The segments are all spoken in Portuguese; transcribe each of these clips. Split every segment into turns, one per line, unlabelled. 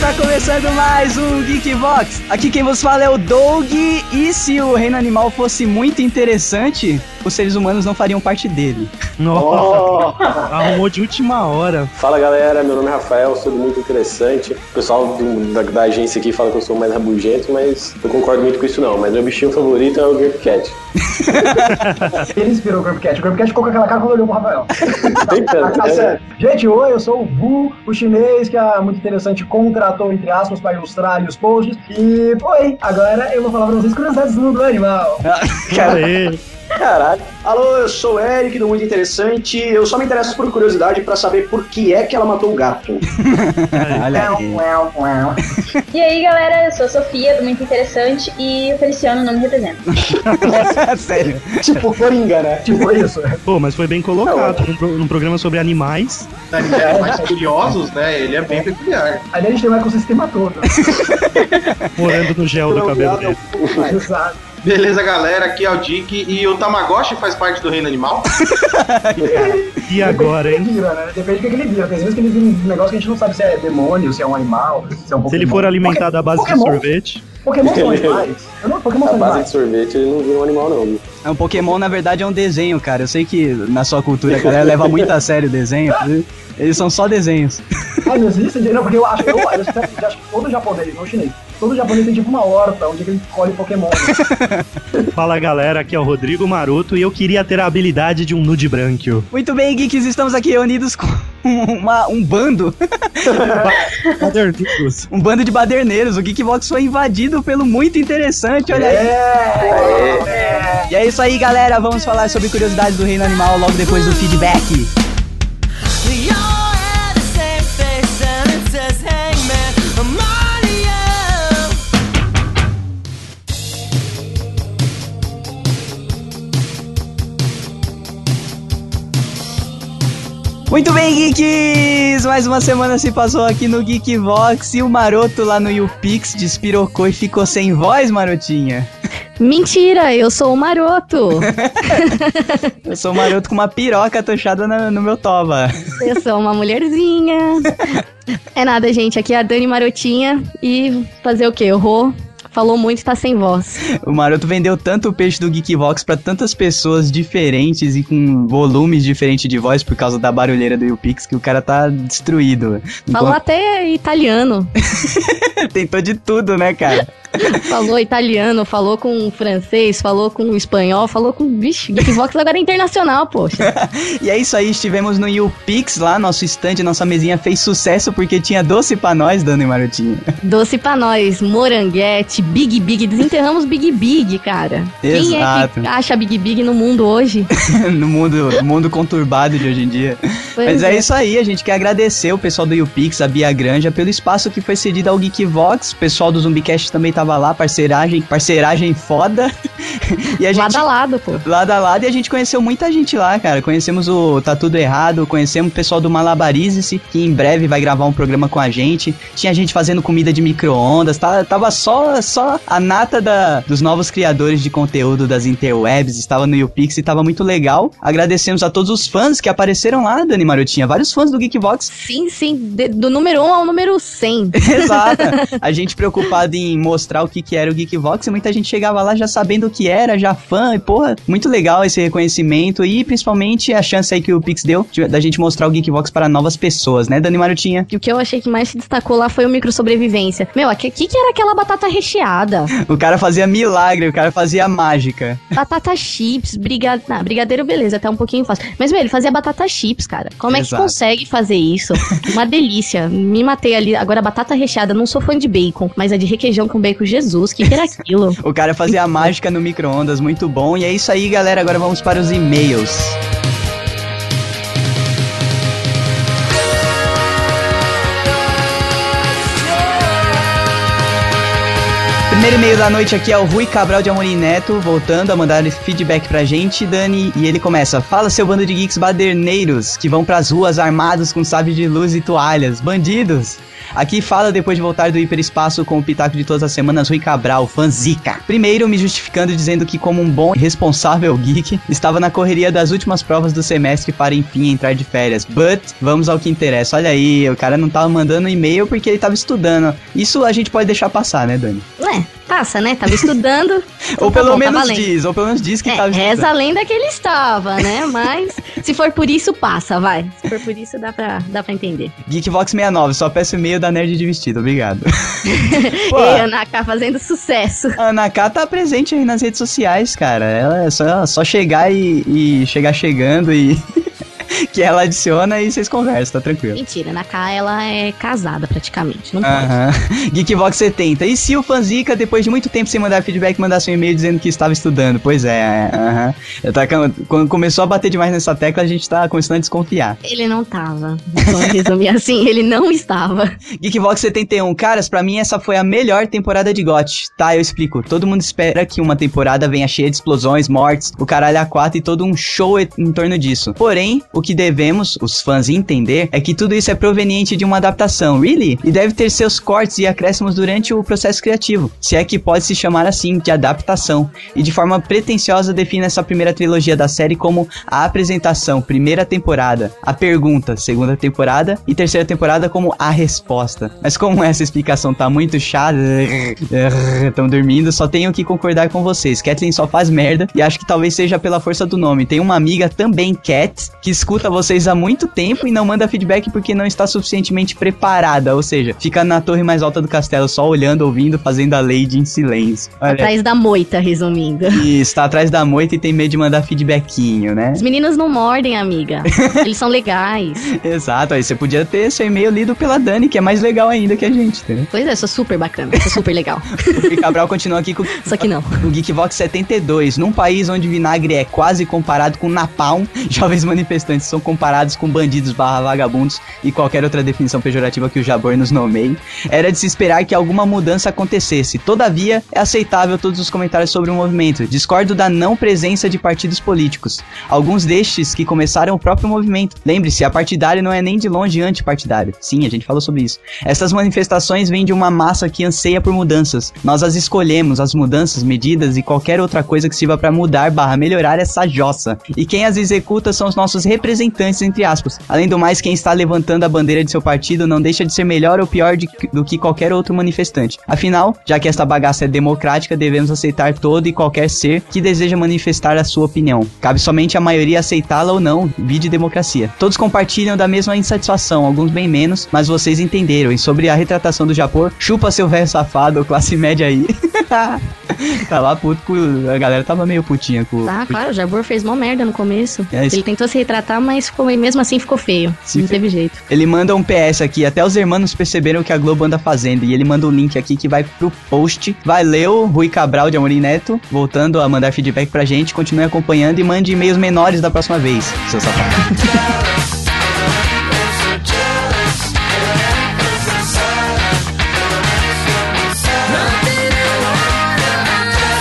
Tá começando mais um Geekbox. Aqui quem vos fala é o Doug, e se o reino animal fosse muito interessante, os seres humanos não fariam parte dele.
Nossa, arrumou de última hora.
Fala galera, meu nome é Rafael, sou do Muito Interessante. O pessoal do- da, da agência aqui fala que eu sou mais rabugento, mas eu concordo muito com isso não. Mas meu bichinho favorito é o Grape Cat.
Ele inspirou o Grumpcat. O Grumpcat ficou com aquela cara quando olhou pro Rafael.
Tem tanto,
Tá
né?
certo. Gente, oi, eu sou o Bu, o chinês que a Muito Interessante contratou, entre aspas, pra ilustrar ali os posts. E, oi, agora eu vou falar pra vocês curiosidades do mundo animal.
Cara, ele-
Caralho. Alô, eu sou o Eric do Muito Interessante. Eu só me interesso por curiosidade pra saber por que é que ela matou o gato.
Olha aí.
E aí, galera, eu sou a Sofia, do Muito Interessante, e o Feliciano não me representa.
é Sério.
tipo, Coringa, né?
Tipo isso.
Pô, mas foi bem colocado. Num, pro- num programa sobre animais.
Tá, é
Animais mais curiosos, né? Ele é bem peculiar.
Ali a gente tem um ecossistema todo.
Morando no gel do cabelo dele.
Exato.
Beleza, galera? Aqui é o Dick e o Tamagotchi faz parte do reino animal.
E agora,
Ele
hein?
vira, né? Depende do que que ele vira. Tem vezes que ele vira um negócio que a gente não sabe se é demônio, se é um animal, se é um Pokémon.
Se ele for alimentado à base de
Pokémon.
sorvete.
Pokémon são animais. Eu não, Pokémon
A
são
base de
animais.
sorvete ele não vira um animal não. viu?
É, Um Pokémon, na verdade, é um desenho, cara. Eu sei que na sua cultura a galera leva muito a sério o desenho. Eles são só desenhos.
Ah, não existe? Não, porque eu acho, eu, eu acho que todo japonês, não chinês, todo japonês tem tipo uma horta onde ele colhe Pokémon.
Fala galera, aqui é o Rodrigo Maroto e eu queria ter a habilidade de um nude branco.
Muito bem, geeks, estamos aqui reunidos com uma- um bando,
Badernugos.
um bando de baderneiros. O Geekbox foi invadido pelo muito interessante, olha aí. E é isso aí, galera. Vamos falar sobre curiosidades do reino animal logo depois do feedback.
You're at the same place and it says, "Hang man, I'm on you."
Muito bem, geeks! Mais uma semana se passou aqui no Geekbox e o maroto lá no YouPix despirocou e ficou sem voz, marotinha.
Mentira, eu sou o maroto.
Eu sou um maroto com uma piroca tochada na- no meu toba.
eu sou uma mulherzinha. É nada, gente. Aqui é a Dani Marotinha. E fazer o quê? O Rô falou muito e tá sem voz.
O maroto vendeu tanto o peixe do Geekbox pra tantas pessoas diferentes e com volumes diferentes de voz por causa da barulheira do YouPix que o cara tá destruído.
Falou até italiano.
Enquanto- Tentou de tudo, né, cara?
Falou italiano, falou com francês, falou com espanhol, falou com. Vixe, Geekbox agora é internacional, poxa.
E é isso aí, estivemos no YouPix lá, nosso stand, nossa mesinha fez sucesso porque tinha doce pra nós, Dani Marotinho.
Doce pra nós, moranguete, Big Big. Desenterramos Big Big, cara. Quem é
Exato.
que acha Big Big no mundo hoje?
no mundo, no mundo conturbado de hoje em dia. Mas
Pois
é isso aí, a gente quer agradecer o pessoal do YouPix, a Bia Granja, pelo espaço que foi cedido ao Geekvox. O pessoal do Zumbicast também tava lá, parceiragem, parceiragem foda. E a gente.
Lado a lado, pô.
Lado a lado, e a gente conheceu muita gente lá, cara. Conhecemos o Tá Tudo Errado, conhecemos o pessoal do Malabarize-se, que em breve vai gravar um programa com a gente. Tinha gente fazendo comida de micro-ondas, tá- tava só, só a nata da- dos novos criadores de conteúdo das interwebs, estava no YouPix e tava muito legal. Agradecemos a todos os fãs que apareceram lá, Dani Marotinha. Vários fãs do Geekbox.
Sim, sim. de- do número 1 um ao número 100.
Exato. A gente preocupada em mostrar o que, que era o Geekvox e muita gente chegava lá já sabendo o que era, já fã. E, porra, muito legal esse reconhecimento e principalmente a chance aí que o Pix deu de- da gente mostrar o Geekvox para novas pessoas, né, Dani Marutinha?
E o que eu achei que mais se destacou lá foi o micro sobrevivência. Meu, o que, que que era aquela batata recheada?
O cara fazia milagre, o cara fazia mágica.
Batata chips, briga... ah, brigadeiro, beleza, até um pouquinho fácil. Mas, meu, ele fazia batata chips, cara. Como é
Exato.
que consegue fazer isso? Uma delícia. Me matei ali. Agora, batata recheada, não sou fã de bacon, mas a de requeijão com bacon, Jesus, que que era aquilo?
O cara fazia a mágica no micro-ondas, muito bom. E é isso aí, galera. Agora vamos para os e-mails. Primeiro e-mail da noite aqui é o Rui Cabral de Amorim Neto, voltando a mandar esse feedback pra gente, Dani, e ele começa: Fala seu bando de geeks baderneiros que vão pras ruas armados com sabre de luz e toalhas, bandidos! Aqui fala depois de voltar do hiperespaço com o pitaco de todas as semanas, Rui Cabral, fanzica. Primeiro, me justificando dizendo que, como um bom e responsável geek, estava na correria das últimas provas do semestre para enfim entrar de férias. But, vamos ao que interessa. Olha aí, o cara não tava mandando e-mail porque ele tava estudando. Isso a gente pode deixar passar, né, Dani?
Ué, passa, né? Tava estudando.
Ou
Então tá
pelo
bom, tá
menos
valendo.
diz, ou pelo menos diz que tá
É,
tava estudando.
reza a lenda que ele estava, né? Mas se for por isso, passa, vai. Se for por isso, dá pra, dá pra entender.
Geekvox69, só peço e-mail da Nerd de Vestido, obrigado. Pô,
E Anaká fazendo sucesso.
a Ana K tá presente aí nas redes sociais, cara. Ela é só, só chegar e, e chegar chegando e. que ela adiciona e vocês conversam, tá tranquilo.
Mentira, Anaká, ela é casada praticamente. Não pode.
Aham. Geekbox 70. E se o Fanzica, depois de muito tempo sem mandar feedback, mandasse um e-mail dizendo que estava estudando? Pois é, aham. Eu tava com- Quando começou a bater demais nessa tecla, a gente tá começando a desconfiar.
Ele não tava. Vamos resumir assim, ele não estava.
Geekvox 71, caras, pra mim essa foi a melhor temporada de GOT. Tá, eu explico. Todo mundo espera que uma temporada venha cheia de explosões, mortes, o caralho a quatro e todo um show e- em torno disso. Porém, o que devemos, os fãs, entender é que tudo isso é proveniente de uma adaptação, really? E deve ter seus cortes e acréscimos durante o processo criativo, se é que pode se chamar assim, de adaptação. E de forma pretensiosa define essa primeira trilogia da série como a apresentação, primeira temporada, a pergunta, segunda temporada e terceira temporada como a resposta. Mas como essa explicação tá muito chata, estão dormindo, só tenho que concordar com vocês. Kathleen só faz merda e acho que talvez seja pela força do nome. Tem uma amiga também, Cat, que escuta vocês há muito tempo e não manda feedback porque não está suficientemente preparada, ou seja, fica na torre mais alta do castelo só olhando, ouvindo, fazendo a Lady em silêncio. Olha,
Atrás da moita, resumindo.
está atrás da moita e tem medo de mandar feedbackinho, né?
Os meninos não mordem, amiga. Eles são legais.
Exato, aí você podia ter seu e-mail lido pela Dani, que é mais legal ainda que a gente, entendeu?
Pois é, eu sou super bacana, eu sou super legal.
O Rui Cabral continua aqui com
Só que não.
o Geekvox 72. Num país onde vinagre é quase comparado com napalm, jovens manifestantes são comparados com bandidos barra vagabundos e qualquer outra definição pejorativa que o Jabor nos nomeie. Era de se esperar que alguma mudança acontecesse. Todavia, é aceitável todos os comentários sobre o movimento. Discordo da não presença de partidos políticos. Alguns destes que começaram o próprio movimento. Lembre-se, a partidária não é nem de longe antipartidário. Sim, a gente falou sobre isso. Essas manifestações vêm de uma massa que anseia por mudanças. Nós as escolhemos, as mudanças, medidas e qualquer outra coisa que sirva para mudar barra melhorar essa jossa. E quem as executa são os nossos representantes, entre aspas. Além do mais, quem está levantando a bandeira de seu partido não deixa de ser melhor ou pior de- do que qualquer outro manifestante. Afinal, já que esta bagaça é democrática, devemos aceitar todo e qualquer ser que deseja manifestar a sua opinião. Cabe somente à maioria aceitá-la ou não, vide democracia. Todos compartilham da mesma insatisfação, alguns bem menos, mas vocês entenderam. E sobre a retratação do Japão, chupa seu velho safado, classe média aí.
Ah,
tá lá puto com... A galera tava meio putinha com...
Tá, claro, o Jabor fez mó merda no começo.
É isso.
Ele tentou se retratar, mas ficou, mesmo assim ficou feio.
Se
não
fe-
teve jeito.
Ele manda um PS aqui, até os irmãos perceberam o que a Globo anda fazendo. E ele manda um link aqui que vai pro post. Valeu, Rui Cabral de Amorim Neto, voltando a mandar feedback pra gente. Continue acompanhando e mande e-mails menores da próxima vez, seu safado.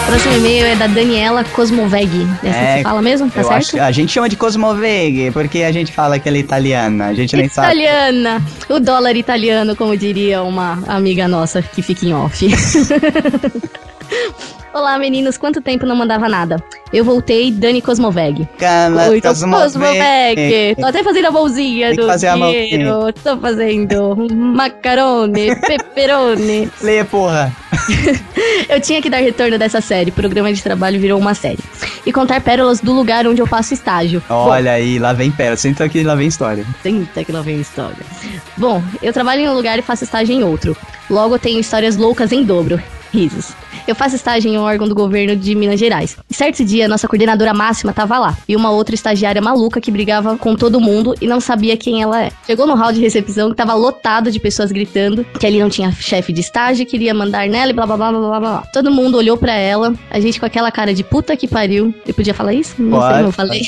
Próximo e-mail é da Daniela Cosmoveg. É assim
É,
que se fala mesmo? Tá
Eu acho que
certo?
a gente chama de Cosmoveg, porque a gente fala que ela é italiana. A gente nem sabe.
Italiana! O dólar italiano, como diria uma amiga nossa que fica em off. Olá, meninos. Quanto tempo não mandava nada? Eu voltei, Dani Cosmoveg.
Cala,
Oi, tô
Cosmoveg.
Cosmoveg. Tô até fazendo a mãozinha
Tem que
do
fazer a mãozinha.
dinheiro. Tô fazendo macarone, pepperoni.
Lê, porra.
Eu tinha que dar retorno dessa série. Programa de trabalho virou uma série. E contar pérolas do lugar onde eu faço estágio.
Olha aí, lá vem pera. Senta aqui, lá vem história.
Bom, senta que lá vem a história. Bom, eu trabalho em um lugar e faço estágio em outro. Logo, eu tenho histórias loucas em dobro. Risos. Eu faço estágio em um órgão do governo de Minas Gerais. E certo dia, nossa coordenadora máxima tava lá. E uma outra estagiária maluca que brigava com todo mundo e não sabia quem ela é. Chegou no hall de recepção que tava lotado de pessoas gritando que ali não tinha chefe de estágio, queria mandar nela e blá blá blá blá blá blá. Todo mundo olhou pra ela, a gente com aquela cara de puta que pariu. Eu podia falar isso? Não sei,
Pode.
não falei.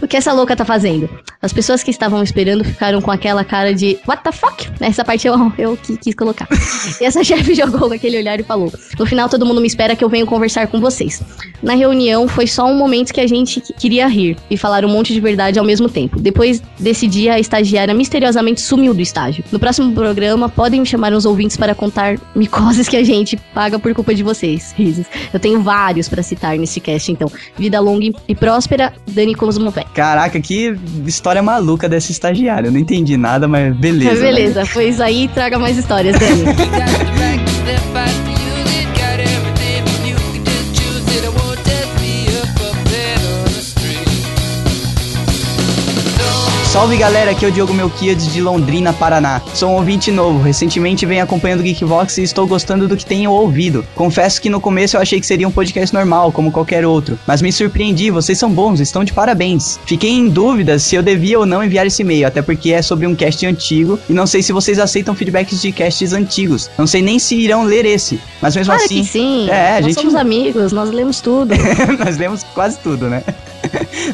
O que essa louca tá fazendo? As pessoas que estavam esperando ficaram com aquela cara de What the fuck? Essa parte eu, eu que quis colocar. e essa chefe jogou naquele olhar e falou: No final todo mundo me espera que eu venho conversar com vocês. Na reunião foi só um momento que a gente que- queria rir e falar um monte de verdade ao mesmo tempo. Depois desse dia, a estagiária misteriosamente sumiu do estágio. No próximo programa, podem chamar os ouvintes para contar micoses que a gente paga por culpa de vocês. Risos. Eu tenho vários para citar neste cast, então. Vida longa e próspera, Dani Cosmovec.
Caraca, que história maluca dessa estagiária. Eu não entendi nada, mas beleza. né?
Beleza, beleza foi isso aí. Traga mais histórias, Dani.
Salve galera, aqui é o Diogo Melquiades de Londrina, Paraná. Sou um ouvinte novo, recentemente venho acompanhando o Geekvox e estou gostando do que tenho ouvido. Confesso que no começo eu achei que seria um podcast normal, como qualquer outro, mas me surpreendi, vocês são bons, estão de parabéns. Fiquei em dúvida se eu devia ou não enviar esse e-mail, até porque é sobre um cast antigo e não sei se vocês aceitam feedbacks de casts antigos. Não sei nem se irão ler esse, mas mesmo
Claro
assim.
que sim.
É, a
nós
gente-
somos amigos, nós lemos tudo.
Nós lemos quase tudo, né?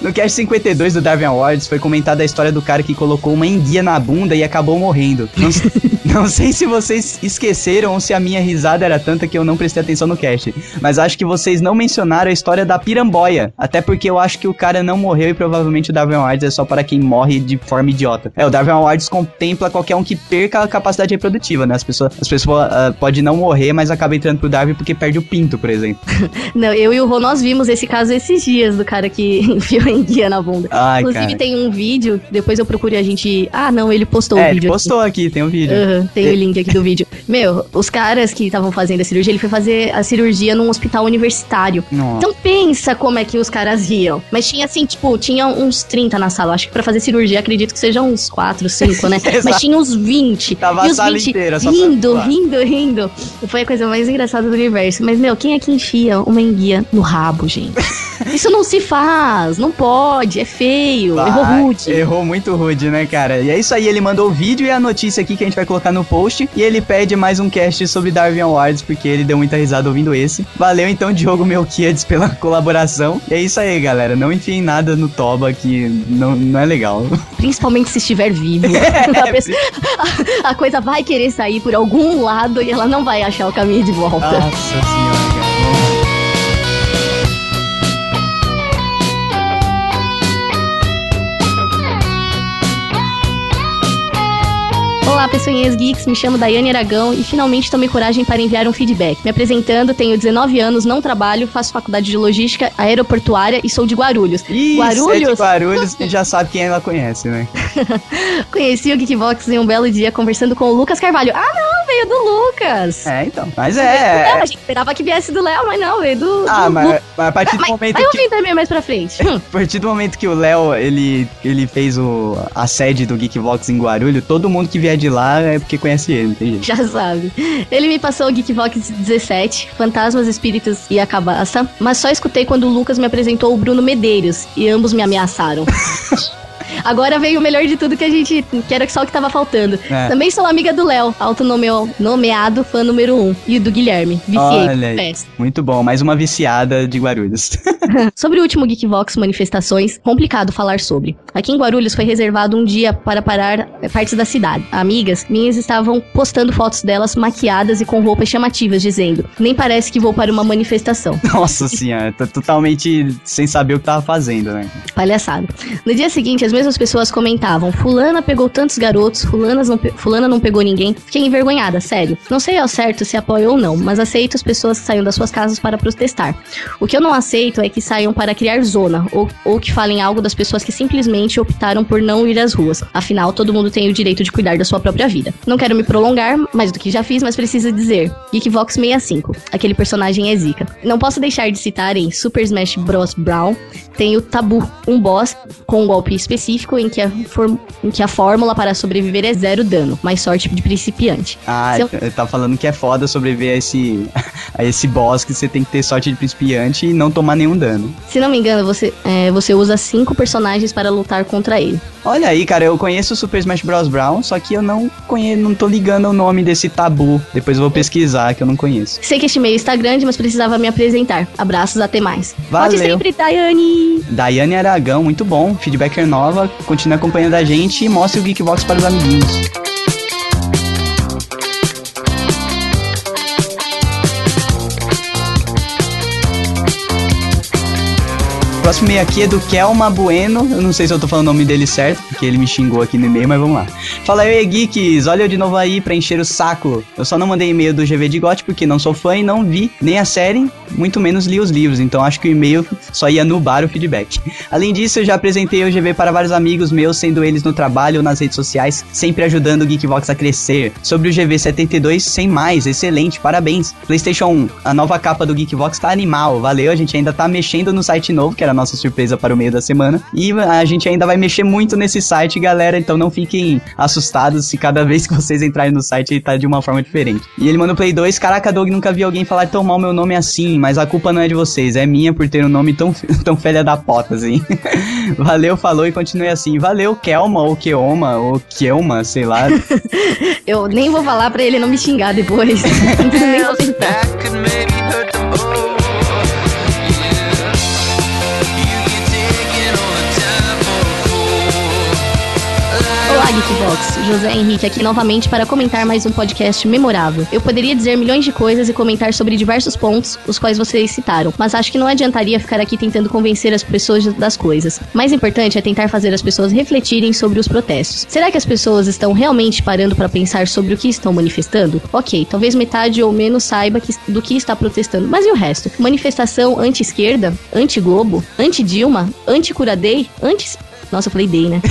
No Cast 52 do Darwin Awards foi comentada a história do cara que colocou uma enguia na bunda e acabou morrendo. Não, s- não sei se vocês esqueceram ou se a minha risada era tanta que eu não prestei atenção no cast, mas acho que vocês não mencionaram a história da piramboia. Até porque eu acho que o cara não morreu e provavelmente o Darwin Awards é só para quem morre de forma idiota. É, o Darwin Awards contempla qualquer um que perca a capacidade reprodutiva, né? As pessoas, as pessoas ah, podem não morrer, mas acaba entrando pro Darwin porque perde o pinto, por exemplo.
Não, eu e o Rô, nós vimos esse caso esses dias do cara que enfiou a enguia na bunda.
Ai,
Inclusive
cara.
tem um vídeo, depois eu procurei a gente. Ah, não, ele postou
é,
o
ele
vídeo.
postou aqui, tem um vídeo.
Aham, tem
É.
o link aqui do vídeo. Meu, os caras que estavam fazendo a cirurgia, ele foi fazer a cirurgia num hospital universitário.
Nossa.
Então pensa como é que os caras riam. Mas tinha assim, tipo, tinha uns 30 na sala. Acho que pra fazer cirurgia, acredito que sejam uns 4, 5, né?
Exato.
Mas tinha uns 20.
Tava
e
a
os
sala
20
inteira só pra-
rindo,
claro.
rindo, rindo. Foi a coisa mais engraçada do universo. Mas, meu, quem é que enfia uma enguia no rabo, gente? Isso não se faz, não pode, é feio,
Vai.
errou rude.
Errou muito rude, né, cara? E é isso aí, ele mandou o vídeo e a notícia aqui que a gente vai colocar no post. E ele pede mais um cast sobre Darwin Awards, porque ele deu muita risada ouvindo esse. Valeu então, Diogo Melquiades, pela colaboração. E é isso aí, galera. Não enfiem nada no Toba, que não, não é legal. É,
Principalmente se estiver vivo. a, pessoa- a- a coisa vai querer sair por algum lado e ela não vai achar o caminho de volta.
Ah. senhora, cara.
Olá, pessoinhas geeks, me chamo Daiane Aragão e finalmente tomei coragem para enviar um feedback. Me apresentando, tenho 19 anos, não trabalho, faço faculdade de logística aeroportuária e sou de Guarulhos.
Ih,
Guarulhos?
é de Guarulhos, que já sabe quem ela conhece, né?
Conheci o Geekbox em um belo dia conversando com o Lucas Carvalho. Ah, não, veio do Lucas.
É, então. Mas
Não,
é.
a gente esperava que viesse do Léo, mas não, veio do.
Ah,
do Lucas.
mas, mas a partir do
Mas
momento
vai
que.
ouvir também mais pra frente. Hum.
A partir do momento que o Léo ele, ele fez o, a sede do Geekvox em Guarulhos, todo mundo que vier de lá é porque conhece ele, não tem jeito.
Já sabe. Ele me passou o Geekvox 17, Fantasmas, Espíritos e a Cabaça, mas só escutei quando o Lucas me apresentou o Bruno Medeiros e ambos me ameaçaram. Agora veio o melhor de tudo que a gente. que era só o que tava faltando.
É.
Também sou amiga do Léo, auto-nomeado fã número 1, um, e do Guilherme.
Olha aí.
Viciei, peço.
Muito bom, mais uma viciada de Guarulhos.
Sobre o último Geekvox Manifestações, complicado falar sobre. Aqui em Guarulhos foi reservado um dia para parar eh, partes da cidade. Amigas minhas estavam postando fotos delas maquiadas e com roupas chamativas, dizendo: Nem parece que vou para uma manifestação.
Nossa senhora, tá totalmente sem saber o que tava fazendo, né?
Palhaçada. No dia seguinte, as mesmas pessoas comentavam: Fulana pegou tantos garotos, fulanas não pe- fulana não pegou ninguém. Fiquei envergonhada, sério. Não sei ao certo se apoio ou não, mas aceito as pessoas que saiam das suas casas para protestar. O que eu não aceito é que saiam para criar zona, ou, ou que falem algo das pessoas que simplesmente optaram por não ir às ruas. Afinal, todo mundo tem o direito de cuidar da sua própria vida. Não quero me prolongar mais do que já fiz, mas preciso dizer: Geekvox 65. Aquele personagem é zica. Não posso deixar de citar em Super Smash Bros. Brown, tem o Tabu, um boss com um golpe específico em que a, for- em que a fórmula para sobreviver é zero dano, mais sorte de principiante.
Ah,
Seu-
ele tá falando que é foda sobreviver a esse, a esse boss que você tem que ter sorte de principiante e não tomar nenhum dano.
Se não me engano, você, é, você usa cinco personagens para lutar contra ele.
Olha aí, cara, eu conheço o Super Smash Bros. Brown, só que eu não conheço, não tô ligando o nome desse tabu. Depois eu vou pesquisar, que eu não conheço.
Sei que este e-mail está grande, mas precisava me apresentar. Abraços, até mais.
Valeu.
Pode sempre, Daiane!
Daiane Aragão, muito bom. Feedbacker nova, continue acompanhando a gente e mostre o Geekbox para os amiguinhos. Próximo e-mail aqui é do Kelma Bueno. Eu não sei se eu tô falando o nome dele certo, porque ele me xingou aqui no e-mail, mas vamos lá. Fala aí, Geeks. Olha eu de novo aí pra encher o saco. Eu só não mandei e-mail do GV de Got porque não sou fã e não vi nem a série, muito menos li os livros. Então acho que o e-mail só ia nubar o feedback. Além disso, eu já apresentei o GV para vários amigos meus, sendo eles no trabalho ou nas redes sociais, sempre ajudando o Geekbox a crescer. Sobre o GV 72, sem mais. Excelente, parabéns. PlayStation 1, a nova capa do Geekbox tá animal. Valeu, a gente ainda tá mexendo no site novo, que era a nossa surpresa para o meio da semana. E a gente ainda vai mexer muito nesse site, galera. Então não fiquem assustados se cada vez que vocês entrarem no site ele tá de uma forma diferente. E ele manda o Play 2. Caraca, Doug, nunca vi alguém falar tão mal meu nome assim, mas a culpa não é de vocês, é minha por ter um nome tão, tão velha da pota, assim. Valeu, falou e continue assim. Valeu, Kelma, ou Keoma, ou Kelma, sei lá.
Eu nem vou falar pra ele não me xingar depois. nem vou tentar.
That could maybe hurt the boat. Yeah. You get taken all the time for a fool.
Olá, Geekbox. José Henrique aqui novamente para comentar mais um podcast memorável. Eu poderia dizer milhões de coisas e comentar sobre diversos pontos, os quais vocês citaram, mas acho que não adiantaria ficar aqui tentando convencer as pessoas das coisas. Mais importante é tentar fazer as pessoas refletirem sobre os protestos. Será que as pessoas estão realmente parando para pensar sobre o que estão manifestando? Ok, talvez metade ou menos saiba que- do que está protestando, mas e o resto? Manifestação anti-esquerda, anti-Globo, anti-Dilma, anti-Curadei, anti... Nossa, eu falei Day, né?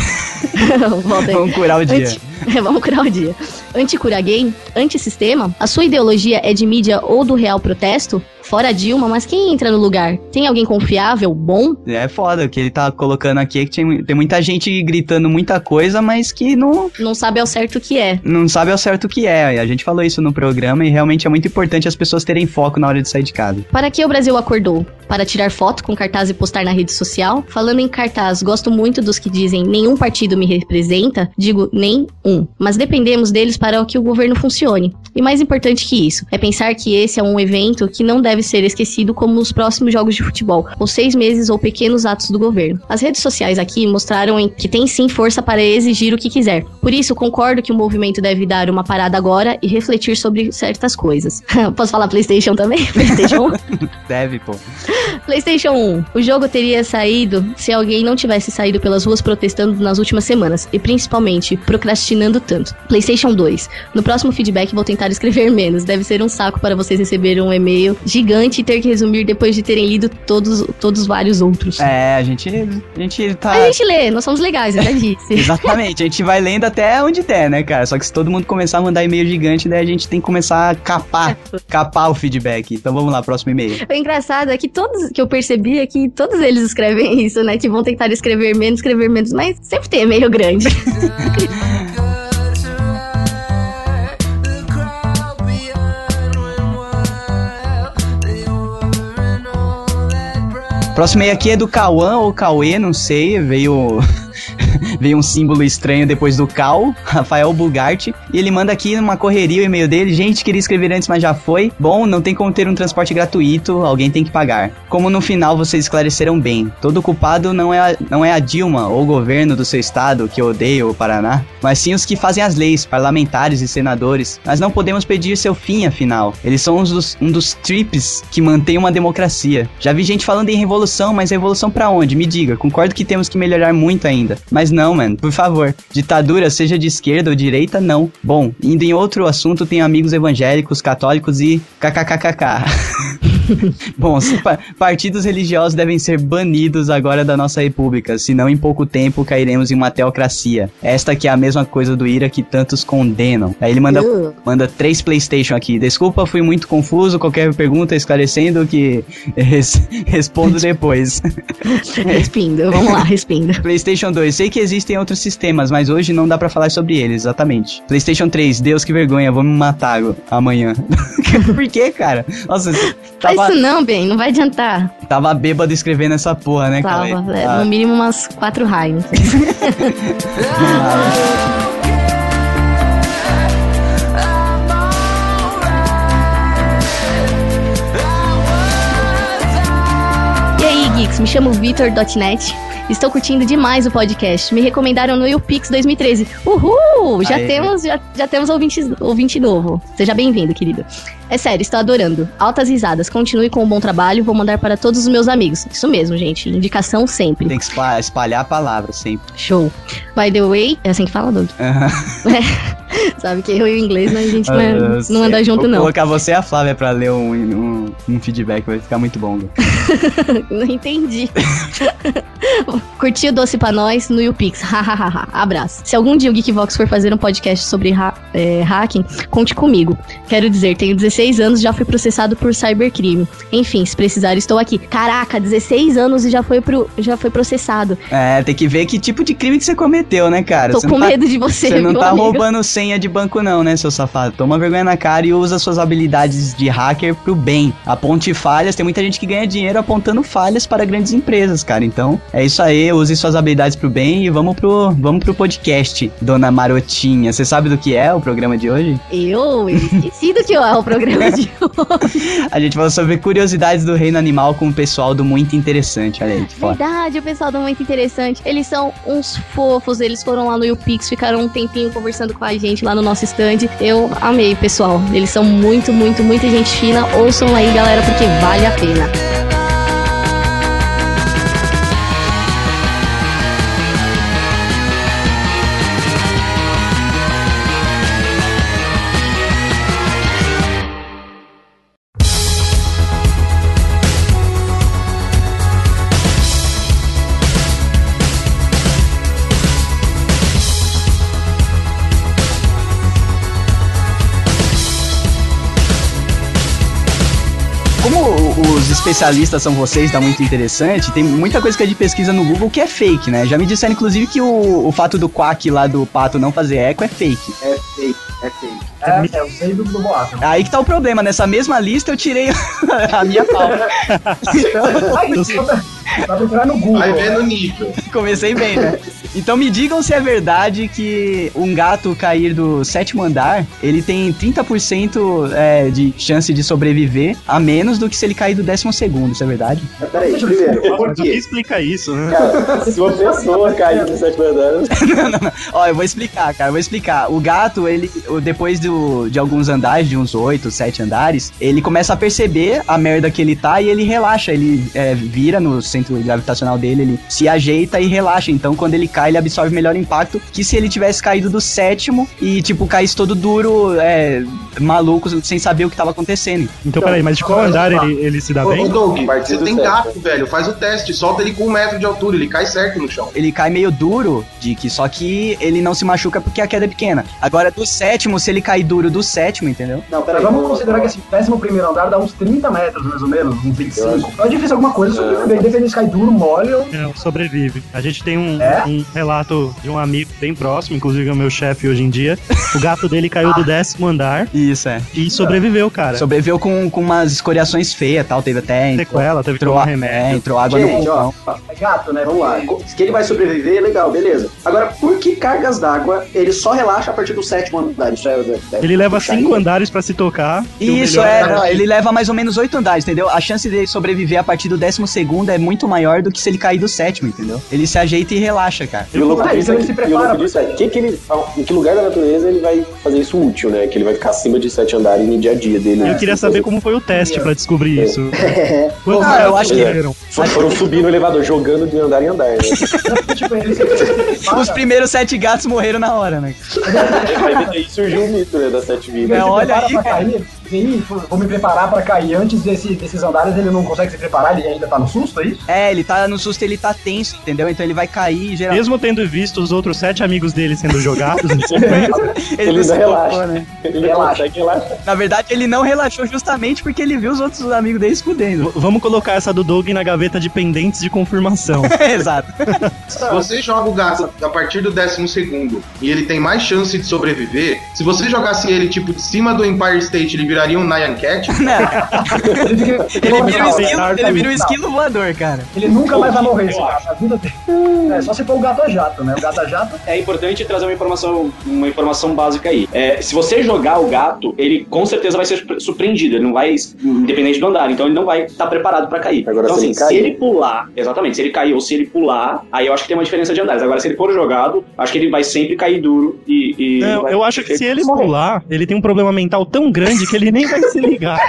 Volta aí.
Vamos curar o dia.
Anti- É, vamos curar o dia. Anticura gay? Antissistema? A sua ideologia é de mídia ou do real protesto? Fora Dilma, mas quem entra no lugar? Tem alguém confiável, bom?
É foda, o que ele tá colocando aqui é que tem, tem muita gente gritando muita coisa, mas que não,
Não sabe ao certo o que é.
não sabe ao certo o que é. A gente falou isso no programa e realmente é muito importante as pessoas terem foco na hora de sair de casa.
Para que o Brasil acordou? Para tirar foto com cartaz e postar na rede social? Falando em cartaz, gosto muito dos que dizem nenhum partido me representa, digo nem um. Mas dependemos deles para que o governo funcione. E mais importante que isso, é pensar que esse é um evento que não deve ser esquecido como os próximos jogos de futebol, ou seis meses ou pequenos atos do governo. As redes sociais aqui mostraram em- que tem sim força para exigir o que quiser. Por isso, concordo que o movimento deve dar uma parada agora e refletir sobre certas coisas. Posso falar PlayStation também? PlayStation 1?
Deve, pô.
PlayStation 1. O jogo teria saído se alguém não tivesse saído pelas ruas protestando nas últimas semanas e principalmente procrastinando tanto. PlayStation 2. No próximo feedback vou tentar escrever menos. Deve ser um saco para vocês receberem um e-mail gigante e ter que resumir depois de terem lido todos todos vários outros.
É, a gente, a gente tá.
A gente lê, nós somos legais, né, eu já disse.
Exatamente, a gente vai lendo até onde der, né, cara? Só que se todo mundo começar a mandar e-mail gigante, daí a gente tem que começar a capar, capar o feedback. Então vamos lá, próximo e-mail.
O engraçado é que todos que eu percebi é que todos eles escrevem isso, né? Que vão tentar escrever menos, escrever menos, mas sempre tem e-mail grande.
Good to ride. The crowd beyond went wild. They were in all that bright.
Próximo e-mail aqui é do Cauã ou Cauê, não sei, veio. Veio um símbolo estranho depois do Cal, Rafael Bugarte. E ele manda aqui numa correria o e-mail dele. Gente, queria escrever antes, mas já foi. Bom, não tem como ter um transporte gratuito, alguém tem que pagar. Como no final vocês esclareceram bem. Todo culpado não é, a, não é a Dilma ou o governo do seu estado, que eu odeio o Paraná, mas sim os que fazem as leis, parlamentares e senadores. Mas não podemos pedir seu fim, afinal. Eles são uns dos, um dos trips que mantém uma democracia. Já vi gente falando em revolução, mas revolução pra onde? Me diga. Concordo que temos que melhorar muito ainda. Mas não, mano, por favor. Ditadura, seja de esquerda ou direita, não. Bom, indo em outro assunto, tenho amigos evangélicos, católicos e kkkk. Bom, se pa- partidos religiosos devem ser banidos agora da nossa república, senão em pouco tempo cairemos em uma teocracia. Esta que é a mesma coisa do Ira que tantos condenam. Aí ele manda,
Uh.
manda três Playstation aqui. Desculpa, fui muito confuso, qualquer pergunta esclarecendo que res- respondo depois.
Respindo, vamos lá, respindo.
PlayStation 2, sei que existem outros sistemas, mas hoje não dá pra falar sobre eles, exatamente. PlayStation 3, Deus que vergonha, vou me matar agora- amanhã. Por que, cara? Nossa, você
Faz
tava,
isso não, Ben, não vai adiantar.
tava bêbado escrevendo essa porra, né,
Tava,
cara?
é,
Ah,
no mínimo umas quatro raios. assim. E aí, Geeks, me chamo Vitor.net Estou curtindo demais o podcast. Me recomendaram no YouPix 2013. Uhul! Já
Aê.
temos, já, já temos ouvintes, ouvinte novo. Seja bem-vindo, querido. É sério, estou adorando. Altas risadas. Continue com o bom trabalho. Vou mandar para todos os meus amigos. Isso mesmo, gente. Indicação sempre.
Tem que espa- espalhar a palavra sempre.
Show. By the way, é assim que fala, Doug. É.
Aham.
Sabe que eu e o inglês, né, a gente não, é-
Ah,
não anda
sei.
junto,
Vou
não.
colocar você e a Flávia pra ler um, um, um feedback, vai ficar muito bom. Gu.
Não entendi. Curti o doce pra nós no YouPix. Hahaha. Abraço. Se algum dia o Geekvox for fazer um podcast sobre ha- é, hacking, conte comigo. Quero dizer, tenho 16 anos já fui processado por cybercrime. Enfim, se precisar, estou aqui. Caraca, 16 anos e já foi, pro, já foi processado.
É, tem que ver que tipo de crime que você cometeu, né, cara?
Tô
Você
com
não tá-
medo de você,
Você não
meu
tá
amigo.
roubando senha de banco, não, né, seu safado? Toma vergonha na cara e usa suas habilidades de hacker pro bem. Aponte falhas, tem muita gente que ganha dinheiro apontando falhas para grandes empresas, cara. Então, é isso aí, use suas habilidades pro bem e vamos pro, vamos pro podcast, Dona Marotinha. Você sabe do que é o programa de hoje?
Eu esqueci do que é o programa de hoje.
A gente falou sobre curiosidades do reino animal com o pessoal do Muito Interessante. Olha aí, que foda.
Verdade, o pessoal do Muito Interessante. Eles são uns fofos, eles foram lá no YouPix, ficaram um tempinho conversando com a gente lá no nosso stand. Eu amei, pessoal. Eles são muito, muito, muita gente fina. Ouçam aí, galera, porque vale a pena.
Como o- os especialistas são vocês, tá muito interessante, tem muita coisa que a gente pesquisa no Google que é fake, né? Já me disseram, inclusive, que o, o fato do quack lá do pato não fazer eco é fake.
É fake, é fake. Ah,
É, é, eu sei do, do boato.
Aí que tá o problema, nessa mesma lista eu tirei a minha pauta. Então,
Aí, só pra, pra procurar no Google.
Vai vendo o nível.
comecei bem, né? Então me digam se é verdade que um gato cair do sétimo andar, ele tem 30% é, de chance de sobreviver a menos do que se ele cair do décimo segundo, isso é verdade?
Mas peraí, primeiro, por
Por que
quê?
explica isso, né?
Se uma pessoa cair no sétimo andar,
Ó, eu vou explicar, cara, eu vou explicar. O gato, ele, o- depois do, de alguns andares, de uns oito, sete andares, ele começa a perceber a merda que ele tá e ele relaxa. Ele é, vira no centro gravitacional dele, ele se ajeita e relaxa. Então, quando ele cai, ele absorve melhor impacto que se ele tivesse caído do sétimo e, tipo, caísse todo duro, é, maluco, sem saber o que tava acontecendo.
Então, peraí, mas de qual andar ele, ele se dá
Ô,
bem?
Doug,
A partir
você
do
tem
teste.
gato, velho. Faz o teste. Solta ele com um metro de altura. Ele cai certo no chão.
Ele cai meio duro, Dick, só que ele não se machuca porque a queda é pequena. Agora, do sétimo, se ele cair duro do sétimo, entendeu?
Não,
Mas
peraí.
vamos considerar que esse 11 primeiro andar dá uns 30 metros, mais ou menos, uns 25. Então é difícil alguma coisa sobreviver, independente se cai duro, mole ou...
Não, É, sobrevive. A gente tem um,
É?
um relato de um amigo bem próximo, inclusive é o meu chefe hoje em dia. O gato dele caiu do décimo andar
Isso, é.
e sobreviveu, cara.
Sobreviveu com, com umas escoriações feias tal, teve até. Entrou,
Sequela, teve que
entrou,
tomar
é,
remédio.
entrou água
Gente,
no
ó,
pulmão.
É gato, né?
vamos lá. Co- Se ele vai sobreviver, legal, beleza. Agora, por que cargas d'água ele só relaxa a partir do sétimo andar? Isso é, é- é-
Ele leva
puxar
cinco
aí.
andares pra se tocar. e o
Isso
melhor
é,
andar-
não, ele leva mais ou menos oito andares, entendeu? A chance dele sobreviver a partir do décimo segundo é muito maior do que se ele cair do sétimo, entendeu? Ele se ajeita e relaxa, cara.
E o louco
Tá,
disso
então
é
ele
que,
se
e o
prepara
louco
pra-
disso é que, que ele, em que lugar da natureza ele vai fazer isso útil, né? Que ele vai ficar acima de sete andares no dia a dia dele.
E
né?
eu queria saber como foi o teste pra descobrir
É.
isso. Quantos
Ah, eu
gatos
acho que-
morreram?
Só foram subir no elevador, jogando de andar em andar, né?
Tipo, ele se, ele se prepara.
Os primeiros sete gatos morreram na hora, né?
Aí daí surgiu o mito, né? Das sete vidas.
Ele
É,
se
olha
prepara
aí,
pra
cara.
cair, e aí, pô, vou me preparar pra cair antes desse- desses andares, ele não consegue se preparar, ele ainda tá no susto, é isso?
É, ele tá no susto, ele tá tenso, entendeu? Então ele vai cair, geralmente.
Mesmo tendo visto os outros sete amigos dele sendo jogados,
Ele,
Ele
não se
ainda relaxa.
tocou, né?
Ele consegue relaxar.
Na verdade, ele não relaxou justamente porque ele viu os outros amigos dele escudendo.
v- vamos colocar essa do Doug na gaveta de pendentes de confirmação.
Exato.
Se você joga o gato a partir do décimo segundo e ele tem mais chance de sobreviver, se você jogasse ele, tipo, de cima do Empire State, ele virar viraria um Nyan Cat.
Não,
Ele, fica-
ele vira um
Ele
esquilo, ele vira um esquilo voador, cara.
Ele nunca mais vai morrer, esse cara. A vida dele. É, só se for o gato a jato, né? O gato a jato
É importante trazer uma informação, uma informação básica aí. É, se você jogar o gato, ele com certeza vai ser surpre- surpreendido. Ele não vai, independente do andar, então ele não vai estar preparado pra cair.
Agora,
então,
se
assim,
ele cair-
se ele pular, exatamente, se ele cair ou se ele pular, aí eu acho que tem uma diferença de andares. Agora, se ele for jogado, acho que ele vai sempre cair duro e. e
Não,
vai-
É, eu acho que se ele
morrer.
pular, ele tem um problema mental tão grande que ele nem vai se ligar.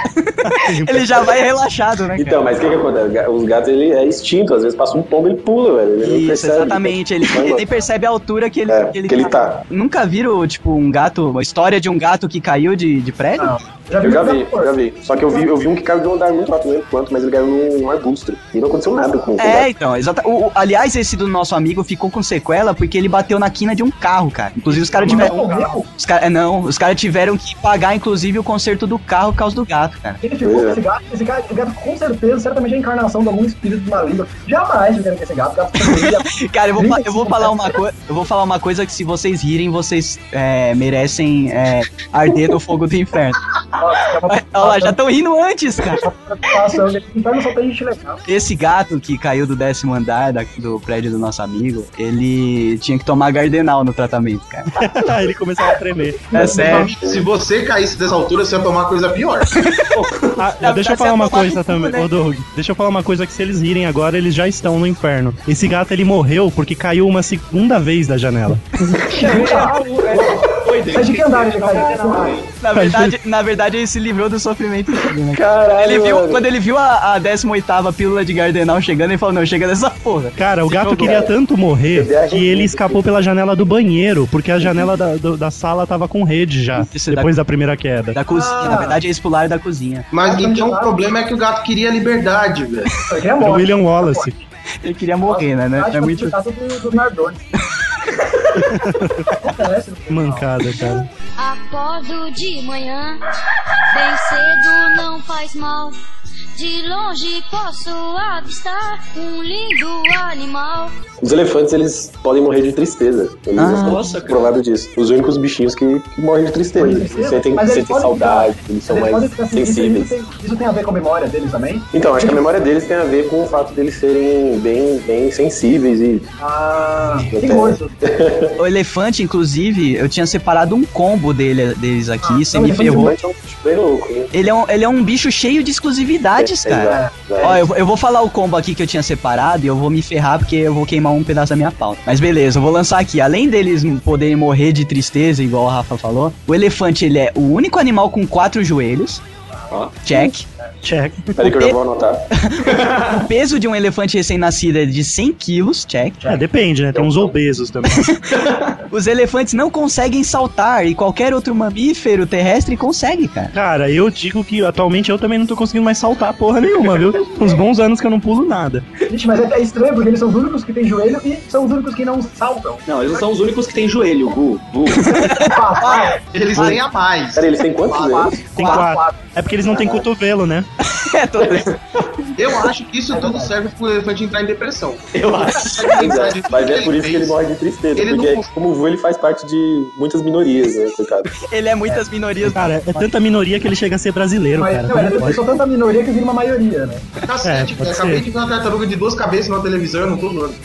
Ele já vai relaxado, né, cara?
Então, mas o que, que acontece? Ga- Os gatos, ele é instinto. Às vezes passa um pombo, ele pula, velho. Ele não
Isso,
percebe.
exatamente. Ele, ele nem percebe a altura que ele,
É, que ele tá.
Nunca viram, tipo, um gato, uma história de um gato que caiu de, de prédio?
Não. já viu
Eu já
muita
vi,
coisa.
já vi. Só que eu vi, eu vi um que caiu de um andar muito alto, não lembro quanto, mas ele caiu num arbusto. E não aconteceu nada com o
É,
gato.
então, exata. o- o- aliás, esse do nosso amigo ficou com sequela porque ele bateu na quina de um carro, cara. Inclusive, os caras
Mas
tiveram.
morreu?
Os cara, é, não, os caras tiveram que pagar, inclusive, o conserto do carro por causa do gato, cara.
Ele ficou
Pois
com
é.
tipo, esse gato, esse gato, esse gato com certeza, certamente é a encarnação de algum espírito maligno. Jamais eu quero que esse gato, gato
Cara, é eu vou, fa- eu vou falar uma coisa. Eu vou falar uma coisa que se vocês rirem, vocês é, merecem é, arder no fogo do inferno. Olha lá, já estão rindo antes, cara.
passando. Inferno só tem gente legal.
Esse gato que caiu do décimo andar da- do prédio do nosso amigo, ele tinha que tomar gardenal no tratamento, cara.
Aí ele começava a tremer.
É sério.
Se você caísse dessa altura, você ia tomar coisa pior.
Ah,
Na
deixa
verdade,
eu falar
é
uma
tomar no cu,
coisa também,
né?
ô Doug. Deixa eu falar uma coisa que se eles rirem agora, eles já estão no inferno. Esse gato, ele morreu porque caiu uma segunda vez da janela.
Mas de que andar ele tá caiu?
Na verdade, na verdade, ele se livrou do sofrimento dele, né?
Caralho,
Ele viu,
mano.
quando ele viu a, a 18 pílula de gardenal chegando, ele falou, não, chega dessa porra.
Cara, o
Se
gato
jogou.
queria tanto morrer
é
Viagem
que ele
muito,
escapou pela janela do banheiro, porque a janela da, do- da sala tava com rede já,
Isso,
depois da primeira queda.
é Da cozinha, Ah, na verdade, eles pularam da cozinha.
Mas então o problema é que o gato queria liberdade, velho.
Ele é
Do
morto.
William Wallace.
Ele queria morrer, né? né?
Acho que
É muito...
foi por causa do, do Nardone. Acontece.
Mancada, cara.
Acordo de manhã, bem cedo não faz mal. De longe posso avistar um lindo animal.
Os elefantes, eles podem morrer de tristeza. Eles
Ah,
estão
nossa, cara.
provados disso. Os únicos bichinhos que, que morrem de tristeza.
Morrem de
Eles
tristeza?
sentem,
Mas eles
sentem
podem
saudade, eles são
Eles podem
mais
ficar assim, isso,
sensíveis.
isso tem, isso tem a ver com a memória deles também?
Então, acho que a memória deles tem a ver com o fato deles serem bem, bem sensíveis e
Ah,
Eu
tem
tenho.
gosto.
O elefante, inclusive, eu tinha separado um combo dele, deles aqui, você me
elefante
ferrou.
Mas Ah, é um bicho bem louco, hein?
Ele é, um, ele é um bicho cheio de exclusividades,
É,
cara.
exato,
Ó,
é.
eu, vou- eu vou falar o combo aqui que eu tinha separado e eu vou me ferrar porque eu vou queimar um pedaço da minha pauta. Mas beleza, eu vou lançar aqui. Além deles m- poderem morrer de tristeza, igual o Rafa falou, o elefante ele é o único animal com quatro joelhos.
Ó.
Check.
Check.
Peraí que eu já vou anotar.
O peso de um elefante recém-nascido é de 100 quilos. Check.
É, depende, né? Tem uns obesos também.
Os elefantes não conseguem saltar e qualquer outro mamífero terrestre consegue, cara.
Cara, eu digo que atualmente eu também não tô conseguindo mais saltar porra nenhuma, viu? Uns bons anos que eu não pulo nada.
Gente, mas é, é estranho porque eles são os únicos que têm joelho e são os únicos que não saltam.
Não, eles não são os únicos que têm joelho, Gu. Gu.
Papá,
Eles têm a mais.
Peraí, eles têm quantos anos?
Tem quatro. É porque eles não têm cotovelo, né?
É, tô-
Eu acho que
É
isso tudo serve pro elefante entrar em depressão.
Eu acho.
Pois é, Mas é por isso que ele morre de tristeza,
Ele
porque é
não-
como o Vu ele faz parte de muitas minorias, né, coitado.
ele é muitas minorias.
Cara, é tanta minoria que ele chega a ser brasileiro,
mas
cara.
não,
Como
eles
pode?
são tanta minoria que vira uma maioria, né?
Cacete,
É,
velho.
pode
acabei
ser.
de ver uma tartaruga de duas cabeças na televisão, eu não tô zoando.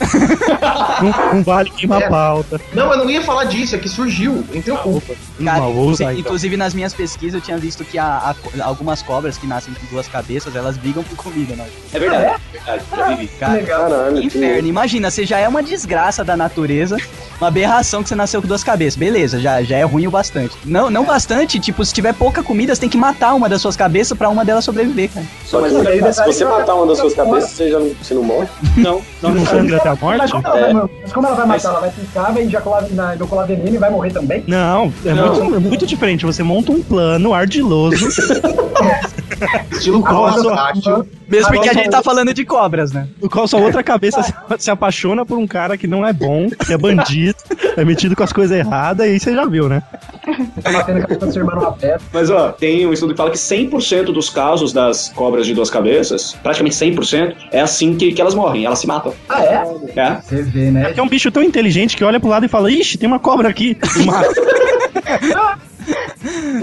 Não, não Um, vale queimar
É.
pauta.
Não, eu não ia falar disso, é que surgiu. Então,
Ah,
culpa.
Cara,
Não, vou usar
inclusive,
então.
inclusive, nas minhas pesquisas eu tinha visto que a- a co- algumas cobras que nascem com duas cabeças, elas brigam por comida, né?
É verdade, é verdade. Já vivi.
Cara,
Legal.
Caralho,
que inferno. Imagina, você já é uma desgraça da natureza, uma aberração que você nasceu com duas cabeças. Beleza, já, já é ruim o bastante. Não, não bastante, tipo, se tiver pouca comida, você tem que matar uma das suas cabeças pra uma delas sobreviver, cara.
Só que
Mas aí
se
detalhe-
você
né?
matar uma das suas cabeças, você já não, você não morre.
Não,
Não, não sangra até a
Mas
morte?
como, ela
É.
vai, mas como ela vai matar? Ela vai picar, vai ejacular na ejaculademina e vai morrer também?
Não, é Muito, é muito diferente. Você monta um plano ardiloso.
um
Estilo
Agora
Cobra
eu tô-
Tátil.
Mesmo porque a
Agora
gente tá falando de cobras, né?
no qual sua outra cabeça se, se apaixona por um cara que não é bom, que é bandido, é metido com as coisas erradas, e aí você já viu, né?
Tá batendo a cabeça do seu irmão numa pedra.
Mas ó, tem um estudo que fala que 100% dos casos das cobras de duas cabeças, praticamente 100%, é assim que, que elas morrem, elas se matam.
Ah, é?
É?
Você vê, né?
Que é um bicho tão inteligente que olha pro lado e fala: Ixi, tem uma cobra aqui. E mata.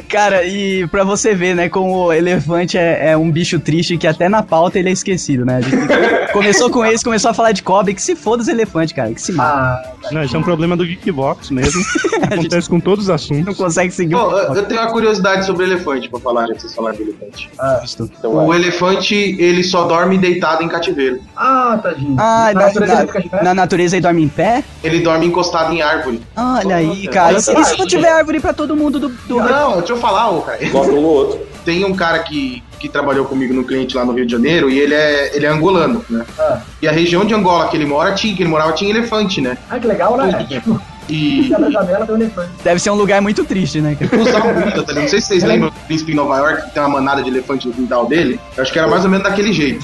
Cara, e pra você ver, né, como o elefante é, é um bicho triste que até na pauta ele é esquecido, né? A gente começou com esse, começou a falar de cobra, que se foda os elefantes, cara, que se mata.
Ah,
Não, isso é um problema do Geekbox mesmo. Acontece com todos os assuntos.
Não consegue seguir.
Bom,
o
eu eu tenho uma curiosidade sobre elefante pra falar, já que vocês falaram de elefante.
Ah.
Então,
O
vai.
elefante, ele só dorme deitado em cativeiro.
ah tadinho.
Ah,
Na
na,
natureza
na-
ele fica de pé?
na natureza ele dorme em pé?
Ele dorme encostado em árvore.
Olha aí,
Nossa,
cara.
olha
E se,
só,
e se não
gente.
tiver árvore pra todo mundo do. do-
Não, deixa eu falar, ô, cara.
Gosta um do outro.
Tem um cara que, que trabalhou comigo no cliente lá no Rio de Janeiro e ele é, ele é angolano, né?
Ah.
E a região de Angola que ele mora tinha, que ele morava tinha elefante, né?
Ah, que legal, né? Tipo,
E
cada janela tem um elefante.
Deve ser um lugar muito triste, né, cara?
usar bunda, tá ligado? Não sei se vocês
É.
lembram do príncipe em Nova York, que tem uma manada de elefante no quintal dele. Eu acho que era mais ou menos daquele jeito.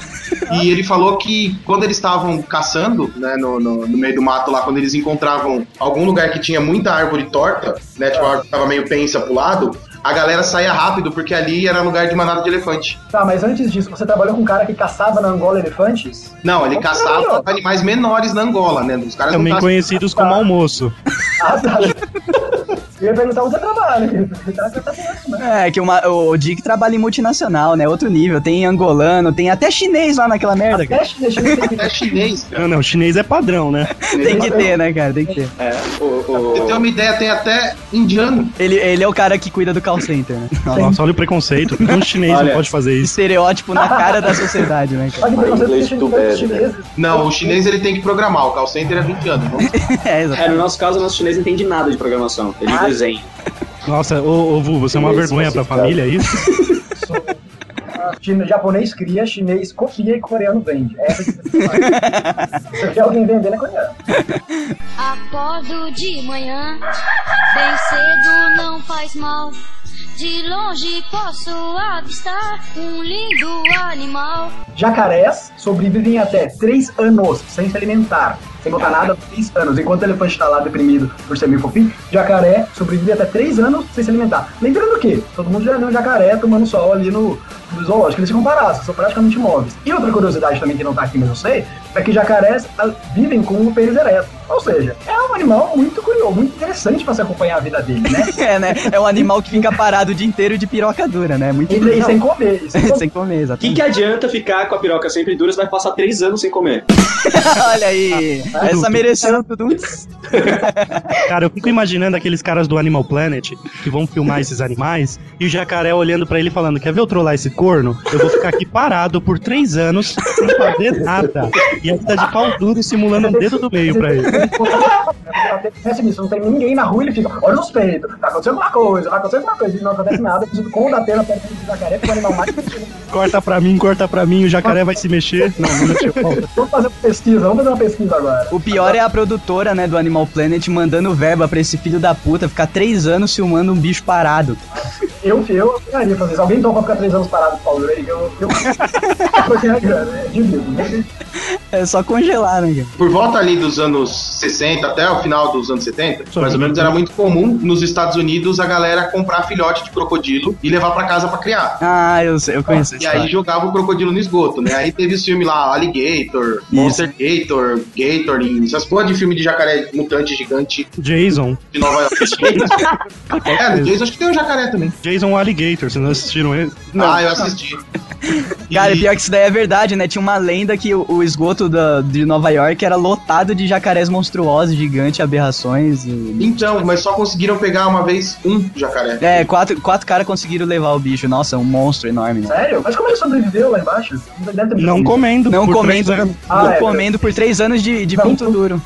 E ele falou que quando eles estavam caçando, né, no, no- no meio do mato lá, quando eles encontravam algum lugar que tinha muita árvore torta, né, tipo, a árvore tava meio pensa pro lado, a galera saía rápido, porque ali era lugar de manada de elefante.
Tá, mas antes disso, você trabalhou com um cara que caçava na Angola elefantes?
Não, ele
Como
caçava
trabalhou?
animais menores na Angola, né? Os caras
Também
não caçam...
conhecidos como almoço.
Ah, tá. Eu ia perguntar onde você trabalha, querido. Você tá caçando, né?
É, que uma- o Dick trabalha em multinacional, né? Outro nível. Tem angolano, tem até chinês lá naquela merda, cara.
Teste, deixa eu
É chinês.
Não, não, chinês é padrão, né?
Tem que ter, né, cara? Tem que ter.
É, O, o-
Pra ter uma ideia, tem até indiano.
Ele, ele é o cara que cuida do call center, né?
Nossa, olha o preconceito. porque Um chinês não
Olha.
pode fazer isso.
Estereótipo tipo, na cara da sociedade, né, cara?
Olha que
Mas
preconceito
inglês
que
tu
tem
bebe, né?
chineses.
Não, o chinês ele tem que programar. O call center é 20 anos. Vamos
É, exato.
é, no nosso caso, o nosso chinês não entende nada de programação. Ele desenha.
Nossa, ô, ô Vu, você é uma
Chinês,
vergonha pra
você sabe.
família, é isso?
Ah, chino- japonês cria, chinês copia e coreano vende. Essa que você faz. Se você quer alguém vendendo, é coreano.
Acordo de manhã, bem cedo não faz mal. De longe posso avistar um lindo animal.
Jacarés sobrevivem até 3 anos sem se alimentar. Sem botar nada, 3 anos. Enquanto o elefante está lá deprimido por ser meio fofinho, jacaré sobrevive até 3 anos sem se alimentar. Lembrando que todo mundo já viu um jacaré tomando sol ali no, no zoológico. Eles ficam parados, são praticamente imóveis. E outra curiosidade também que não tá aqui, mas eu sei, é que jacarés ah, vivem com o pênis ereto. Ou seja, é um animal muito curioso, muito interessante para se acompanhar a vida dele, né?
É, né? É um animal que fica parado o dia inteiro de piroca dura, né? Muito
E, e sem comer. e sem comer.
sem comer,
O que,
exatamente.
que adianta ficar com a piroca sempre dura? Você vai passar três anos sem comer.
Olha aí. Essa mereceu tudo.
Cara, eu fico imaginando aqueles caras do Animal Planet que vão filmar esses animais e o jacaré olhando pra ele e falando: Quer ver eu trollar esse corno? Eu vou ficar aqui parado por três anos sem fazer nada. E ele tá de pau duro simulando o dedo do meio pra ele.
Acontece isso, É assim, não tem ninguém na rua, ele fica, olha os peitos, tá acontecendo alguma coisa, tá acontecendo alguma coisa, e não acontece nada, preciso com o da tela perto do jacaré, porque o animal mais
Corta pra mim, corta pra mim, o jacaré vai se mexer. Não, não mexeu.
Vamos fazer uma pesquisa, vamos fazer uma pesquisa agora.
O pior é a produtora, né, do Animal Planet mandando verba pra esse filho da puta ficar três anos filmando um bicho parado.
Eu, eu, ficaria fazer isso. Alguém topa ficar três anos parado com o Paulo Drake, eu. eu... Porque é grana, é de vida, né?
É só congelar, né, cara?
Por volta ali dos anos 60 até o final dos anos 70,
Sim.
mais ou menos era muito comum nos Estados Unidos a galera comprar filhote de crocodilo e levar pra casa pra criar.
Ah, eu, sei, eu conheço
E
esse
aí jogava o crocodilo no esgoto, né? Aí teve os filmes lá, Alligator, Monster Gator, Gator, e essas porra de filme de jacaré mutante gigante
Jason.
de Nova York. é, no Jason acho que tem um jacaré também.
Jason Alligator, vocês não assistiram ele?
ah, eu assisti.
Cara,
E-
pior que isso daí é verdade, né? Tinha uma lenda que o, o esgoto da- de Nova York era lotado de jacarés monstruosos, gigantes, aberrações. e-
Então, mas só conseguiram pegar uma vez um jacaré.
É, quatro, quatro caras conseguiram levar o bicho. Nossa, um monstro enorme, né?
Sério? Mas como ele sobreviveu lá embaixo? Deve ter
Não comendo.
Não
por três
comendo,
anos.
Ah,
não
é,
comendo por três anos de, de
Não.
pinto duro.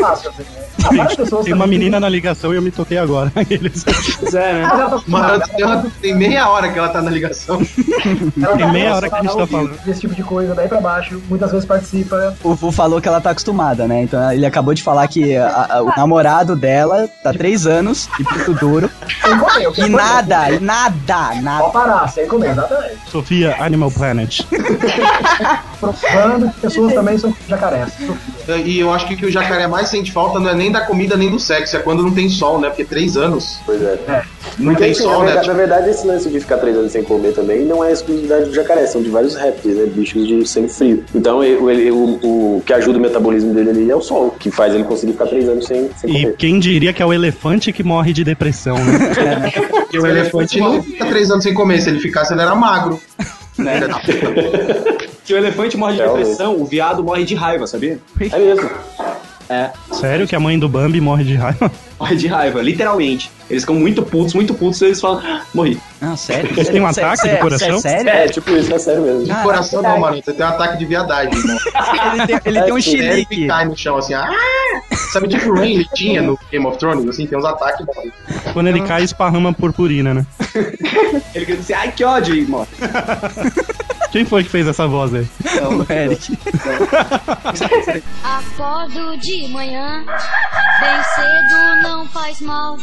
fácil, assim, né? Ah, várias pessoas
Tem uma
também-
menina na ligação e eu me toquei agora. Eles-
Pois é, né?
Ah, ela tá-
Mano, tem, uma- tem meia hora que ela tá na ligação.
ela
tem
tá-
meia
ela
hora que a gente
tá
tá
ouvindo
falando.
Esse tipo de coisa, daí pra baixo, muitas vezes participa,
O Vu falou que ela tá acostumada, né? Então ele acabou de falar que a- a- o namorado dela tá três anos de pinto duro.
sem comer. eu
E
quero comer.
nada, e nada, nada.
Só parar, sem comer, exatamente.
Sofia, Animal Planet.
Bando de pessoas também são jacarés.
E eu acho que o que o jacaré mais sente falta não é nem da comida nem do sexo, é quando não tem sol, né? Porque três anos
Pois é.
não tem
Enfim, na,
sol, né?
verdade, na verdade, esse lance de ficar três anos sem comer também não é exclusividade do jacaré, são de vários répteis, né? Bichos de sangue frio. Então, ele- ele- o, o que ajuda o metabolismo dele ali é o sol, que faz ele conseguir ficar três anos sem, sem
E
comer.
quem diria que é o elefante que morre de depressão, né?
Tipo, Porque o elefante não fica três anos sem comer. Se ele ficasse, ele era magro.
é
Né?
Filha da puta.
Se o elefante morre de
Realmente.
depressão, o viado morre de raiva, sabia?
É mesmo.
É.
Sério que a mãe do Bambi morre de raiva?
Morre de raiva, literalmente. Eles ficam muito putos, muito putos, e eles falam, "Ah, morri.
Não, sério.
Você tem um
Sé-
ataque
sé-
do coração?
sé- Sério?
É, tipo isso, é sério mesmo.
Ah,
Coração não, mano. Você tem um ataque de viadagem, né?
Ele tem, ele tem um
É,
Ele é,
chilique.
ele cai no chão assim, ah! Sabe, tipo o Rain, ele tinha no Game of Thrones, assim, tem uns ataques. mano.
Quando
É.
ele cai, esparrama purpurina, né?
Ele grita assim, ai que ódio, e morre.
Quem foi que fez essa voz aí?
É
O Eric.
Acordo de manhã, bem cedo não faz mal.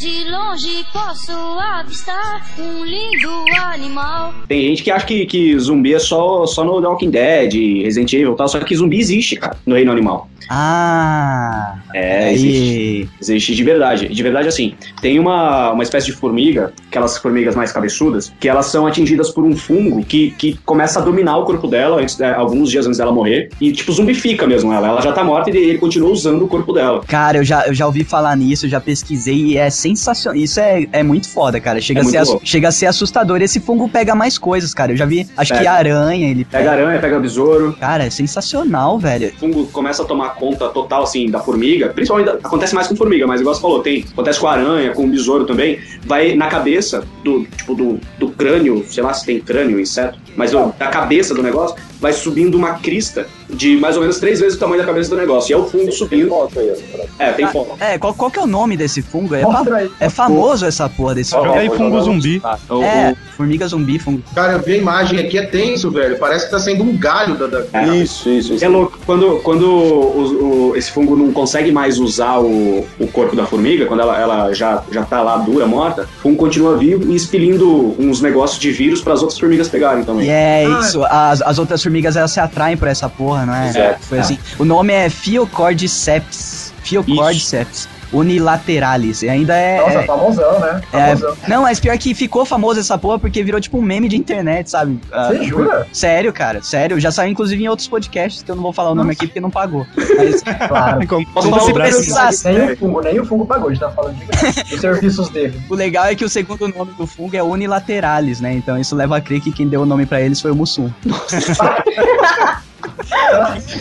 De longe posso avistar um lindo animal.
Tem gente que acha que, que zumbi é só, só no The Walking Dead, Resident Evil e tal, só que zumbi existe, cara, no reino animal.
Ah,
É, existe.
aí.
Existe de verdade. De verdade, assim, tem uma, uma espécie de formiga, aquelas formigas mais cabeçudas, que elas são atingidas por um fungo que, que começa a dominar o corpo dela antes, é, alguns dias antes dela morrer. E, tipo, zumbifica mesmo ela. Ela já tá morta e ele continua usando o corpo dela.
Cara, eu já, eu já ouvi falar nisso, já pesquisei e é sensacional. Isso é, é muito foda, cara. Chega,
É
a ser
muito
assu-
louco.
chega a ser assustador. Esse fungo pega mais coisas, cara. Eu já vi, acho que
Pega.
aranha, ele
É. Pega
pega.
aranha, pega besouro.
Cara, é sensacional, velho.
O fungo começa a tomar conta total, assim, da formiga. Principalmente, da- acontece mais com formiga, mas igual você falou, tem. Acontece com aranha, com besouro também. Vai na cabeça do, tipo, do, do crânio, sei lá se tem crânio, inseto, mas ó, da cabeça do negócio, vai subindo uma crista de mais ou menos três vezes o tamanho da cabeça do negócio. E é o fungo subindo.
Foto aí, ó.
É, tem
Ah,
foto.
É, qual, qual que é o nome desse fungo? É, fa-
Mostra aí.
é famoso essa porra desse
Ó,
fungo.
Joga aí
ó,
fungo
ó,
zumbi.
Ah, então,
É, formiga zumbi, fungo.
Cara, eu vi a imagem aqui, é tenso, velho. Parece que tá saindo um galho da. da-
É.
Isso, isso, isso.
É louco, quando, quando o- o- esse fungo não consegue mais usar o, o corpo da formiga, quando ela, ela já, já tá lá dura, morta, o fungo continua vivo e expelindo uns negócios de vírus para as outras formigas pegarem também.
E é
Ah,
isso. As, as outras formigas elas se atraem por essa porra, não é?
Certo.
tá.
Foi assim. O nome é Fiocordyceps. Fiocordyceps. Unilateralis. E ainda é.
Nossa,
é-
famosão, né? Famosão.
é- não, mas pior que ficou famoso essa porra porque virou tipo um meme de internet, sabe? Ah,
Você jura?
sério, cara, sério. Já saiu inclusive em outros podcasts que eu não vou falar o nome aqui porque não pagou. Mas, claro.
Como,
Posso
como
falar
se
um
braço-
detalhe?
precisasse,
Nem
né?
o fungo, nem o fungo pagou, a gente tá falando de dos serviços dele.
O legal é que o segundo nome do fungo é Unilateralis, né? Então isso leva a crer que quem deu o nome pra eles foi o Mussum.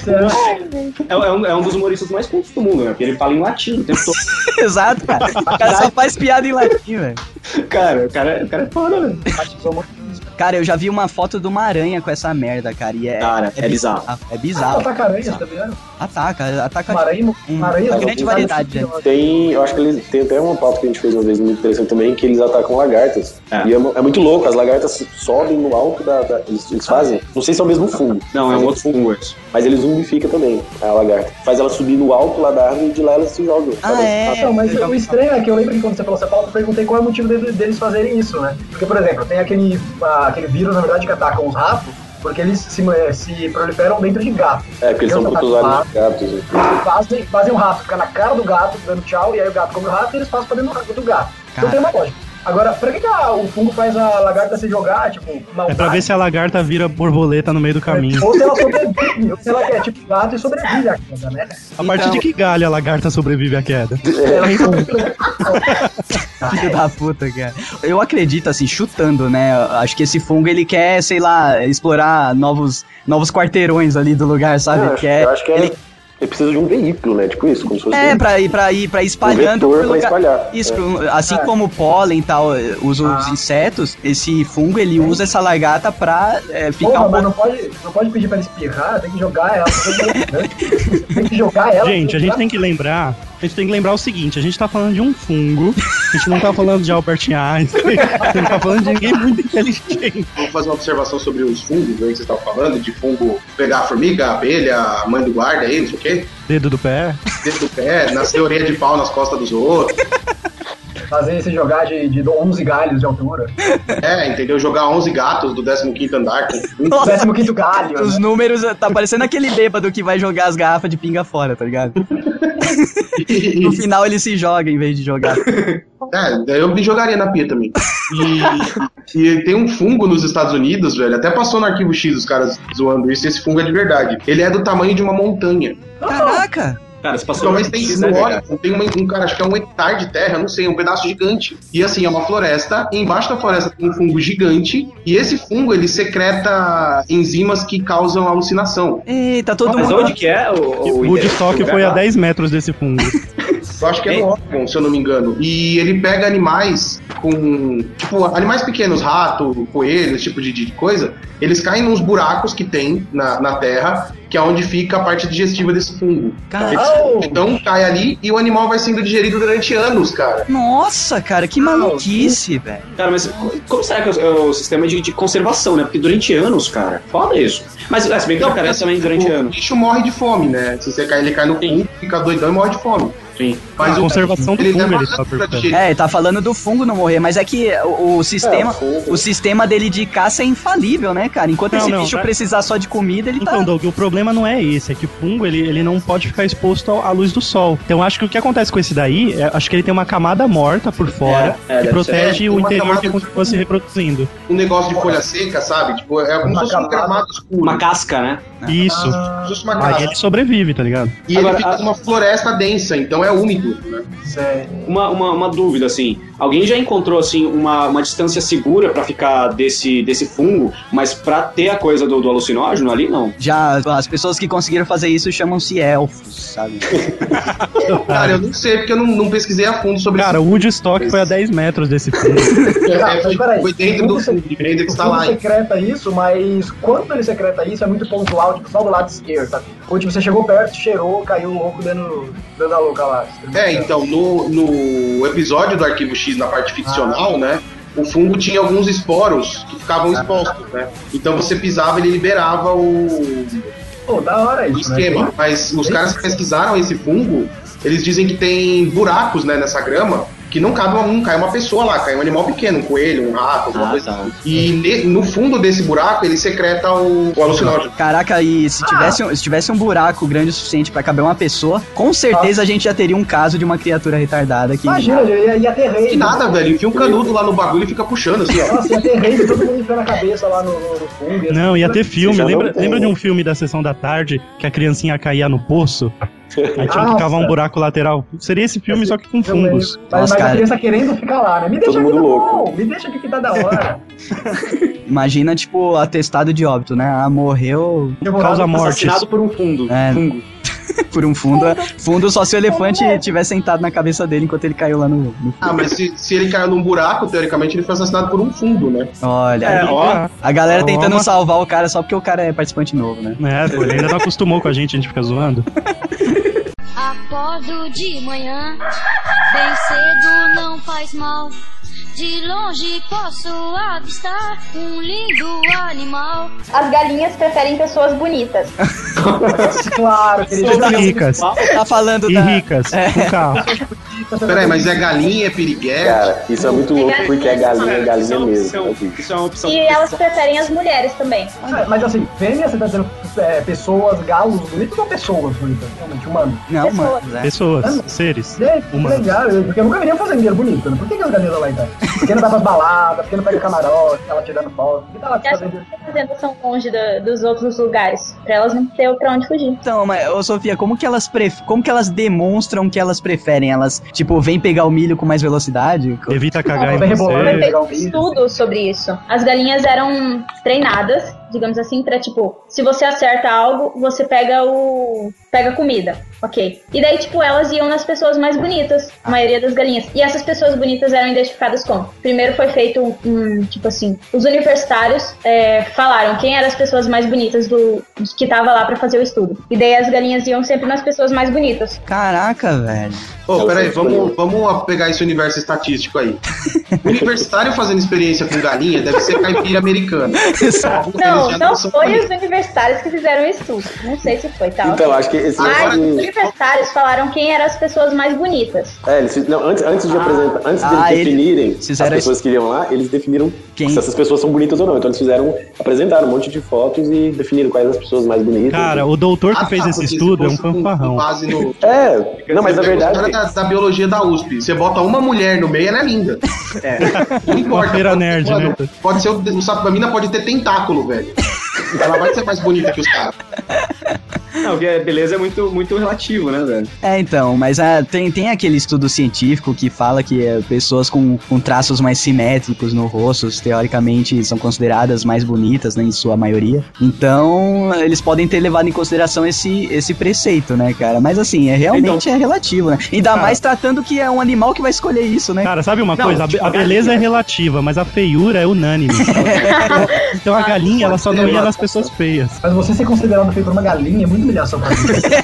Será?
É, é um, é um dos humoristas mais cultos do mundo, né? Porque ele fala em latim o tempo todo.
Exato, cara. O cara só faz piada em latim, velho.
cara, o cara, o cara é foda, velho.
Batizou muito.
Cara, eu já vi uma foto de uma aranha com essa merda, cara. E é,
Cara, é bizarro.
É
Ah,
bizarro.
ataca aranha, tá ligado?
Ataca, ataca.
Uma aranha,
Hum,
uma aranha.
grande
uma-
variedade, né?
Tem, eu acho que eles, tem até uma pauta que a gente fez uma vez muito interessante também, que eles atacam lagartas.
É.
E é, mu- é muito louco, as lagartas sobem no alto da. da- eles, eles fazem. Não sei se é o mesmo fungo.
Ah. Não, é um outro fungo esse.
Mas ele zumbifica também a lagarta. Faz ela subir no alto lá da árvore e de lá ela se joga.
Ah, é.
Então, tá,
Então,
Não, mas
Tá.
Eu já
o
ouvi
estranho é que eu lembro que quando você falou essa pauta, eu perguntei qual é o motivo dele- deles fazerem isso, né? Porque, por exemplo, tem aquele, ah, aquele vírus, na verdade, que atacam os ratos, porque eles se, eh, se proliferam dentro de gatos.
É, porque eles são
Criança
poucos
atacam
olhos de gatos. né?
fazem, fazem o rato ficar na cara do gato, dando tchau, e aí o gato come o rato e eles passam pra dentro do rato- do gato. Então tem uma lógica. Agora, pra que, que a- o fungo faz a lagarta se jogar, tipo, na
É pra ver se a lagarta vira borboleta no meio do caminho.
Então, Ou se ela sobrevive, ou se ela quer, tipo, gato e sobrevive à queda, né?
A partir de que galho a lagarta sobrevive à queda?
é Então,
Filho da puta, cara. Eu acredito, assim, chutando, né? Eu Acho que esse fungo ele quer, sei lá, explorar novos, novos quarteirões ali do lugar, sabe?
Eu acho-
quer,
eu acho que é,
ele-
ele... precisa de um veículo, né? Tipo isso, como se fosse
é
um,
pra ir, pra ir, pra ir
um
espalhando.
vetor
pro
pra
lugar-
espalhar.
Isso,
É.
pro- assim
É.
como o pólen e tal, eh, usa
Ah.
os insetos, esse fungo ele usa essa lagarta pra eh, ficar
Porra,
um pouco.
mas não pode, não pode pedir pra ela espirrar, tem que jogar ela. tem que jogar ela.
Gente, a gente tem que lembrar. A gente tem que lembrar o seguinte: a gente tá falando de um fungo, a gente não tá falando de Albert Einstein, a gente tá falando de ninguém muito inteligente.
Vou fazer uma observação sobre os fungos aí que vocês estavam falando, de fungo pegar a formiga, a abelha, a mãe do guarda aí, não sei o quê,
Dedo do pé.
dentro do pé, nascer orelha de pau nas costas dos outros.
Fazer se jogar de, de 11 galhos de altura.
É, entendeu? Jogar 11 gatos do 15º andar. com- um.
Nossa,
15 galho.
os
né?
números tá parecendo aquele bêbado que vai jogar as garrafas de pinga fora, tá ligado? no final ele se joga em vez de jogar.
É, daí eu me jogaria na pia também. E, e tem um fungo nos Estados Unidos, velho. Até passou no arquivo X os caras zoando isso. e Esse fungo é de verdade. Ele é do tamanho de uma montanha.
Caraca!
Cara, você passou
Talvez
por
tem
isso,
no
né, cara?
Oregon, tem uma- um cara, acho que é um hectare de terra, não sei, um pedaço gigante. E assim, é uma floresta, e embaixo da floresta tem um fungo gigante, e esse fungo ele secreta enzimas que causam alucinação.
Eita, tá todo
Mas
mundo.
onde que é o, o
O Woodstock
lugar
foi a
lá?
10 metros desse fungo.
Eu acho que é no Oregon, se eu não me engano. E ele pega animais com. Tipo, animais pequenos, rato, coelho, esse tipo de, de coisa. Eles caem nos buracos que tem na, na terra, que é onde fica a parte digestiva desse fungo.
Cara,
Oh!
Então cai ali e o animal vai sendo digerido durante anos, cara.
nossa, cara, que maluquice, velho.
Cara, mas co- como será que é o- é o sistema de, de conservação, né? Porque durante anos, cara, foda isso. Mas é, se bem que eu carece também durante
O
anos.
bicho morre de fome, né? Se você cai, ele cai no
Sim.
fundo, fica doidão e morre de fome.
Sim.
Mas
A
o
conservação do
ele
fungo, é
leva
ele tava
anos pra
perguntando.
digerir.
É, tá falando do fungo não morrer, mas é que o, o sistema. o sistema dele de caça é infalível, né, cara? Enquanto
Não,
esse
não,
bicho
é-
né?
precisar só de comida, ele tá.
Então, Doug, o problema não é esse, é que o fungo ele, ele não pode ficar exposto ao- à luz do sol. Então, acho que o que acontece com esse daí, é- acho que ele tem uma camada morta por fora
É, é, deve
que
ser.
protege
É,
o
uma
interior
camada
que continua se reproduzindo.
Um negócio de folha seca, sabe? Tipo, é como se
Uma
fosse um
camada.
gramado escuro.
Uma casca, né?
Isso.
Como se fosse uma
Aí
casa.
ele sobrevive, tá ligado?
E
Ah, Agora,
ele fica
a-
numa floresta densa, então é úmido. né?
Sério.
Uma, uma, uma dúvida, assim. Alguém já encontrou, assim, uma, uma distância segura pra ficar desse, desse fungo, mas pra ter a coisa do, do alucinógeno ali, não.
Já as pessoas que conseguiram fazer isso chamam-se elfos, sabe?
Cara, eu não sei, porque eu não, não pesquisei a fundo sobre
Cara, o Woodstock foi a 10 metros desse fungo.
isso.
Cara,
É,
Ah, mas peraí,
foi, foi dentro
tudo
do
se-
fundo, dentro que
O
está
fungo
lá. hein?
secreta isso, mas quando ele secreta isso é muito pontual, tipo, só do lado esquerdo, sabe? Ou tipo, você chegou perto, cheirou, caiu o ronco dando, dando a louca lá.
É, então, no, no episódio do Arquivo X, na parte ficcional, né? O fungo tinha alguns esporos que ficavam expostos, né? Então você pisava e ele liberava o,
Pô, da hora
o
isso, né?
esquema. Mas os caras que pesquisaram esse fungo, eles dizem que tem buracos né, nessa grama que não cabe um, cai uma pessoa lá, cai um animal pequeno, um coelho, um rato, alguma coisa. E ne- no fundo desse buraco ele secreta o, o alucinógeno.
Caraca, e se tivesse, um- se tivesse um buraco grande o suficiente pra caber uma pessoa, com certeza a gente já teria um caso de uma criatura retardada que.
Imagina, gente, ia, ia ter rei. né?
E nada, velho, enfia um canudo lá no bagulho e fica puxando assim, ó.
Nossa, ia ter rei, todo mundo enfiando a cabeça lá no, no, no fungo. ia-
Não, ia ter filme.
já não
Lembra,
tem.
lembra de um filme da sessão da tarde que a criancinha caía no poço? Aí tinha que
Nossa.
cavar um buraco lateral. Seria esse filme, só que com
Eu lembro.
fungos.
Mas,
Nossa,
mas
cara.
a criança querendo ficar lá, né? Me deixa
Todo
aqui
mundo
no
louco.
pau, me deixa aqui que tá da hora.
Imagina, tipo, atestado de óbito, né? Ah, morreu
Causa mortes.
Assassinado por um fundo.
É.
fungo.
por um fundo. Fundo só se o elefante tiver sentado na cabeça dele enquanto ele caiu lá no. no-
Ah, mas se, se ele caiu num buraco, teoricamente ele foi assassinado por um fungo, né?
Olha,
É,
aí.
ó.
a galera tentando
Toma.
salvar o cara só porque o cara é participante novo, né?
É, pô, ele ainda não acostumou com a gente, a gente fica zoando.
Acordo de manhã, bem cedo não faz mal. De longe posso avistar um lindo animal.
As galinhas preferem pessoas bonitas.
Claro, querido.
E tá ricas.
Tá falando
E
da.
ricas.
É.
Com carro.
Peraí, mas é galinha, é piriguete?
Cara, isso é muito louco porque é galinha, é
Isso
galinha
é uma
mesmo.
opção.
né, bicho?
Isso é uma opção.
E elas preferem as mulheres também.
Ah, Mas assim, fêmea, você tá dizendo é, pessoas, galos bonitos ou pessoas bonitas? Realmente, humano. Ah,
Não, mano.
né?
é.
Pessoas, seres.
Gente, que
Humano.
é, legal, eu- porque eu nunca veria um fazendeiro bonito, né? Por que, que as galinhas lá então? Porque não dá pras baladas, porque não pega camarote, ela tirando foto. Por que tá lá
E
com
as
fazendeiro?
fazendas são longe da- dos outros lugares. Pra elas não ter pra onde fugir.
Então, mas, ô Sofia, como que elas pref... como que elas demonstram que elas preferem? Elas, tipo, vêm pegar o milho com mais velocidade?
Evita cagar
vai
em
rebolando,
você.
vai
Fez
pegar o
um
vídeo.
estudo sobre isso. As galinhas eram treinadas, digamos assim, pra tipo, se você acerta algo, você pega o pega comida, ok? E daí tipo elas iam nas pessoas mais bonitas, a maioria das galinhas. E essas pessoas bonitas eram identificadas como. Primeiro foi feito um, um, tipo assim, os universitários é, falaram quem eram as pessoas mais bonitas do de que tava lá pra fazer o estudo. E daí as galinhas iam sempre nas pessoas mais bonitas.
Caraca, velho.
é
Pô, peraí, vamos, vamos pegar esse universo estatístico aí. Universitário fazendo experiência com galinha deve ser caipira americana.
Exato.
Não, Não,
já
não
são
foi
família.
os universitários que fizeram o estudo. Não sei se foi, tal.
Então, acho que esse
Mas
negócio
os
de.
universitários falaram quem eram as pessoas mais bonitas.
É, eles, fiz- não, antes, antes de apresentar, antes de
Ah,
eles
ele-
definirem as
fizeram
pessoas que iriam lá, eles definiram
Quem?
se essas pessoas são bonitas ou não. Então eles fizeram, apresentaram um monte de fotos e definiram quais as pessoas mais bonitas.
Cara, o doutor que
Ah,
fez
tá,
esse
porque se
estudo é um
fosse com- com
fanfarrão.
base no-
É, não, mas na
Você pega os
verdade.
caras da, da biologia da USP. Você bota uma mulher no meio, ela é linda. Não importa.
Uma feira
pode-
nerd,
mano,
né?
Pode ser o, o sapo da mina pode ter tentáculo, velho. Ela vai ser mais bonita que os caras.
Não, porque beleza é muito, muito relativo, né, velho?
É, então, mas ah, tem, tem aquele estudo científico que fala que eh, pessoas com, com traços mais simétricos no rosto, teoricamente, são consideradas mais bonitas, né, em sua maioria. Então, eles podem ter levado em consideração esse, esse preceito, né, cara? Mas assim, é realmente é relativo, né? Ainda
Então Cara.
mais tratando que é um animal que vai escolher isso, né?
Cara, sabe uma
Não,
coisa? A, be-
tipo,
a beleza é relativa, mas a feiura é unânime. então
Ah,
a galinha, ela
é
só não ia nas pessoas feias.
Mas você ser considerado feio por uma galinha é muito humilhação pra mim.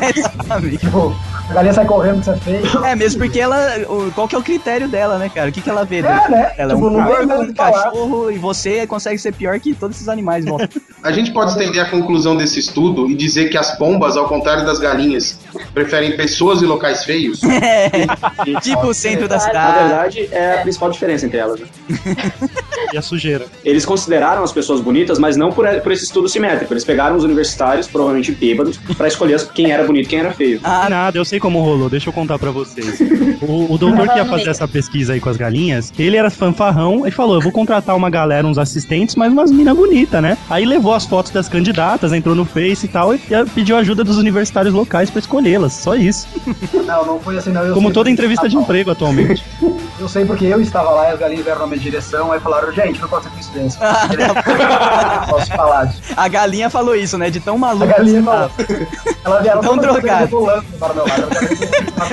É,
Exatamente.
tipo, a galinha sai correndo que você é feio.
É mesmo porque ela. o- Qual que é o critério dela, né, cara? O que, que ela vê? dela?
É, né?
Ela é
Tipo,
um
não tem
porco,
nada
um
pra falar.
cachorro e você consegue ser pior que todos esses animais, volta.
A gente pode estender a conclusão desse estudo e dizer que as pombas, ao contrário das galinhas, preferem pessoas e locais feios.
tipo o centro da
Na
cidade.
verdade, é a principal diferença entre elas. né?
E a sujeira.
Eles consideraram as pessoas bonitas, mas não por, por esse estudo simétrico. Eles pegaram os universitários, provavelmente bêbados, pra escolher as- quem era bonito e quem era feio.
Ah,
Nada, eu sei como rolou, deixa eu contar pra vocês. O, o doutor que ia fazer essa pesquisa aí com as galinhas, ele era fanfarrão e falou: eu vou contratar uma galera, uns assistentes, mas umas minas bonitas, né? Aí levou as fotos das candidatas, entrou no Face e tal, e e pediu ajuda dos universitários locais pra escolhê-las. Só isso.
Não, não foi assim, não. Eu
Como
sei
toda
porque-
entrevista
Ah,
de
bom.
emprego atualmente.
Eu sei porque eu estava lá e as galinhas vieram na minha direção aí falaram, gente, é não pode ser coincidência. é Posso falar disso.
Ah, a galinha falou isso, né? De tão
A
maluco. tá.
galinha falou. Ela vieram
Tão
todas
drogada.
rebolando para o meu lado.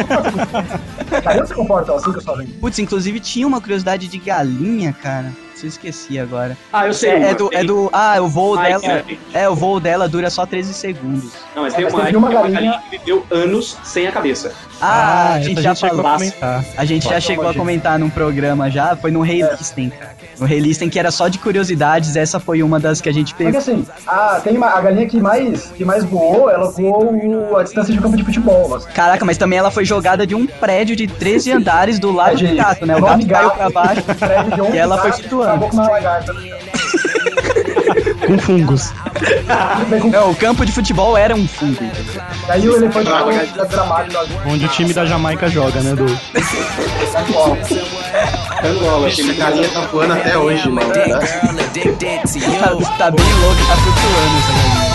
Eu falei, Galinha se comporta assim que eu sou gente.
Putz, inclusive tinha uma curiosidade de galinha, cara. Se eu esqueci agora.
Ah, eu sei.
É,
uma.
é do,
Tem-
é do. Ah, o voo
Ah,
dela.
tem-
É, o voo dela dura só 13 segundos.
Não, mas
É,
tem
mas
uma,
teve
tem
uma
uma
galinha-
galinha que viveu anos sem a cabeça.
Ah, a gente
essa
já
chegou
falou.
a comentar.
A gente já chegou a comentar num programa já. Foi num Relistem, cara. No Relistem que era só de curiosidades. Essa foi uma das que a gente
Porque
pegou.
assim, a, tem uma- a galinha que mais, que mais voou, ela voou o- a distância de um campo de futebol. Assim.
Caraca, mas também ela foi jogada de um prédio de 13 andares do lado do gato, né? O
nove
gato caiu pra
gatos,
baixo.
um prédio de onze
e ela foi
gatos,
flutuando.
acabou com uma lagarta.
Com fungos.
Não, o campo de futebol era um fundo. entendeu?
Daí o elefante ficou da dramática
Onde o time da Jamaica joga, né, Du?
da cola.
Angola,
Essa galinha tá voando até hoje, mano. né?
Tá, tá bem louco, tá flutuando essa galinha.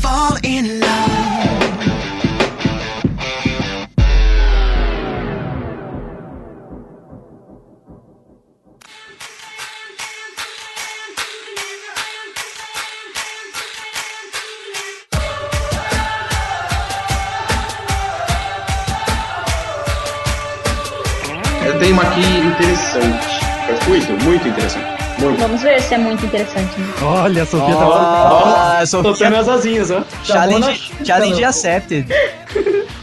Fall in love.
Eu tenho uma aqui interessante. É
Muito, muito interessante.
Vamos ver se é muito interessante.
Olha, a Sofia tá tava.
Ah,
Tô
Sofia,
as asinhas, ó.
challenge, challenge accepted.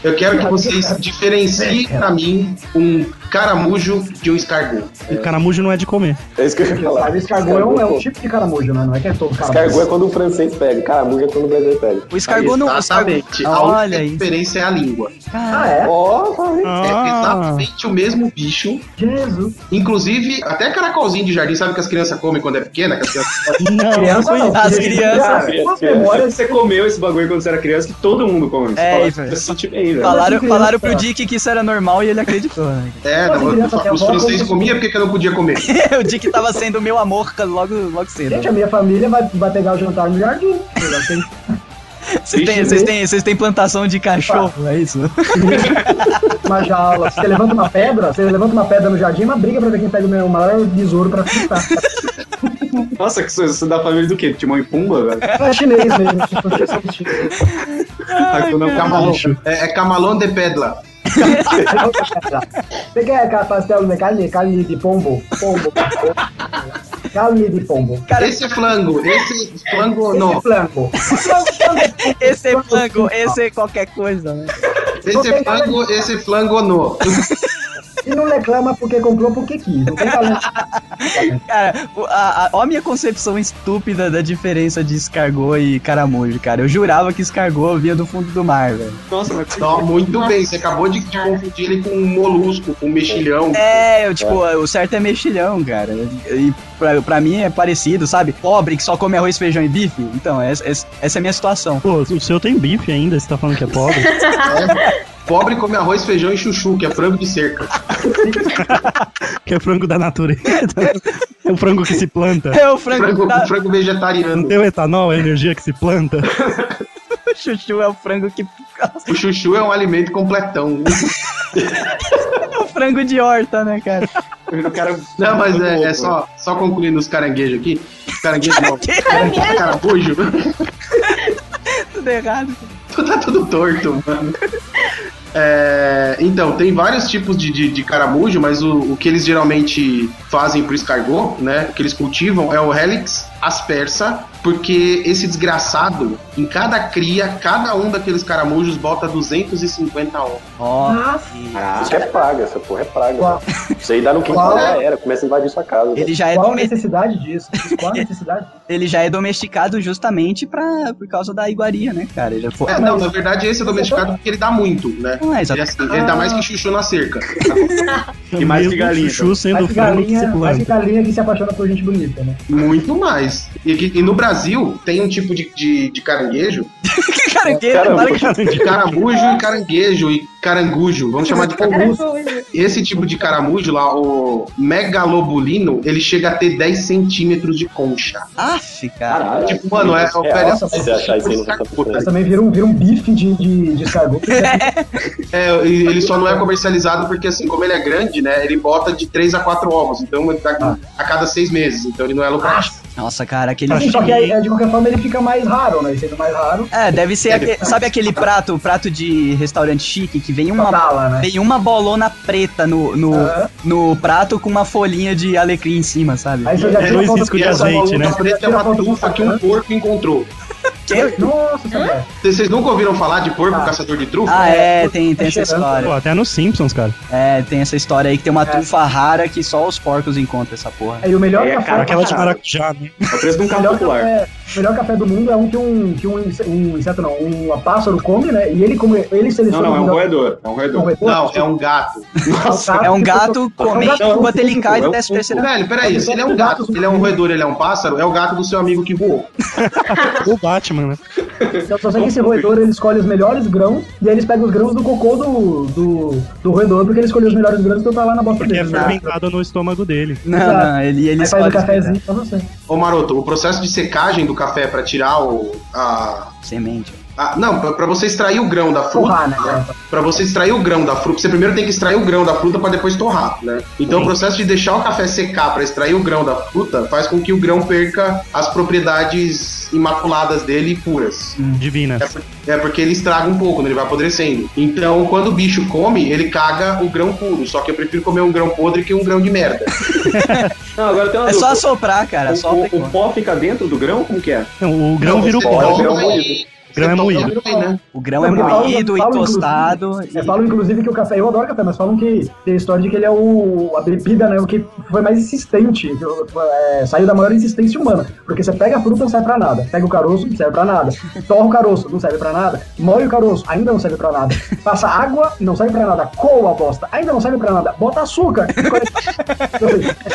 Eu quero que vocês diferenciem
É,
pra mim um caramujo de um escargot.
O caramujo não é de comer.
É isso que eu ia falar.
Sabe, escargot é um, é um tipo de caramujo, né? Não é que é todo caramujo.
Escargot é quando o francês pega, caramujo é quando o brasileiro pega.
O escargot não. o escargot- Ah,
Exatamente. A
Olha
única
aí.
diferença é a língua.
Ah, é?
Ó, falei.
É
Ah,
exatamente o mesmo bicho.
Jesus.
Inclusive, até caracolzinho de jardim, sabe que as crianças comem quando é pequena? Que as crianças...
não,
Criança não.
As
porque-
crianças.
Cara, As memórias...
Você comeu esse bagulho quando você era criança, que todo mundo come. Você
É,
fala,
velho.
"Eu senti bem, velho. Tá
Falaram,
criança.
falaram pro Dick que isso era normal e ele acreditou. Né?
É,
As
não,
crianças têm
os
avó
franceses
como-
comiam, por que que eu não podia comer?
o Dick tava sendo meu amor logo, logo
Gente, a
cedo.
minha família vai, vai pegar o jantar no jardim. Eu já tenho-
Vocês têm, vocês têm, vocês têm plantação de cachorro, é isso?
uma jaula. Se você levanta uma pedra, você levanta uma pedra no jardim, é uma briga pra ver quem pega o meu maior besouro pra fritar.
Nossa, que você da família do quê? Timão e Pumba, velho?
É chinês mesmo. tipo, é chinês.
um
Hakuna Matata.
Camalão. É, é camalão é de pedra.
Você quer pastel de carne? Carne de pombo. Pombo. Carne de pombo.
esse é flango, esse flango
Esse é
não.
flango.
Esse é flango, esse é qualquer coisa, né?
Esse é flango, é- esse é flango não.
E não reclama porque comprou porque quis. Não tem falando.
Cara, o- a, a, ó a minha concepção estúpida da diferença de escargot e caramujo, cara. Eu jurava que escargot vinha do fundo do mar, velho.
Nossa, mas
Não, muito bem, você acabou de confundir ele com um molusco, com um mexilhão.
É, eu, tipo, o certo é mexilhão, cara. E pra, pra mim é parecido, sabe? Pobre que só come arroz, feijão e bife. Então, essa, essa- essa é a minha situação.
Pô, o seu tem bife ainda, você tá falando que é pobre?
Pobre come arroz, feijão e chuchu, que é frango de cerca.
Que é frango da natureza. É o frango que se planta.
É o frango,
Frango,
da...
frango
Não
vegetariano.
tem o etanol, é a energia que se planta.
chuchu é o frango que...
O chuchu é um alimento completão.
É o frango de horta, né, cara?
o cara.
Não, mas é, é só, só concluindo os caranguejos aqui. Caranguejo não.
Caranguejo?
Carapujo.
Tudo errado.
Tu tá tudo torto, mano. É, então, tem vários tipos de, de, de caramujo, mas o, o que eles geralmente fazem pro escargot, né? O que eles cultivam é o Helix aspersa, porque esse desgraçado, em cada cria, cada um daqueles caramujos bota 250 ovos.
Ó,
Nossa.
Isso é praga, essa porra é praga.
Qual,
Isso aí dá no quintal da era, começa a invadir sua casa.
ele já é,
qual a
dome-
necessidade disso? Qual a necessidade?
ele já é domesticado justamente pra, por causa da iguaria, né, cara? Ele já foi...
É, não, na verdade esse é domesticado porque ele dá muito, né?
Não é
Ele,
exatamente.
assim, ele dá mais que chuchu na cerca.
E
mais que galinha, então?
chuchu sendo
Mais
o
que
frango que se
galinha, mais que
planta.
galinha que se apaixona por gente bonita, né?
Muito mais. E, aqui- e no Brasil tem um tipo de, de, de caranguejo,
Que caranguejo, tá
Caramba.
para que-
de caramujo e caranguejo e carangujo, vamos chamar de carangujo. Esse tipo de caramujo lá, o megalobulino, ele chega a ter 10 centímetros de concha.
Aff, cara.
Caralho.
Tipo, mano, é,
real,
velho,
se você achar isso aí no né?
Mas
90%.
também vira um, vira um bife de, de, de escargot.
é, e ele só não é comercializado porque assim, como ele é grande, né, ele bota de 3 a 4 ovos, então ele
Ah.
dá a cada 6 meses, então ele não é lucrativo.
Nossa, cara, aquele...
Acho
Sim, só
que-
que aí, é, de qualquer forma ele fica mais raro, né? Sendo mais raro,
É, deve ser aquele, sabe aquele prato, prato de restaurante chique que vem uma
tala, né?
Tem uma bolona preta no, no,
Aham.
no prato com uma folhinha de alecrim em cima, sabe?
Aí você já tira
dois
foto-
riscos
E
É de
essa
azeite, né?
bolota preta é uma trufa que um porco encontrou.
Nossa, senhora.
Vocês nunca ouviram falar de porco caçador de trufa?
Ah, é, tem, tem essa
né? Tá cheirando.
história.
Pô, até nos Simpsons, cara.
É, tem essa história aí que tem uma
É.
trufa rara que só os porcos encontram essa porra.
Aí o melhor
É,
café.
cara,
Aquela de maracujá, né?
É o preço de um
o
carro
melhor
popular.
café, o melhor café do mundo é um que um, que um, inse- um inseto, não, um pássaro come, né? E ele come, ele
Não,
seleciona
não, é um
um
roedor. É um roedor.
roedor.
Não, é um gato.
É um gato comendo
gato
enquanto ele
fofo,
cai
é
do
um
13 terceiro.
Velho, peraí, se ele é um gato, ele é um roedor, ele é um pássaro, é o gato do seu amigo que voou.
O Batman, né?
Eu só sei que esse roedor ele escolhe os melhores grãos e aí eles pegam os grãos do cocô do, do, do roedor porque ele escolheu os melhores grãos então tá lá na bosta
Porque é
dele. Aí
fermentado no estômago dele.
Não, não, ele, ele
faz o
escolhe
cafezinho pra você.
Ô Maroto, o processo de secagem do café pra tirar o. A,
semente.
a- não, pra- pra você extrair o grão da fruta.
Porra, né? cara?
Pra você extrair o grão da fruta, você primeiro tem que extrair o grão da fruta pra depois torrar, né? Então o processo de deixar o café secar pra extrair o grão da fruta faz com que o grão perca as propriedades imaculadas dele e puras.
Divina.
É, por- é porque ele estraga um pouco, né? ele vai apodrecendo. Então, quando o bicho come, ele caga o grão puro. Só que eu prefiro comer um grão podre que um grão de merda.
Não, agora tem uma
É só
dúvida.
assoprar, cara,
O-
só
o, o pó fica dentro do grão? Como que é?
Não, Então, o grão
Não,
vira o
você
é
pó.
um
toma
grão
e-
moído.
você
Grão é
toma
moído.
e, né?
O grão é
Não, porque falam-
moído e
falam, inclusive,
tostado.
É, falam inclusive que o café, eu adoro café, mas falam que tem a história de que ele é o, a bebida, né? O que foi mais insistente, que, é, saiu da maior insistência humana. Porque você pega a fruta, não serve pra nada. Pega o caroço, não serve pra nada. Torra o caroço, não serve pra nada. Moe o caroço, ainda não serve pra nada. Passa água, não serve pra nada. Coa a bosta, ainda não serve pra nada. Bota açúcar. Então, assim, esse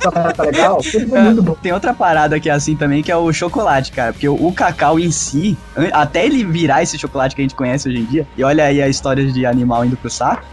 café tá legal, ele foi muito bom.
Tem outra parada que é assim também, que é o chocolate, cara. Porque o, o cacau em si, an- até ele virar esse chocolate que a gente conhece hoje em dia, e olha aí a história de animal indo pro saco,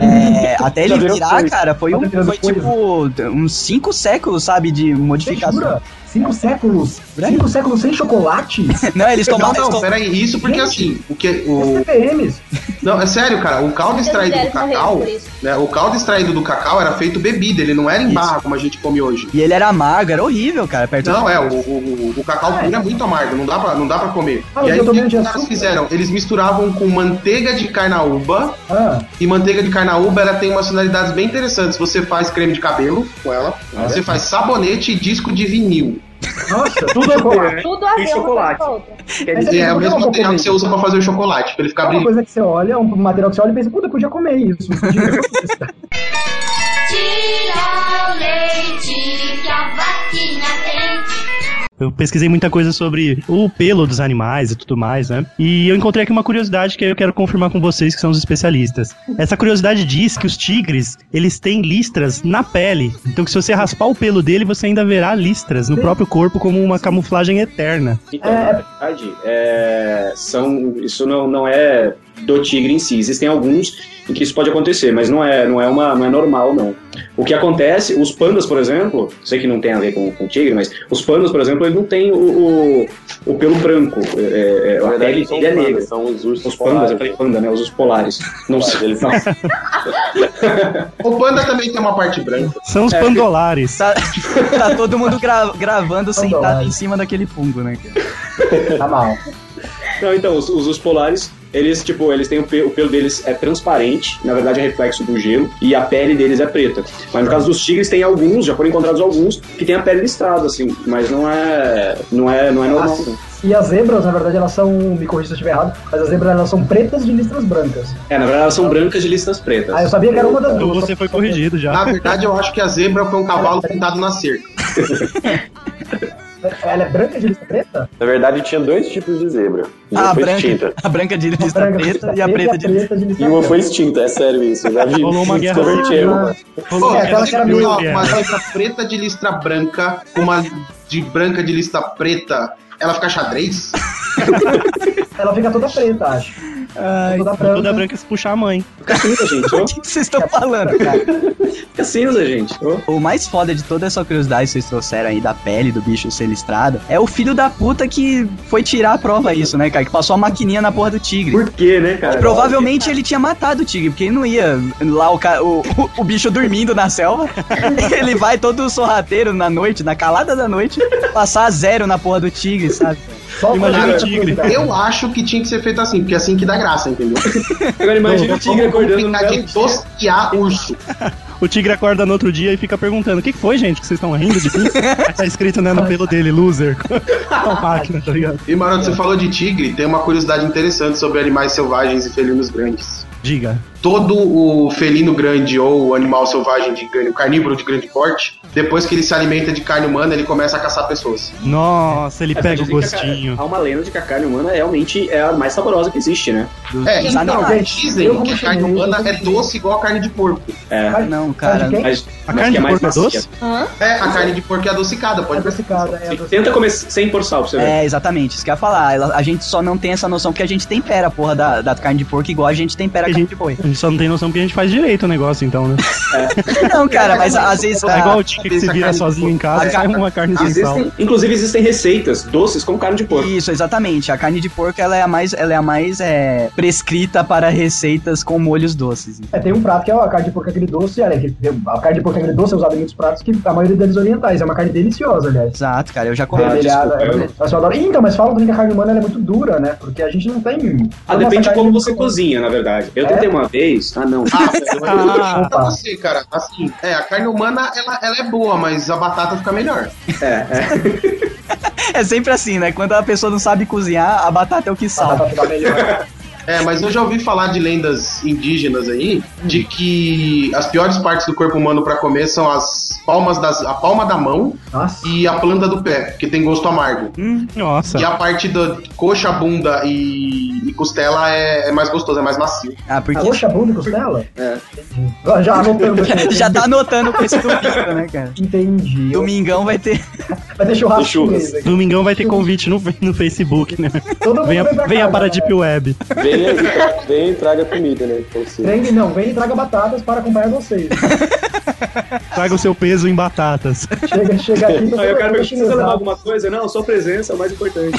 é, até
Já
ele
virou
virar,
coisa.
cara, foi,
Já
um,
virou
foi
coisa.
tipo uns cinco séculos, sabe, de modificação.
Jura? Cinco séculos? Cinco séculos sem chocolate?
Não, eles
Não,
tomaram... eles
não,
to-
peraí, isso porque assim, o
é
que o
CPMs.
não é sério, cara, o caldo
As
extraído do
mulheres morreram
cacau,
por isso.
né? O caldo extraído do cacau era feito bebida, ele não era em barra como a gente gente come hoje.
E ele era amargo, era horrível, cara, perto
Não,
do-
é, o, o, o cacau puro é muito amargo, não dá pra, não dá pra comer.
Ah,
e
mas
aí
eu
o que
tomei de
os caras
açúcar.
fizeram? Eles misturavam com manteiga de carnaúba,
Ah,
e manteiga de carnaúba ela tem umas finalidades bem interessantes. Você faz creme de cabelo com ela, você faz sabonete e disco de vinil.
nossa,
Tudo a ver, né?
Tudo a
Tem
ver uma coisa
chocolate.
com a outra.
Quer
Mas
dizer,
E é o
Eu
mesmo
não vou
material
comer
que você usa pra fazer o chocolate, pra ele ficar
é uma
brilhante.
coisa que você olha, é um material que você olha e pensa, puta, eu podia comer isso.
Tira o leite que a vaquinha tem.
Eu pesquisei muita coisa sobre o pelo dos animais e tudo mais, né? E eu encontrei aqui uma curiosidade que eu quero confirmar com vocês, que são os especialistas. Essa curiosidade diz que os tigres, eles têm listras na pele. Então que se você raspar o pelo dele, você ainda verá listras no próprio corpo como uma camuflagem eterna.
Então, na verdade, é, são, isso não, não é do tigre em si. Existem alguns em que isso pode acontecer, mas não é, não é, uma, não é normal, não. O que acontece, os pandas, por exemplo, sei que não tem a ver com, com tigre, mas os pandas, por exemplo, eles não têm o, o, o pelo branco. É, é,
Na
a
verdade,
pele
são
dele é
pandas,
negra.
São os ursos
Os pandas, eu falei panda, né? Os ursos polares. Não
Mas
sei.
eles são-
O panda também tem é uma parte branca.
São os pandolares.
Tá, tá todo mundo gra- gravando sentado
Adorado.
em cima daquele fungo, né? cara?
tá mal.
Não, então, os, os, ursos polares, eles, tipo, eles têm o pelo, o pelo deles é transparente, na verdade é reflexo do gelo, e a pele deles é preta. Mas no caso dos tigres, tem alguns, já foram encontrados alguns, que tem a pele listrada, assim, mas não é. não é, não é normal.
As-
não.
E as zebras, na verdade, elas são, me corrija se eu estiver errado, mas as zebras elas são pretas de listras brancas.
É, na verdade elas são brancas de listas pretas.
Ah, eu sabia que era uma das
Então
duas.
você foi corrigido já.
Na verdade, eu acho que a zebra foi um cavalo pintado na cerca.
Ela é branca de listra preta?
Na verdade, tinha dois tipos de zebra. E Uma
Ah, a
foi
branca,
extinta.
a branca de
Uma
lista
branca de
preta e a preta de lista.
E
listra
uma
branca.
foi extinta, é sério isso. Eu já vi.
Rolou uma guerra
Descobri
civil,
erro,
né?
mano.
Rolou
Pô,
é, aquela
você
que era
viu
minha.
uma zebra preta de listra branca com uma de branca de lista preta, ela fica xadrez?
Ela fica toda preta, acho.
Ai,
toda branca.
Toda branca se puxar a mãe.
Fica cinza, gente.
o
ó.
que que vocês estão falando, cara?
Fica cinza, gente. ó.
O mais foda de toda essa curiosidade que vocês trouxeram aí da pele do bicho ser listrada é o filho da puta que foi tirar a prova isso, né, cara? Que passou a maquininha na porra do
um
tigre.
Por quê, né,
É,
cara?
Provavelmente ele tinha matado o tigre, porque ele não ia lá o, ca- o, o, o bicho dormindo na selva. ele vai todo sorrateiro na noite, na calada da noite, passar zero na porra do tigre, sabe?
Só
Imagina
pra-
o tigre.
Eu acho que tinha que ser feito assim, porque é assim que dá graça, entendeu?
Agora imagina o tigre acordando no
Vamos brincar
belo
de tosquear urso.
O tigre acorda no outro dia e fica perguntando: o que que foi, gente? Que vocês estão rindo de mim? tá escrito né, no pelo dele, loser. Uma máquina, tá ligado?
E Maroto, você falou de tigre, tem uma curiosidade interessante sobre animais selvagens e felinos grandes.
Diga.
Todo o felino grande ou o animal selvagem de grande, o carnívoro de grande porte, depois que ele se alimenta de carne humana, ele começa a caçar pessoas.
Nossa, ele pega o
Dizem que a ca-
gostinho.
Há é uma lenda de que a carne humana realmente é a mais saborosa que existe, né?
É,
Dos
então,
animais.
dizem
eu
que a
vou
carne
comer,
humana
eu vou
é doce igual a carne de porco.
É.
Ah, não, cara.
Sabe quem?
Mas,
A
mas
carne
que é
de
mais
porco é
macia.
doce?
É, a carne de porco é adocicada,
É
pode ver.
adocicada, é
Sim,
adocicada.
Tenta comer sem por sal pra você ver.
É, exatamente, isso que eu ia falar. Ela- a gente só não tem essa noção porque a gente tempera a porra da, da carne de porco igual a gente tempera a
A
carne
gente-
de boi.
A gente só não tem noção porque a gente faz direito o negócio, então, né?
Não, cara, mas às vezes.
É igual
A,
o tigre que se vira sozinho em casa e sai uma carne sem sal.
Existem, inclusive existem receitas doces com carne de porco.
isso, exatamente. A carne de porco ela é a mais, ela é a mais é, prescrita para receitas com molhos doces.
É, tem um prato que é a carne de porco agridoce, olha, que a carne de porco agridoce é usada em muitos pratos que a maioria deles orientais, é uma carne deliciosa, aliás.
Exato, cara. Eu já comi.
Ah,
Grelhada,
desculpa,
é,
eu-
mas eu adoro. Ih, Então, mas falam também que a carne humana ela é muito dura, né? Porque a gente não tem.
Ah,
Nossa,
depende de
carne
como
é
você
muito-
cozinha, na verdade. Eu
É?
tentei uma vez. Ah, não.
Ah, velho, mas eu vou falar pra
Opa.
você, cara. Assim, é, a carne humana, ela, ela é boa, mas a batata fica melhor.
É sempre assim, né? Quando a pessoa não sabe cozinhar, a batata é o que
Ah,
salva.
pra ficar melhor.
É, mas eu já ouvi falar de lendas indígenas aí, de que as piores partes do corpo humano pra comer são as palmas das, a palma da mão
Nossa.
e a planta do pé, que tem gosto amargo.
Hum, nossa.
E a parte da coxa, bunda e, e costela é, é mais gostosa, é mais macio.
Ah, porque
Coxa, bunda e costela? É. Já anotando aqui.
já tá anotando com esse domingo, né, cara?
Entendi.
Domingão vai ter.
Vai ter
E
churrasco
churras.
chinês aqui.
Domingão vai ter convite no, no Facebook, né?
Todo mundo
Venha,
vem pra
venha
casa,
para a
né?
Deep Web.
Vem, aí, vem e traga comida, né? Então, sim.
Vem, não, vem e traga batatas para acompanhar vocês.
Traga o seu peso em batatas.
Chega, chega aqui.
Aí
vai
o cara pergunta, precisa levar tá alguma coisa? Não, sua presença é o mais importante.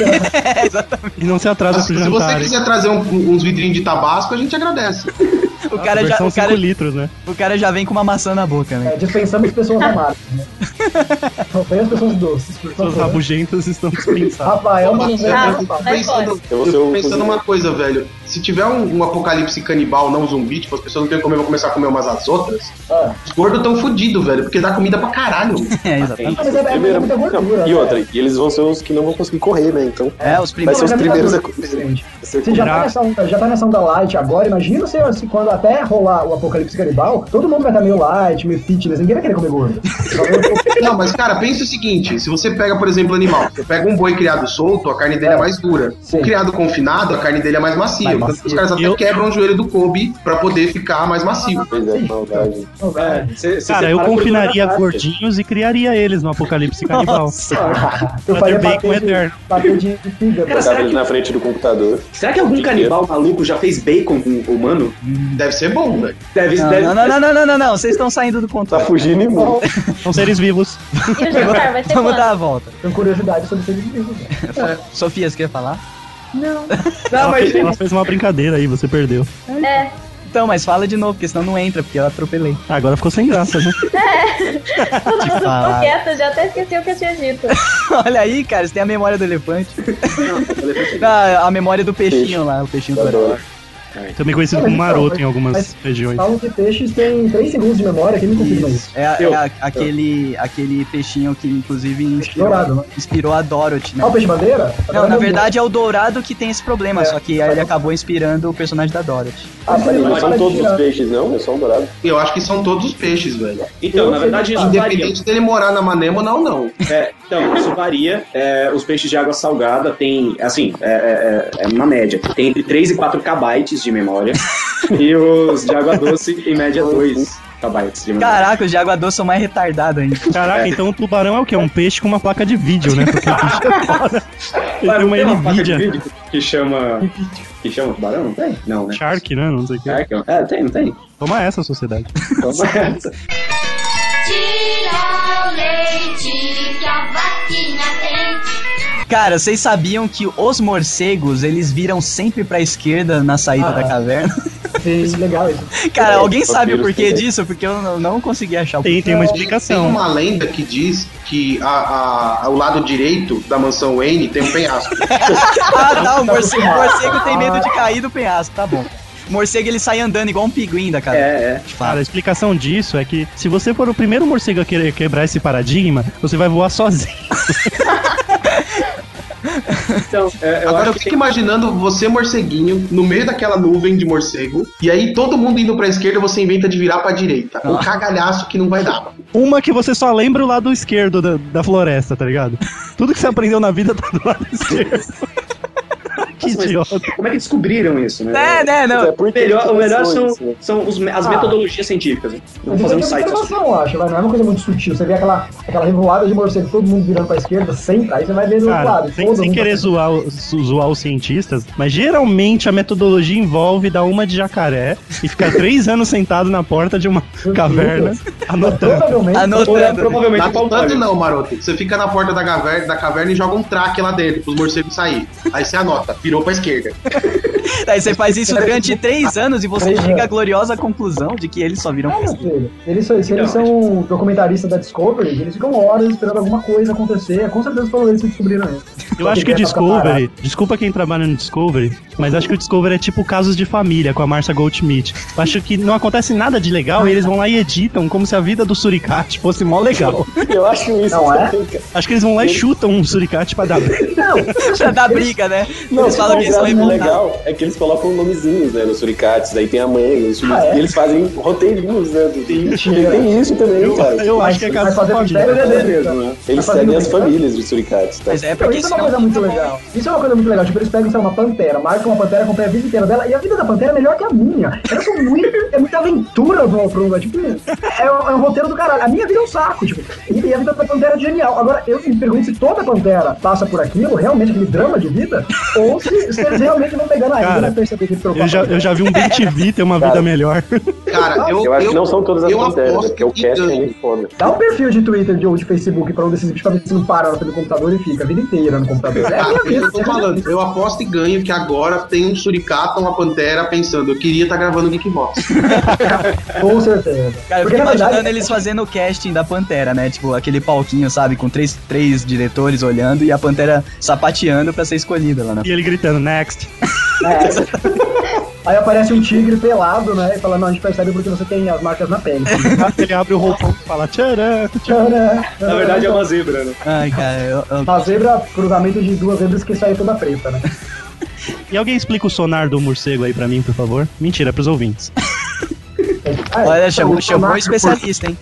E não se atrasa
Assim,
pro
se você
jantar. hein?
quiser trazer um- uns vidrinhos de tabasco, a gente agradece.
O cara, já,
Versão
o, cara,
5 litros, né?
o cara já vem com uma maçã na boca, né?
É, dispensamos pessoas amadas, né? Não tem as pessoas doces, por
Seus
favor.
rabugentos estão dispensados.
Rafael,
Mas,
Sim,
eu
ah,
fico
vai
pensando,
tá, Eu vou
eu
ser
fico
o
pensando
cozinheiro.
uma coisa, velho. Se tiver um, um apocalipse canibal, não zumbi, tipo, as pessoas não têm que comer, vão começar a comer umas às outras,
Ah.
os gordos tão fudidos, velho, porque dá comida pra caralho.
É, exatamente.
mas é, é
Primeiro,
muita gordura.
não, e outra, e eles vão ser os que não vão conseguir correr, né? Então,
É, os
vai
primeiros.
ser os
Não,
primeiros a
não,
comer.
gente.
Vai ser
Você já
Irá.
tá, nessa onda, já tá nessa onda light agora, imagina se, se quando até rolar o apocalipse canibal, todo mundo vai estar meio light, meio fitness, ninguém vai querer comer gordo. Só eu-
Não, mas cara, pensa o seguinte: se você pega, por exemplo, animal, você pega um boi criado solto, a carne dele é, mais dura.
Sim.
O criado confinado, a carne dele é mais macia.
Mais
Tanto que os caras até
Eu-
quebram o joelho do Kobe pra poder ficar mais macio.
Pois é, maldade.
Não, é, velho.
Cê- cê
Cara,
separa
eu
a gordura
confinaria
da carne.
gordinhos e criaria eles no apocalipse canibal.
Eu
Pra
faria
ter bacon
patê de,
eterno.
patê de de fígado.
Cara,
Botava
será
ele
que,
na frente do computador.
será que algum canibal maluco já fez bacon com humano?
Deve ser bom, velho.
É,
Deve,
Não,
deve,
não, não, não, não, não, não, não, vocês estão saindo do
Tá
controle.
fugindo imundo.
São seres vivos.
E o jantar vai ser
Vamos
quando?
dar a volta. É.
Tenho curiosidade sobre seres vivos. né? velho.
Sofia, você quer falar?
Não,
ela,
mas
fez, ela fez uma brincadeira aí, você perdeu.
É,
Então, mas fala de novo, porque senão não entra, porque eu atropelei.
Ah, agora ficou sem graça, né?
É. todo mundo
falar.
ficou quieto, eu já até esqueci o que eu tinha dito.
Olha aí, cara, você tem a memória do elefante. Não, a memória do peixinho lá, o peixinho
Eu
dourado.
adoro.
Também conhecido como maroto em algumas
então, Mas-
regiões.
Falam que peixes têm 3 segundos de memória, quem me confirma isso?
É, a-
Eu-
é a- aquele, aquele peixinho que, inclusive, inspirou,
dourado, né?
inspirou a Dorothy, né?
Ah, o peixe bandeira?
Não, na verdade é o Dourado que tem esse problema, só que ele acabou inspirando o personagem da Dorothy.
É. Ah, peraí,
Não
para
são
de
todos
tirar.
os peixes, não? É só um dourado.
Eu acho que são todos os peixes, velho.
Então, na verdade, isso varia.
Independente dele morar na Manêmona ou não.
É, então, isso varia. É, os peixes de água salgada têm, assim, é, é, é, é uma média. Tem entre 3 e 4 kbytes de memória. e os de água doce, em média, 2 kbytes de memória.
Caraca, os de água doce são mais retardados ainda.
Caraca, então o tubarão é o quê? Um peixe com uma placa de vídeo, né? Porque o bicho é foda. Ele tem
Cara,
uma
tem uma placa de
NVIDIA.
vídeo que chama. Que chama tubarão? Não tem? Não, né?
Shark, né? Não sei o que.
Shark, ó. É, tem, não tem.
Toma essa, sociedade.
Toma essa.
Tira o leite que a vaquinha tem.
Cara, vocês sabiam que os morcegos, eles viram sempre pra esquerda na saída
Ah.
da caverna?
Sim, legal isso.
Cara,
É,
alguém sabe o
vampiros
porquê
também.
disso? Porque eu não, não consegui achar o
Tem, tem uma
Tem
explicação.
uma lenda que diz que a, a- o lado direito da mansão Wayne tem um penhasco. Então,
Ah, tá, o morcego, o morcego tem medo de cair do penhasco, tá bom. O morcego ele sai andando igual um pinguim da caverna.
É, é.
de fato.
Cara, a explicação disso é que se você for o primeiro morcego a querer quebrar esse paradigma, você vai voar sozinho.
Então, é, eu
Agora eu
acho que
fico imaginando você, morceguinho, no meio daquela nuvem de morcego, e aí todo mundo indo pra esquerda, você inventa de virar pra direita.
Ah.
Um cagalhaço que não vai dar. mano.
Uma que você só lembra o lado esquerdo da, da floresta, tá ligado? Tudo que você aprendeu na vida tá do lado esquerdo. que
mas-
idiota.
Como é que descobriram isso, né?
É, né, não.
É, por
O
que
melhor,
que
o melhor
lançou
são,
isso, né?
são os- as
Ah.
metodologias científicas. né? Eu
Mas
Vou fazer um
isso é
site. assim.
observação, eu acho, vai. Não é uma coisa muito sutil. Você vê aquela, aquela revoada de morcego, todo mundo virando pra esquerda, sempre. Aí você vai ver do outro
Cara,
lado.
sem,
todo
sem
mundo- tá
querer zoar, o- zo- zoar os cientistas, mas geralmente a metodologia envolve dar uma de jacaré e ficar três anos sentado na porta de uma caverna anotando.
Provavelmente. é
Anotando.
Provavelmente
Não
o Paulo
tanto
Paulo.
Tá não, maroto. Você fica na porta da caverna, da caverna e joga um traque lá dentro pros morcegos sair. Aí você anota, virou pra esquerda.
Aí você faz isso durante três anos e você
Três
chega à
anos.
gloriosa conclusão de que eles só viram
Ah, meu
pesquisa.
filho, eles, são- se eles são documentaristas da Discovery, eles ficam horas esperando alguma coisa acontecer. Com certeza foram eles que descobriram tá isso.
Eu acho que o Discovery, desculpa quem trabalha no Discovery, mas acho que o Discovery é tipo casos de família com a Marcia Goldschmidt. Eu acho que não acontece nada de legal e eles vão lá e editam como se a vida do suricate fosse mó legal.
Eu acho isso
Não é?
né,
também, cara.
Acho que eles vão lá e chutam um suricate pra dar.
Já dá briga, né?
Não,
eles falam que eles são
o
revoltados.
legal é que eles colocam nomezinhos, né, nos suricates, aí tem a mãe, os filhos,
Ah, é?
e eles fazem roteirinhos, né, do- tem, tem isso também,
Eu,
cara.
eu
Mas-
acho que é
mas
caso de
fazer
família.
mistério, né,
É
mesmo,
mesmo,
né?
né? Eles
Tá fazendo
seguem as
bem, né?
famílios dos suricates, tá?
Mas é
Não,
porque
isso é uma
senão
coisa
fica
muito
bom.
legal. Isso é uma coisa muito legal. Tipo, eles pegam, sei lá, uma pantera, marcam uma pantera, compram a vida inteira dela, e a vida da pantera é melhor que a minha. Eu sou muito. É muita aventura do Alprum, é tipo. É um, é um roteiro do caralho. A minha vida é um saco, tipo. E, e a vida da pantera é genial. Agora, eu me pergunto se toda pantera passa por aquilo, realmente aquele drama de vida, ou se, se eles realmente vão pegar na
Cara,
eu percebi que ele trocou
Eu já,
a
eu já vi um BTV ter uma
Cara.
vida melhor.
é
Cara, eu.
Eu acho que não são todas as
eu
lanternas, né?
aposto
Porque o
que
cast é
ganha.
gente foda.
Dá um perfil de Twitter de, ou de Facebook pra um desses bichos pra ver se não para pelo computador e fica a vida inteira no computador. É a
Cara,
minha vida.
eu tô falando, eu aposto e ganho que agora tem um suricata, uma pantera pensando, eu queria estar gravando Geekbox.
Com certeza.
Cara, eu
Porque
fiquei
na
imaginando
verdade. é
eles fazendo o casting da Pantera, né? Tipo, aquele palquinho, sabe? Com três, três diretores olhando e a Pantera sapateando pra ser escolhida lá né? na
E ele gritando, next.
é, aí aparece um tigre pelado, né? E fala, não, a gente percebe porque você tem as marcas na pele.
Ele abre o roupão e fala, tcharam.
Na verdade é uma zebra, né?
Ai, cara, eu, eu-
A zebra, cruzamento de duas zebras que saiu toda preta, né?
E alguém explica o sonar do morcego aí pra mim, por favor? Mentira, é pros ouvintes.
Ah,
Olha,
então,
chamou,
o
chamou um
Monarca,
especialista, hein?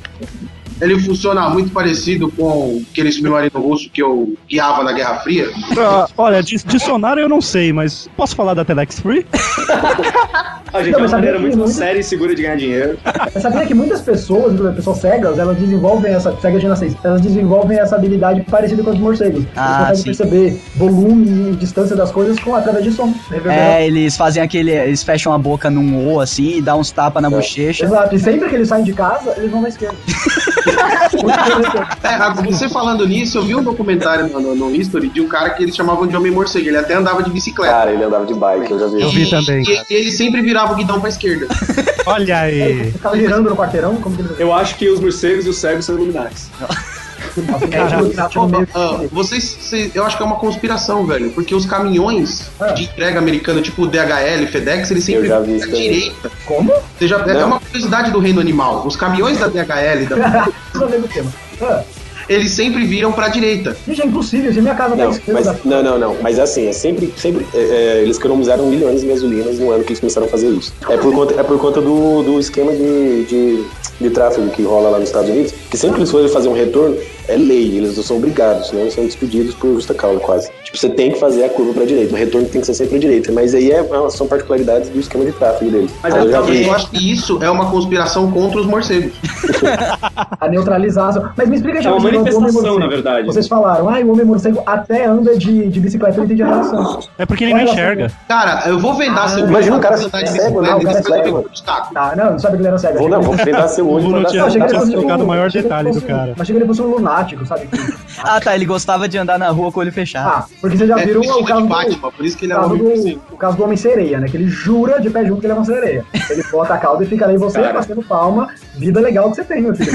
Ele funciona muito parecido com aquele submarino russo que eu guiava na Guerra Fria.
Ah, olha, de, de sonar eu não sei, mas posso falar da Telex Free?
A gente
Não,
é uma
mas sabe
maneira
que
muito
muito-
séria e segura de ganhar dinheiro.
Mas sabia que muitas pessoas, inclusive pessoas cegas, elas desenvolvem essa. Cegas de nascença, elas desenvolvem essa habilidade parecida com os morcegos.
Ah,
Eles
sim.
conseguem perceber volume e distância das coisas com através de som. reverberando.
É, eles fazem aquele. Eles fecham a boca num O assim e dá uns tapas na bochecha.
Exato, é e sempre que eles saem de casa, eles vão na esquerda. Muito interessante.
É, a- você falando nisso, eu vi um documentário no, no- no History de um cara que eles chamavam de Homem Morcego. Ele até andava de bicicleta.
Cara, ele andava de bike, eu já vi.
Eu vi também.
E, e ele sempre virava o guidão pra esquerda.
Olha aí.
Ficava girando no quarteirão, como que eles
Eu acho que os morcegos e os cegos são iluminados.
Nossa, cara,
Caralho.
tipo, tipo,
Ó,
no meio-
ó, vocês, vocês- eu acho que é uma conspiração, velho. Porque os caminhões
Ah.
de entrega americano, tipo DHL, FedEx, eles sempre
Eu já vi
viram
isso
pra
também.
direita.
Como?
Você já- é
Não.
uma curiosidade do reino animal. Os caminhões da DHL, da-
Tudo a ver com o tema. Ah,
eles sempre viram pra direita.
Gente, é impossível, se minha casa tá à
Não,
esquerda.
mas, não, não, não. Mas assim, é sempre. sempre é, é, eles economizaram milhões em gasolinas no ano que eles começaram a fazer isso. É por conta, é por conta do, do esquema de, de, de tráfego que rola lá nos Estados Unidos, que sempre que eles forem fazer um retorno, é lei, eles não são obrigados, né? Eles são despedidos por justa causa, quase. Tipo, você tem que fazer a curva pra direita, o retorno tem que ser sempre pra direita. Mas aí é, é- são particularidades do esquema de tráfego deles.
Mas
Aí
é
Ah, eu já
também-
vi.
Eu acho que isso é uma conspiração contra os morcegos.
a neutralização. Mas me explica já
É uma
vocês, o homem
manifestação,
morcego.
na verdade.
Vocês falaram, ah, o homem morcego até anda de, de bicicleta, eu entendi a relação.
É porque ele não enxerga.
Cara, eu vou
Ah,
vendar seu
imagina
um
carro
o cara
pra andar de
cego,
bicicleta,
né? O
ele
cara
vai
cego.
pegar um obstáculo.
Tá, não, não sabe que ele era cego.
Vou, não, vou tentar ser o
O
olho
Bruno
pra
tinha
Eu achei que ele
tá
fosse
sacado
um-
o maior
achei que ele
detalhe do
fosse um-
cara.
Achei que ele fosse um lunático, sabe?
Ah, tá, ele gostava de andar na rua com o olho fechado.
Ah, porque vocês já
É
viram
por isso
o
que ele
caso
é de
do,
Batman, por isso que
o
ele é um
caso
homem
assim.
morcego.
do, o caso do homem sereia, né? Que ele jura de pé junto que ele é uma sereia. Ele bota a cauda e fica ali, você
Cara.
batendo palma, vida legal que você tem, meu filho.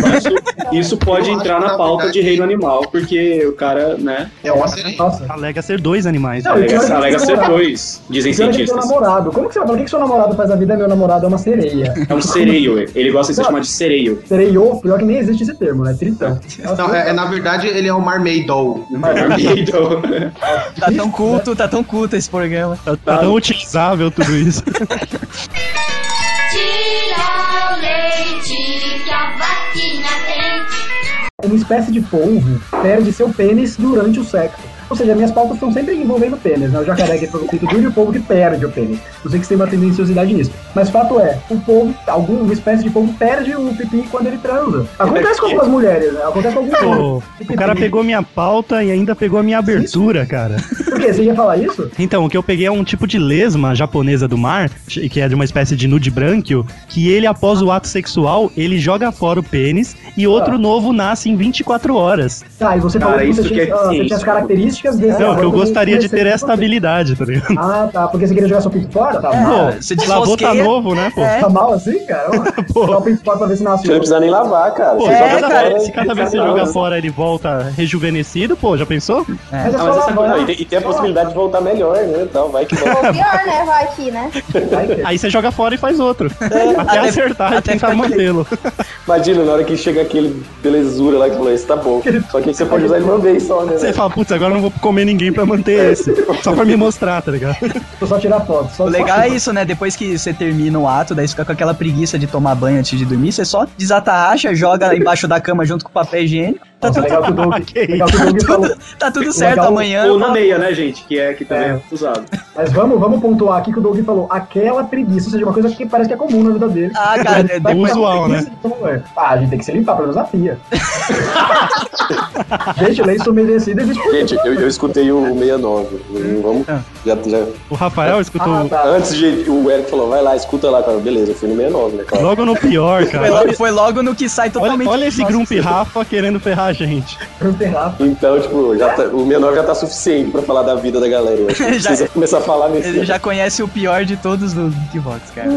Isso pode
Eu acho
entrar
que,
é
na
na
pauta
verdade,
de reino animal, porque o cara, né?
É uma sereia.
Nossa.
Alega ser dois animais.
Não,
velho.
pior é que
Alega, alega
seu
ser
namorado-
dois, dizem
pior é que seu
cientistas.
namorado. Como que você vai falar? O que que seu namorado faz a vida? Meu namorado é uma sereia.
É um sereio, ele gosta de ser
Não.
chamado de sereio.
Sereiô, pior que nem existe esse termo, né? Tritão.
Não, é, é, na verdade, ele é um marmaidol.
Então,
Tá tão culto, tá tão culto esse programa.
Tá, tá tão utilizável tudo isso.
Tira o leite que a vacina tem.
É uma espécie de polvo perde seu pênis durante o sexo. Ou seja, minhas pautas estão sempre envolvendo pênis, né? O jacaré que é produzido duro e o polvo que perde o pênis. Não sei que tem uma tendenciosidade nisso. Mas fato é, o polvo, alguma espécie de polvo perde o pipi quando ele transa. Acontece com algumas mulheres, né? Acontece com alguns
Pô,
homens.
o cara pegou minha pauta e ainda pegou a minha abertura, cara.
Por quê? Você ia falar isso?
Então, o que eu peguei é um tipo de lesma japonesa do mar, que é de uma espécie de nude branquio, que ele, após o ato sexual, ele joga fora o pênis e outro
Ah.
novo nasce em 24 horas.
Tá, e você
Cara,
falou que você
isso
tinha,
que é
ah, você
ciência.
tinha as características desse
Não,
agora
que eu
tô
gostaria de ter
conhecendo
essa
você.
habilidade, tá ligado?
Ah, tá. Porque você queria jogar seu pipi fora? Tá mal.
Pô,
você
lavou tá
desrosqueia.
novo, né, pô?
Tá mal assim, cara?
Pô. É,
Jogar o pipi fora pra ver se nasce
Você não
outro.
precisa nem lavar, cara.
Pô,
Você
joga
joga
da-
fora
se
e-
cada vez que você
Não,
joga
não.
fora ele volta rejuvenescido, pô, já pensou?
Mas é
Ah,
só
mas essa coisa-
lavar.
não, e, tem- e tem a possibilidade de voltar melhor, né? Então, vai que
Ou pior, né? Vai aqui, né?
Vai, cara.
Aí você joga fora e faz outro.
É.
É, até
até-
acertar e
até
tentar
ficar
mantê-lo.
Imagina, na hora que chega aquele belezura lá que falou, esse tá bom. Só que você pode usar ele uma vez só, né?
Você
velho?
fala, putz, agora eu não vou comer ninguém pra manter esse. Só pra me mostrar, tá ligado?
Vou só tirar foto. Só,
O legal
só-
é isso, né? Depois que você termina o ato, daí você fica com aquela preguiça de tomar banho antes de dormir, você só desata a racha, joga embaixo da cama junto com o papel higiênico,
Nossa, legal que o Doug,
Que
legal que o Doug falou.
Tá tudo certo,
Legal.
amanhã.
Ou na meia, né, gente? Que é que também é usado.
Mas vamos, vamos pontuar aqui que o Doug falou aquela preguiça, ou seja, uma coisa que parece que é comum na vida dele.
Ah, cara,
É
É
depois-
Usual, né?
Então, é. Ah, a gente tem que se limpar, pelo menos assim, a pia. gente, lei submerecida existe por
Gente, eu, eu escutei o 69. Vamos. Já, já-
Ah. O Rafael escutou
Ah, tá.
Antes de o Eric falou, vai lá, escuta lá, cara. Beleza, eu fui no 69, né, cara?
logo no pior,
Foi
cara.
logo, foi logo no que sai totalmente.
Olha, olha esse
Nossa,
Grump Rafa querendo ferrar a gente.
enterrar.
Então, tipo, já tá- o 69 já tá suficiente pra falar da vida da galera. Eu acho que
Já-
precisa começar a falar nesse.
Ele já conhece o pior de todos do Geekbox, cara.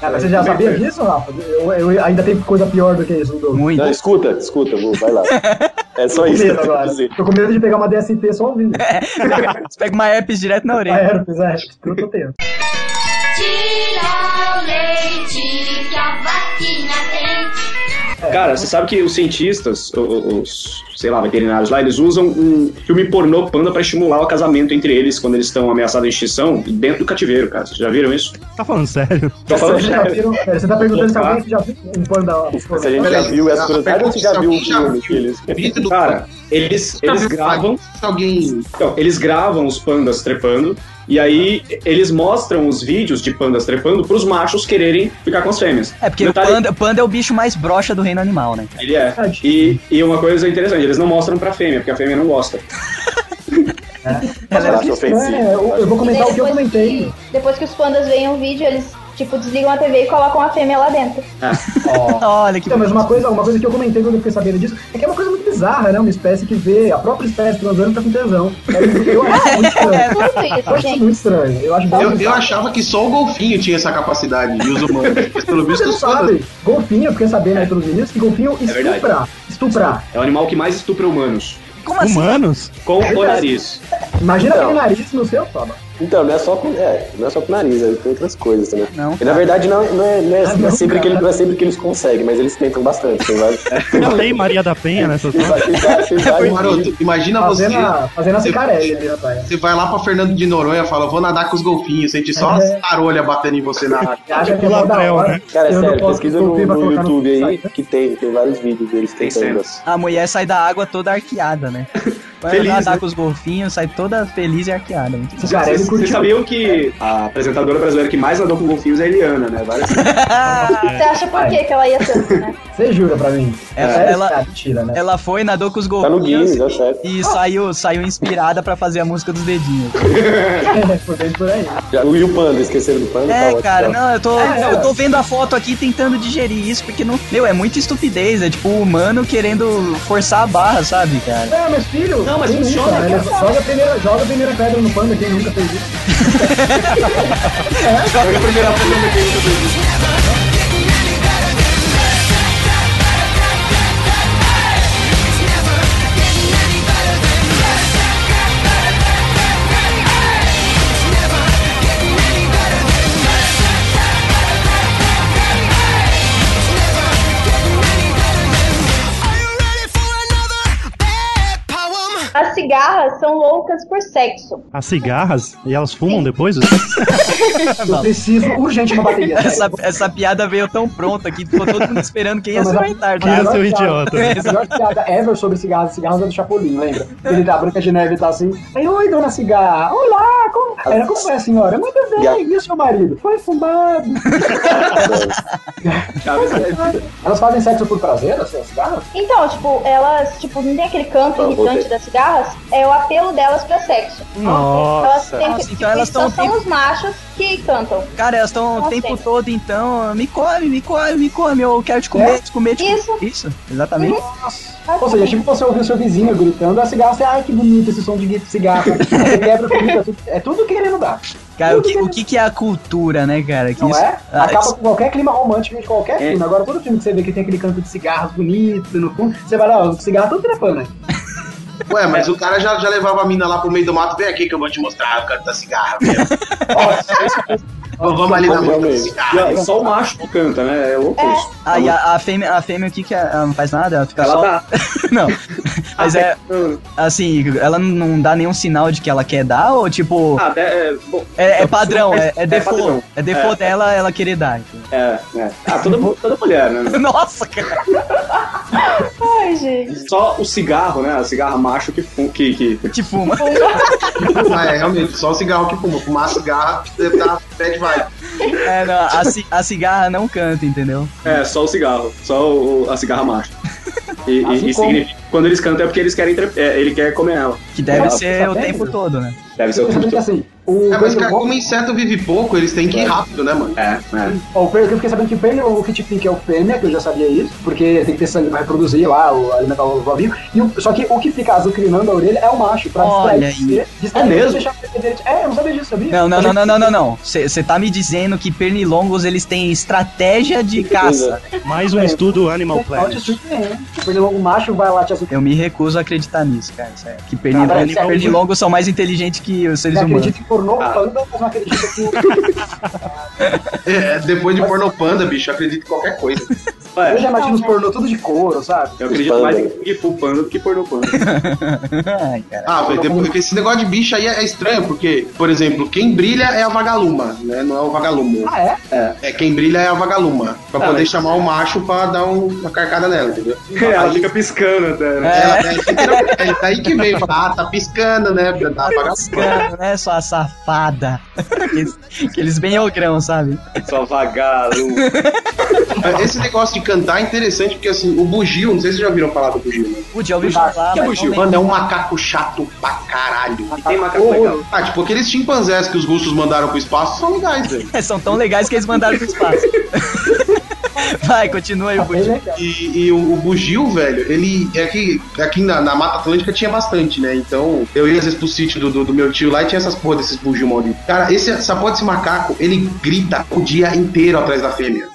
Cara, você já sabia disso, Rafa? Eu, eu- ainda tem coisa pior do que isso, Doug.
Muito.
Não, escuta, escuta, vou, vai lá. É só
Tô com
isso que eu
medo
tenho pra
agora.
dizer.
Tô com medo de pegar uma DST só ouvindo. É,
Você pega uma herpes direto na orelha.
herpes, é. Eu tô tendo.
Tira o leite que a vaquinha tem.
né?
Cara, você sabe que os cientistas, o- o- os, sei lá, veterinários lá, eles usam um filme pornô panda pra estimular o casamento entre eles quando eles estão ameaçados de extinção dentro do cativeiro, cara. Vocês já viram isso?
Tá falando sério?
Tô falando
Vocês já
sério.
viram- é, Você tá perguntando se alguém já viu um panda.
Se a gente já
é
viu é essa curiosidade, a gente já viu o filme que eles.
Vídeo do
Cara, eles, eles gravam.
Se alguém
Então, eles gravam os pandas trepando. E aí, eles mostram os vídeos de pandas trepando pros machos quererem ficar com as fêmeas.
É porque o
Detalhe-
panda, panda é o bicho mais broxa do reino animal, né?
Ele é. E, e uma coisa interessante, eles não mostram pra fêmea, porque a fêmea não gosta.
É.
Ela acha
né?
ofensivo.
É, eu, eu vou
E daí
comentar o que eu
depois
comentei.
que- depois que os pandas veem o vídeo, eles, tipo, desligam a TV e colocam a fêmea lá dentro.
Olha que.
Então, Ah, mas uma coisa, uma coisa que eu comentei quando eu fiquei sabendo disso é que é uma coisa muito bizarra, né? Uma espécie que vê a própria espécie transando e tá com tesão. É, Eu acho muito estranho.
Tudo
Eu
isso,
acho
gente.
muito estranho. Eu acho muito
Eu, eu
bizarro.
achava que só o golfinho tinha essa capacidade e os humanos. Mas pelo
Você
visto, É
não
os
sabe. Golfinho, eu fiquei sabendo aí pelos meninos que golfinho
verdade.
estupra. Estupra.
É o animal que mais estupra humanos.
Como assim?
Humanos?
Com o nariz.
Imagina
Então.
é
aquele nariz no seu, Fábio.
Então, não é só com, é, não é só com o nariz, é, tem outras coisas também.
Não.
E, na verdade, não, não, é, não, é,
Ah,
não é
não,
sempre
cara.
que ele- não é sempre que eles conseguem, mas eles tentam bastante. Tem vários.
É.
Já lei Maria da Penha nessa
tem
sala?
vários- tem vários- tem
Ô,
vários-
Maroto, imagina
Fazendo a, fazendo a né,
você-
cicarelli ali na praia.
você. Você vai lá pra Fernando de Noronha e fala: Vou nadar com os golfinhos. Sente só as
É.
tarolhas batendo em você na água.
Você acha que é
Tipo
mó da
Latrel,
hora.
né?
Cara, é
Eu não
sério,
posso
pesquisa no,
descobrir pra
no
colocar no
YouTube aí
site.
que tem, tem vários vídeos deles
Tem
tentando. assim.
cenas.
A mulher sai da água toda arqueada, né? Vai
Feliz,
nadar
né?
com os golfinhos, sai toda feliz e arqueada. Muito bom.
Cicarelli
Vocês, vocês
curtiu.
sabiam que a apresentadora brasileira que mais nadou com golfinhos é a Eliana, né? Várias-
Você acha por quê que ela ia tanto, né?
Você jura pra mim?
Ela-
Sério?
ela-
Cara, mentira, né?
Ela foi, nadou com os
Tá no Guinness,
golfinhos
é certo.
e saiu, saiu inspirada pra fazer a música dos dedinhos.
Foi bem por aí.
Já- E o Panda, esqueceram do Panda? Tá
É,
ótimo.
cara, não, eu tô,
É,
eu tô vendo a foto aqui tentando digerir isso, porque não. Meu, é muita estupidez, é tipo o humano querendo forçar a barra, sabe, cara?
É, mas filho.
Não, mas
quem nunca,
funciona,
né?
cara.
Joga a, primeira, joga a primeira pedra no panda, quem nunca fez isso. é.
Are you ready for another bad poem?
As cigarras são loucas por sexo.
As cigarras? E elas fumam depois?
Eu preciso urgente uma bateria.
Essa, essa piada veio tão pronta que ficou todo mundo esperando quem ia
Não,
se
mas a-
aguentar.
a
Que eu
Tá?
sou
melhor
idiota.
piada- A É, melhor piada ever sobre cigarros, cigarros é do Chapolin, lembra? Ele dá a branca de neve e tá assim, aí, oi, dona cigarra, olá, como, era, como é a senhora? Muito bem, e o seu marido? Foi fumado. Elas fazem sexo por prazer, assim, as cigarras?
Então, tipo, elas, tipo, não tem aquele canto
Ah,
irritante
voltei.
das cigarras? É o apelo delas pra sexo. Elas
Nossa.
têm que,
Nossa,
tipo,
então elas
só
tão
são
tempo-
os machos que cantam.
Cara, elas estão o
Nossa.
tempo todo, então. Me come, me come, me come. Eu quero te comer, te comer, te comer.
Isso. Uhum.
Isso, exatamente.
Ou seja, tipo você ouvir o seu vizinho gritando, a cigarra, você, ai, que bonito esse som de grito de cigarro. Você quebra a comida, tudo- é tudo querendo dar,
Cara, o que, o que que é a cultura, né, cara? Que
não
isso-
é?
Ah,
Acaba
isso- É.
com qualquer clima romântico de qualquer filme. Agora, todo filme que você vê que tem aquele canto de cigarros bonito no fundo, você vai lá, ó, o cigarro todo trepando, né?
Ué, mas o cara já, já levava a mina lá pro meio do mato. Vem aqui que eu vou te mostrar o canto da cigarra. velho." Ó, Vamos ali na mão.
Realmente. E, ó, só o macho que canta, né? É louco isso.
Aí a, a fêmea, a fêmea, o que que é? Ela não faz nada? Ela fica
Ela
só...
dá.
Não. Mas é, assim, ela não dá nenhum sinal de que ela quer dar ou, tipo...
Ah, é, é, bom,
É, é padrão, é, é default.
padrão.
É default dela ela querer dar. entendeu?
é, é. Ah, toda, toda mulher, né?
Nossa, cara.
Ai, gente.
Só o cigarro, né? O cigarro macho que, fu- que, que
Te fuma.
Ah, é, realmente, só o cigarro que fuma. Fumar cigarro
é,
deve dar tá bad vibe.
É, não, a, ci- a cigarra não canta, entendeu?
É, só o cigarro. Só o, o- a cigarra macho. E,
Ah,
e-
Assim
e
como-
significa que quando eles cantam é porque eles querem trep- é, ele quer comer ela.
Que deve
Ela
ser
fica
o
bem,
tempo
né?
todo, né?
Deve ser o tempo
Porque
todo.
assim, o
É, mas
Crazy
cara,
Boy-
como inseto vive pouco, eles têm que ir rápido, né, mano?
É, é.
Ó, o Crazy, eu fiquei sabendo que o Perny, o Kit Pink é o fêmea, que eu já sabia isso, porque tem que ter sangue pra reproduzir lá, o alimentar o ovinho. E o- só que o que fica azucrinando a orelha é o macho, pra
Olha
distrair. distrair
É mesmo?
e deixar a fêmea dele- É, eu não sabia disso, sabia?
Não, não, não, não, não, não, não. Você tá me dizendo que pernilongos eles têm estratégia de caça.
Mais um estudo Animal
Pode
Planet.
surpreender. Porque logo o macho vai lá te azucrinar.
Eu me recuso a acreditar nisso, cara. sério. Que
Ah, peraí,
pernilongos,
você acredita-
pernilongos são mais inteligentes que os seres
Você
humanos.
acredita em pornô panda, mas não acredita que
É, depois de pornopanda, bicho, eu acredito em qualquer coisa.
Eu
Ué,
já imagino os pornô tudo de couro, sabe?
eu acredito mais em Kung Fu Panda do que pornô panda.
Ai, cara.
Ah, velho, depois- porque esse negócio de bicho aí é é estranho, porque, por exemplo, quem brilha é a vagaluma, né? Não é o vagalumo.
Ah, é?
É, quem brilha é a vagaluma. Pra
Ah,
poder
mas-
chamar o macho pra dar um- uma carcada nela, entendeu?
ela fica piscando até, né?
Ela, é, é, daí que veio, fala, ah, tá piscando, né? Da da vagaluma.
Cara, não é só a safada. Aqueles- Aqueles bem ogrão, sabe?
Só vagalume.
Esse negócio de cantar é interessante, porque assim, o bugio, não sei se vocês já ouviram falar do bugio, né?
é O Joe ouviu falar,
Que
mas
bugio?
não lembro.
Mano, é um macaco chato pra caralho.
E tem macaco legal.
Ah, tipo, aqueles chimpanzés que os russos mandaram pro espaço são legais, velho.
são tão legais que eles mandaram pro espaço. Vai, continua
Tá
aí o
Bem
Bugio.
legal.
E, e o, o bugio, velho, ele é que aqui na, na Mata Atlântica tinha bastante, né? Então eu ia às vezes pro sítio do, do, do meu tio lá e tinha essas porra desses bugio malditos. Cara, esse, essa porra desse macaco, ele grita o dia inteiro atrás da fêmea.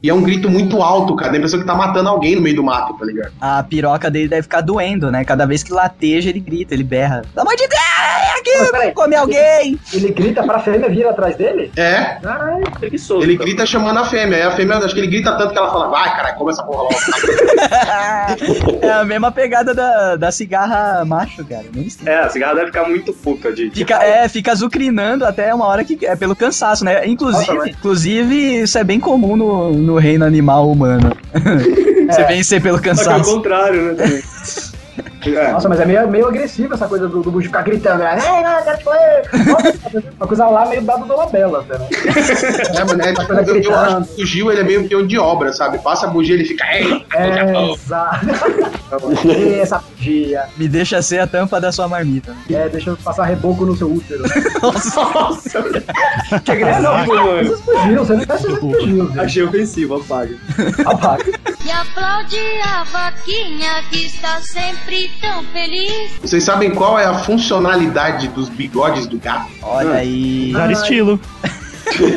E é um grito muito alto, cara. Dá a impressão que tá matando alguém no meio do mato, tá ligado?
A piroca dele deve ficar doendo, né? Cada vem que lateja, ele grita, ele berra. Pelo amor de Deus, aqui,
Mas
vai
peraí.
comer alguém!
Ele grita pra fêmea vir atrás dele?
É,
Caralho.
Preguiçoso.
Ele grita chamando a fêmea. Aí a fêmea, acho que ele grita tanto que ela fala, vai, cara, come essa porra logo.
é a mesma pegada da, da cigarra macho, cara. Nem sei.
É, a cigarra deve ficar muito puta de. de-
Fica, é, fica azucrinando até uma hora que é pelo cansaço, né? Inclusive,
Nossa, mas-
inclusive isso é bem comum no, no reino animal humano. Você vencer pelo
Só que é o
cansaço.
contrário, né? também. É.
Nossa, mas é meio, meio agressiva essa coisa do, do bugio ficar gritando. né? Ei, não, eu quero te comer. Uma coisa lá meio dado do Labela, né?
é, mano, é, tipo,
Ela
eu, eu
gritando.
acho que o Gil, ele é meio que um de obra, sabe? Passa a bugia, ele fica, ei,
É, exato. E essa dia.
Me deixa ser a tampa da sua marmita.
É, deixa eu passar reboco no seu útero.
Nossa, que agressivo, mano.
Vocês fugiram, você não tá Ah, vocês fugiram, velho.
Achei ofensivo, apaga.
Apaga.
E aplaude a vaquinha que está sempre tão feliz.
Vocês sabem qual é a funcionalidade dos bigodes do gato? Hum.
Olha aí.
Dar estilo.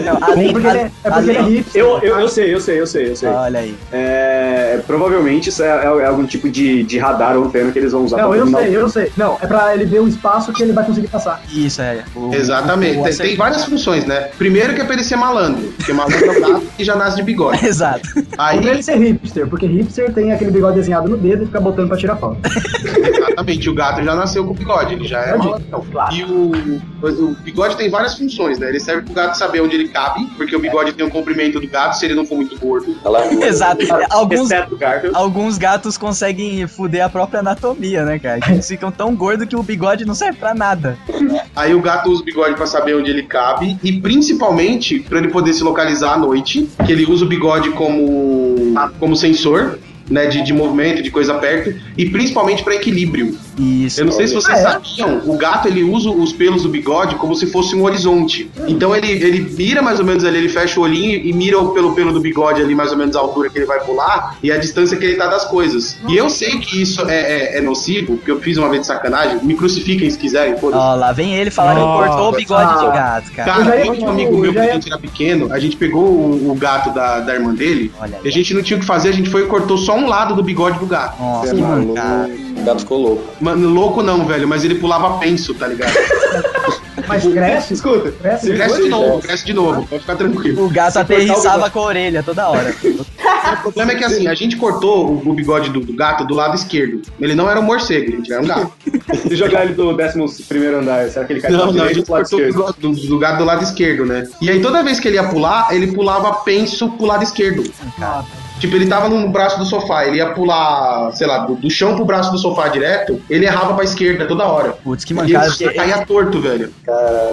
Não, além-
Porque ele é, é porque ele é
além-
hipster.
Eu, eu, eu sei, eu sei, eu sei, eu sei.
Olha aí.
É, provavelmente isso é, é algum tipo de, de radar ou antena que eles vão usar
Não,
pra
eu
dominar
sei, eu sei. Não, é pra ele ver o espaço que ele vai conseguir passar.
Isso, é. O-
Exatamente.
o-
Tem, tem várias funções, né? Primeiro que é pra ele ser malandro, porque malandro é o gato que já nasce de bigode.
Exato.
Aí,
Ou pra ele ser hipster, porque hipster tem aquele bigode desenhado no dedo e fica botando pra tirar foto.
exatamente, o gato já nasceu com bigode, ele já é
Entendi.
malandrão.
Claro.
E o, o bigode tem várias funções, né? Ele serve pro gato saber onde ele cabe, porque o bigode tem o comprimento do gato, se ele não for muito gordo.
Olha lá.
Exato. Alguns,
Exceto o Garfield.
alguns gatos conseguem fuder a própria anatomia, né, cara? Eles ficam tão gordos que o bigode não serve pra nada.
Aí o gato usa o bigode pra saber onde ele cabe e principalmente pra ele poder se localizar à noite, que ele usa o bigode como como sensor. Né, de, de movimento, de coisa perto, e principalmente pra equilíbrio.
Isso.
Eu não sei se vocês
Ah,
sabiam, o gato ele usa os pelos do bigode como se fosse um horizonte. Então ele, ele mira mais ou menos ali, ele fecha o olhinho e mira o pelo pelo do bigode ali, mais ou menos a altura que ele vai pular e a distância que ele tá das coisas. E eu sei que isso é, é- é nocivo, porque eu fiz uma vez de sacanagem, me crucifiquem se quiserem, foda-se.
Ó, lá vem ele falar que
Nossa.
cortou o bigode de gato, cara.
Cara,
Eu já ia-
tem um amigo meu
eu
que
já
a
ia-
gente era pequeno, a gente pegou o, o gato da, da irmã dele,
Olha aí.
e a gente não tinha o que fazer, a gente foi e cortou só um lado do bigode do gato.
Nossa,
Você é
mano,
maluco.
cara.
O gato ficou louco.
Mano, louco não, velho, mas ele pulava penso, tá ligado?
Mas cresce?
Escuta,
Cresce depois?
cresce, de novo, cresce de novo, pode ficar tranquilo.
O gato aterrissava com a orelha toda hora.
O problema é que assim, a gente cortou o, o bigode do, do gato do lado esquerdo. Ele não era um morcego, gente, era um gato.
Se jogar ele do 11 andar, será que ele cai
Não, não, a
direito
gente
ou lado
cortou o
esquerdo?
bigode do, do gato do lado esquerdo, né? E aí toda vez que ele ia pular, ele pulava penso pro lado esquerdo. Tipo, ele tava no braço do sofá, ele ia pular, sei lá, do, do chão pro braço do sofá direto, ele errava pra esquerda toda hora.
Putz, que
E
mancada.
ele caía torto, velho.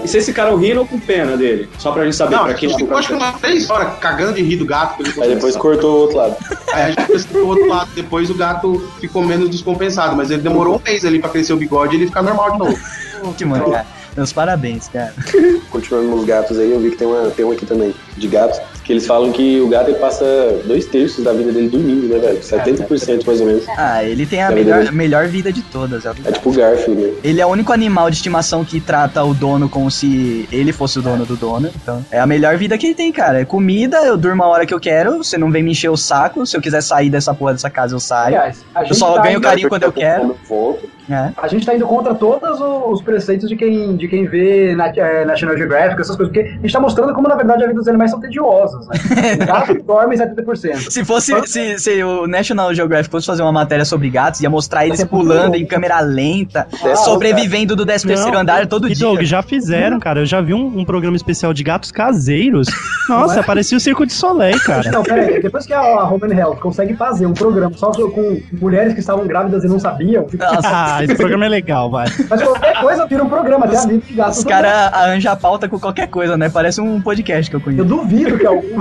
E se esse cara rindo ou com pena dele? Só pra gente saber.
Não,
pra quem
a gente
não
ficou acho que umas três horas cagando de rir do gato. porque ele
Aí depois cortou o outro lado.
Aí a gente cresceu pro outro lado, depois o gato ficou menos descompensado, mas ele demorou um mês ali pra crescer o bigode e ele ficar normal de novo.
Que mancada. Meus parabéns, cara.
Continuando nos gatos aí, eu vi que tem, uma, tem um aqui também, de gatos, que eles falam que o gato ele passa dois terços da vida dele dormindo, né, velho? 70% mais ou menos.
é, Ah, ele tem a
Tá
melhor,
vendo?
melhor vida de todas. é o
É
gato.
tipo o Garfield, né?
Ele é o único animal de estimação que trata o dono como se ele fosse o dono do dono. Então, é a melhor vida que ele tem, cara. É comida, eu durmo a hora que eu quero, você não vem me encher o saco. Se eu quiser sair dessa porra dessa casa, eu saio.
Aliás, a gente,
só
tá
ganho
indo,
carinho quando eu quero.
Quando eu volto.
É.
a gente tá indo contra todos o- os preceitos de quem, de quem vê na, eh, National Geographic, essas coisas, porque a gente tá mostrando como, na verdade, a vida dos animais são tediosas, né? O gato dorme 70%.
Se fosse. Se, se o National Geographic fosse fazer uma matéria sobre gatos, ia mostrar
é
eles pulando em câmera lenta, É
Ah,
sobrevivendo do 13 terceiro
Não,
andar todo
e
dia.
Doug, já fizeram, cara. Eu já vi um, um programa especial de gatos caseiros. Nossa, parecia o Circo de Soleil, cara.
é? Não, pera aí, Então, depois que a a Home and Health consegue fazer um programa só com mulheres que estavam grávidas e não sabiam, tipo,
Nossa,
Ah, esse programa é legal, vai.
mas qualquer coisa vira um programa, até a vida de gato.
os caras arranjam pauta com qualquer coisa, né? Parece um podcast que eu
Eu
conheço.
duvido que algum.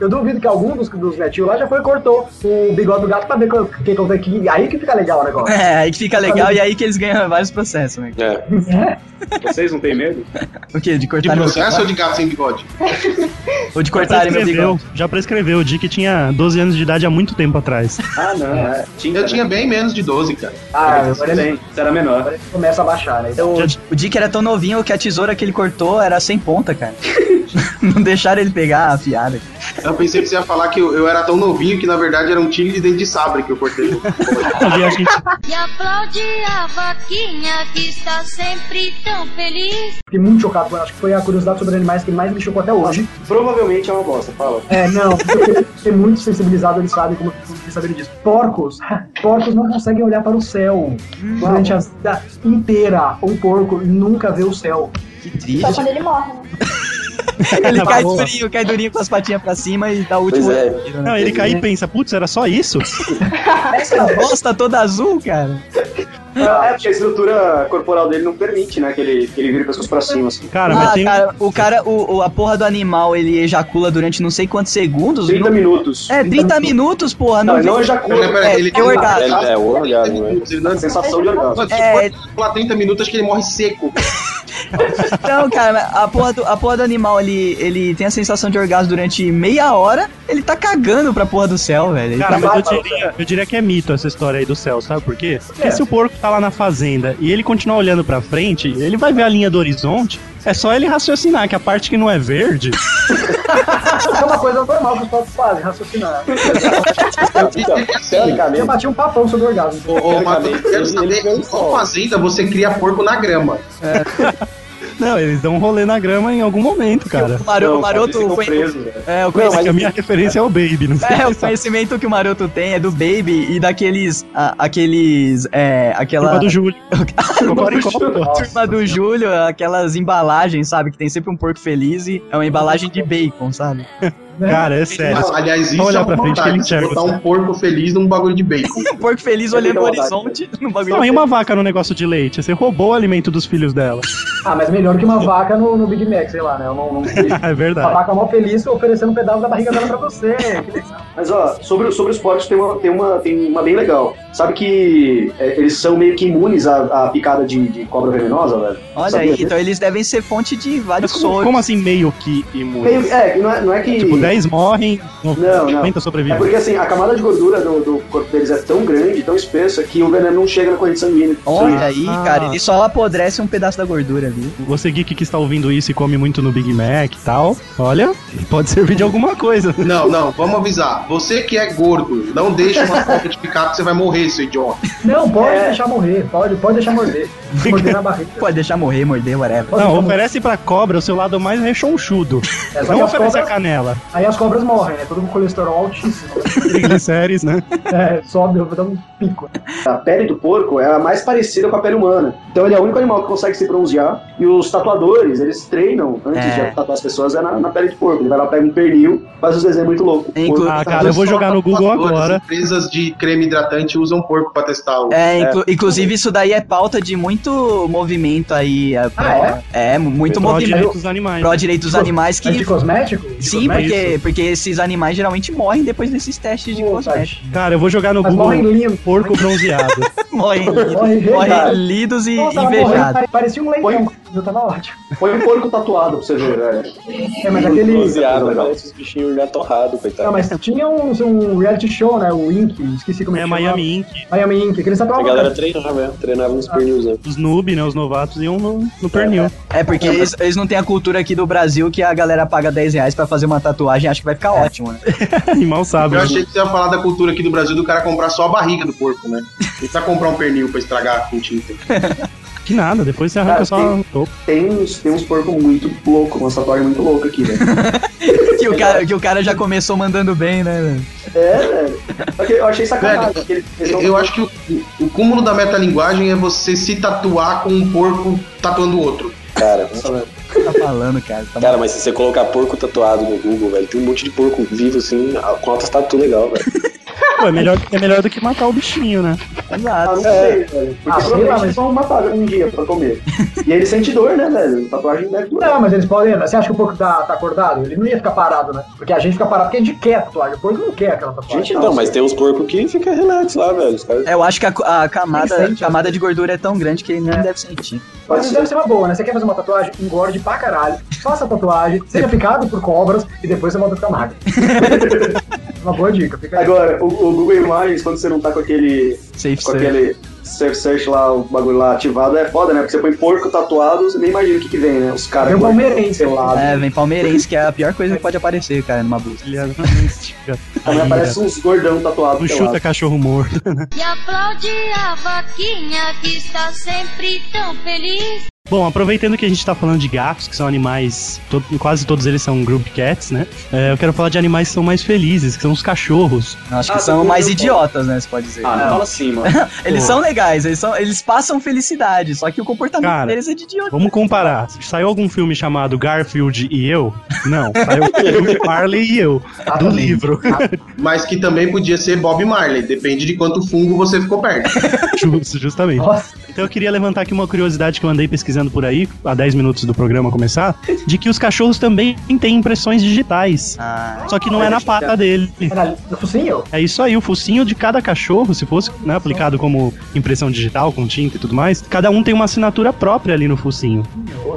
Eu duvido que algum dos, dos netinhos lá já foi e cortou o bigode do gato pra ver qual- quem que eu que Aí que fica legal o negócio.
É, aí que fica legal e aí que eles ganham vários processos, né?
É.
Vocês não têm medo?
O quê? De
De
cortar meu
processo ou de gato sem bigode?
Ou de
Já
cortarem meu
prescreveu,
bigode.
já prescreveu. O Dick tinha 12 anos de idade há muito tempo atrás.
Ah, não. É. Tinta,
Eu tinha bem menos de 12, cara.
Ah,
né?
agora ele,
Tem, Você era menor.
agora ele começa a baixar, né? Então,
O,
Já-
o Dick era tão novinho que a tesoura que ele cortou era sem ponta, cara. Não deixaram ele pegar a fiada.
Eu pensei que você ia falar que eu, eu era tão novinho que na verdade era um tigre de dente de sabre que eu cortei.
A viagem
E aplaude a vaquinha que está sempre tão feliz.
fiquei muito chocado. Acho que foi a curiosidade sobre animais que mais me chocou até hoje.
Provavelmente é uma bosta, fala.
É, não, porque ser muito sensibilizado, eles sabem como eles sabem disso. Porcos, porcos não conseguem olhar para o céu durante a vida inteira. Um porco nunca vê o céu.
Que
Só
triste.
quando ele morre, né?
Ele cai
Boa.
durinho, cai durinho com as patinhas pra cima e dá o
Pois
último.
é.
tiro, né?
Não, ele cai e pensa, putz, era só isso?
Essa bosta toda azul, cara.
É, porque a estrutura corporal dele não permite, né? Que ele, que ele vira pessoas pra cima, assim.
Cara, mas
Ah,
tem. um
cara, o cara, o, o- a porra do animal, ele ejacula durante não sei quantos segundos.
30
não-
minutos.
É, 30 minutos, porra. Ah, Não,
Não, ele não
Peraí,
ejacula.
peraí,
É,
ele um
tem orgasmo.
É, é, o orgasmo, né?
Ele dá
A sensação de orgasmo.
Mano, se
É.
for pular 30 minutos, acho que ele morre seco.
Então, cara, a porra do, a porra do animal, ele, ele tem a sensação de orgasmo durante meia hora, ele tá cagando pra porra do céu, velho. Ele
Cara,
tá-
mas eu diria, eu diria que é mito essa história aí do céu, sabe por quê? Porque se o porco tá lá na fazenda e ele continuar olhando pra frente, ele vai ver a linha do horizonte, é só ele raciocinar que a parte que não é verde,
Isso é uma coisa normal que os porcos fazem, raciocinar.
Então,
Eu
teoricamente,
bati um papão sobre o orgasmo.
Ô, ô, mas eu
Teoricamente,
quero
ele-
saber
ele ganha
em
o
qual
sol.
fazenda você cria porco na grama.
É. não, eles dão um rolê na grama em algum momento, cara.
o, maro- o
Não, cara, eles
maroto.
ficam
o conhe-
presos,
né?
né? velho.
é, o
Mas que
conhecimento,
a minha referência é o Baby, não sei.
é, o conhecimento que o maroto tem é do Baby e daqueles. a- aqueles. É, aquela.
Culpa do Júlio. Cocoricó.
Turma do Júlio, aquelas embalagens, sabe? Que tem sempre um porco feliz e é uma embalagem de bacon, sabe?
Cara, é sério.
Mas, aliás, isso
Só olhar
é uma
pra frente que
vantagem,
ele
você
enxerga
botar
o
um porco feliz num bagulho de bacon.
Um porco feliz olhando o horizonte no
Não,
bagulho.
e uma vaca no negócio de leite? Você roubou o alimento dos filhos dela.
Ah, mas melhor que uma vaca no, no Big Mac, sei lá, né? Eu não, não sei.
É
Uma
verdade.
vaca mó feliz oferecendo um pedaço da barriga dela pra você. Que legal.
Mas ó, sobre, sobre os porcos tem uma, tem, uma, tem uma bem legal. Sabe que é, eles são meio que imunes à, à picada de, de cobra venenosa, velho?
Olha
Sabia
aí,
disso?
então eles devem ser fonte de vários
Mas como, assim?
soros.
como assim meio que imune?
Meio- é, não é, não é que.
Tipo, 10 morrem,
Não, não.
90
É
sobrevivem.
porque assim, a camada de gordura do, do corpo deles é tão grande, tão espessa, que o veneno não chega na corrente sanguínea.
Olha aí,
Ah.
cara, ele só apodrece um pedaço da gordura, viu?
Você geek que está ouvindo isso e come muito no Big Mac e tal, olha, pode servir de alguma coisa.
Não, não, vamos avisar. Você que é gordo, não deixa uma faca de picape, você vai morrer, seu idiota.
Não, pode
É.
deixar morrer, pode, pode deixar morder. Morder na barriga.
Pode deixar morrer, morder, whatever.
Pode deixar
Não,
morrer.
oferece pra cobra o seu lado mais rechonchudo.
É, só
Não
que as
oferece a
cobras-
canela.
Aí as cobras morrem, né? Todo com colesterol altíssimo.
Triglicérides, né?
É, sobe, dá um pico.
A pele do porco é a mais parecida com a pele humana. Então ele é o único animal que consegue se bronzear. E os tatuadores, eles treinam antes
É.
de tatuar as pessoas é na, na pele de porco. Ele vai lá, pega um pernil, faz os desenhos muito loucos.
Inclu-
Porco
Ah,
tá-
cara, eu vou jogar no Google
Todas As
agora.
empresas de creme hidratante usam porco pra testar o.
É, inclu- inclusive isso daí é pauta de muito movimento aí. É,
Ah,
é? muito
Pró
movimento
direitos dos animais. né?
pró direito dos animais
É de
que.
cosmético? De
Sim,
cosmético?
porque, porque esses animais geralmente morrem depois desses testes de
Pô,
cosméticos.
tadinho.
Cara, eu vou jogar no
Mas morrem
Google
lindo.
porco bronzeado.
Morrem,
Morrem
morrem
regados.
lidos e
Nossa, ela morreu,
invejados.
pare- parecia um leitão. Eu tava ótimo.
Põe um porco tatuado pra você ver, velho.
É, mas aquele.
Bronzeado,
legal.
parece os né? bichinhos já torrados,
Não,
coitado.
Ah, mas tinha uns- um, reality show, né? O Ink, esqueci como
É
chamava.
Miami Inc.
Miami Ink, que eles
A
estavam
galera treinava, é, treinava nos pernil, né?
Os noob, né? Os novatos iam no, no pernil.
É porque eles, eles não têm a cultura aqui do Brasil que a galera paga 10 reais pra fazer uma tatuagem, acho que vai ficar ótimo, né?
E mal sabe. né?
Eu achei que você ia falar da cultura aqui do Brasil do cara comprar só a barriga do porco, né? Ele precisa comprar um pernil pra estragar com tinta.
Que nada, depois você arranca
Cara,
só
tem-
o topo.
Tem uns, tem uns porcos muito loucos, uma tatuagem muito louca aqui, velho.
Que o cara, que o cara já começou mandando bem, né? velho?
É, velho. Só que Eu achei Tá sacanagem.
Velho,
porque eles- eles
Eu
não-
eu acho que o, o cúmulo da metalinguagem é você se tatuar com um porco tatuando o outro.
Cara,
O que Tá falando, cara. Tá
cara, mas se você colocar porco tatuado no Google, velho, tem um monte de porco vivo, assim, com altas tatu legal, velho.
Pô, é melhor, é melhor do que matar o bichinho, né?
Ah, não
Exato.
sei, velho. Porque
Ah, sei
provavelmente
lá, mas-
eles vão matar um dia pra comer. e ele sente dor, né, velho? Tatuagem deve doer.
Não, mas eles podem. Você acha que o porco tá, tá acordado? Ele não ia ficar parado, né? Porque a gente fica parado porque a gente quer tatuagem. O porco não quer aquela tatuagem.
Gente,
Não, mas tem uns porcos que fica relax lá, velho. Os caras
É, Eu acho que a, co- a camada,
Ele sente,
camada de gordura é tão grande que ele nem deve sentir.
né? Mas isso
ser.
deve ser uma boa, né? Você quer fazer uma tatuagem? Engorde pra caralho. Faça a tatuagem, seja picado por cobras e depois você volta a ficar magro. uma boa dica. Fica aí.
Agora, o, o Google Imagens, quando você não tá com aquele.
Safe
com
serve.
aquele surf search lá, o bagulho lá ativado, é foda, né? Porque você põe porco tatuado, você nem imagina o que, que vem, né? Os caras.
Vem um
com-
palmeirense.
sei lá.
É, vem palmeirense, que é a pior coisa que pode aparecer, cara, numa busca.
Ele é não instiga a
Também
ira.
aparece uns gordão tatuados.
Não chuta cachorro morto. né?
E aplaude a vaquinha que está sempre tão feliz.
Bom, aproveitando que a gente tá falando de gatos, que são animais, to- quase todos eles são group cats, né? É, eu quero falar de animais que são mais felizes, que são os cachorros.
Acho
Ah,
que
tá
são
tudo
mais
bom.
idiotas, né? Você pode dizer.
Ah, não fala assim, mano.
Eles são legais, eles, são, eles passam felicidade, só que o comportamento
Cara,
deles é de idiota.
Vamos comparar. Saiu algum filme chamado Garfield e eu? Não, saiu o filme Marley e eu, do livro.
Tá Mas que também podia ser Bob Marley, depende de quanto fungo você ficou perto.
Justo, justamente.
Nossa,
Então eu queria levantar aqui uma curiosidade que eu andei pesquisando por aí, há 10 minutos do programa começar, de que os cachorros também têm impressões digitais.
Ah,
Só que não é na pata dele.
caralho. Focinho?
É isso aí, o focinho de cada cachorro, se fosse né, aplicado como impressão digital, com tinta e tudo mais, cada um tem uma assinatura própria ali no focinho.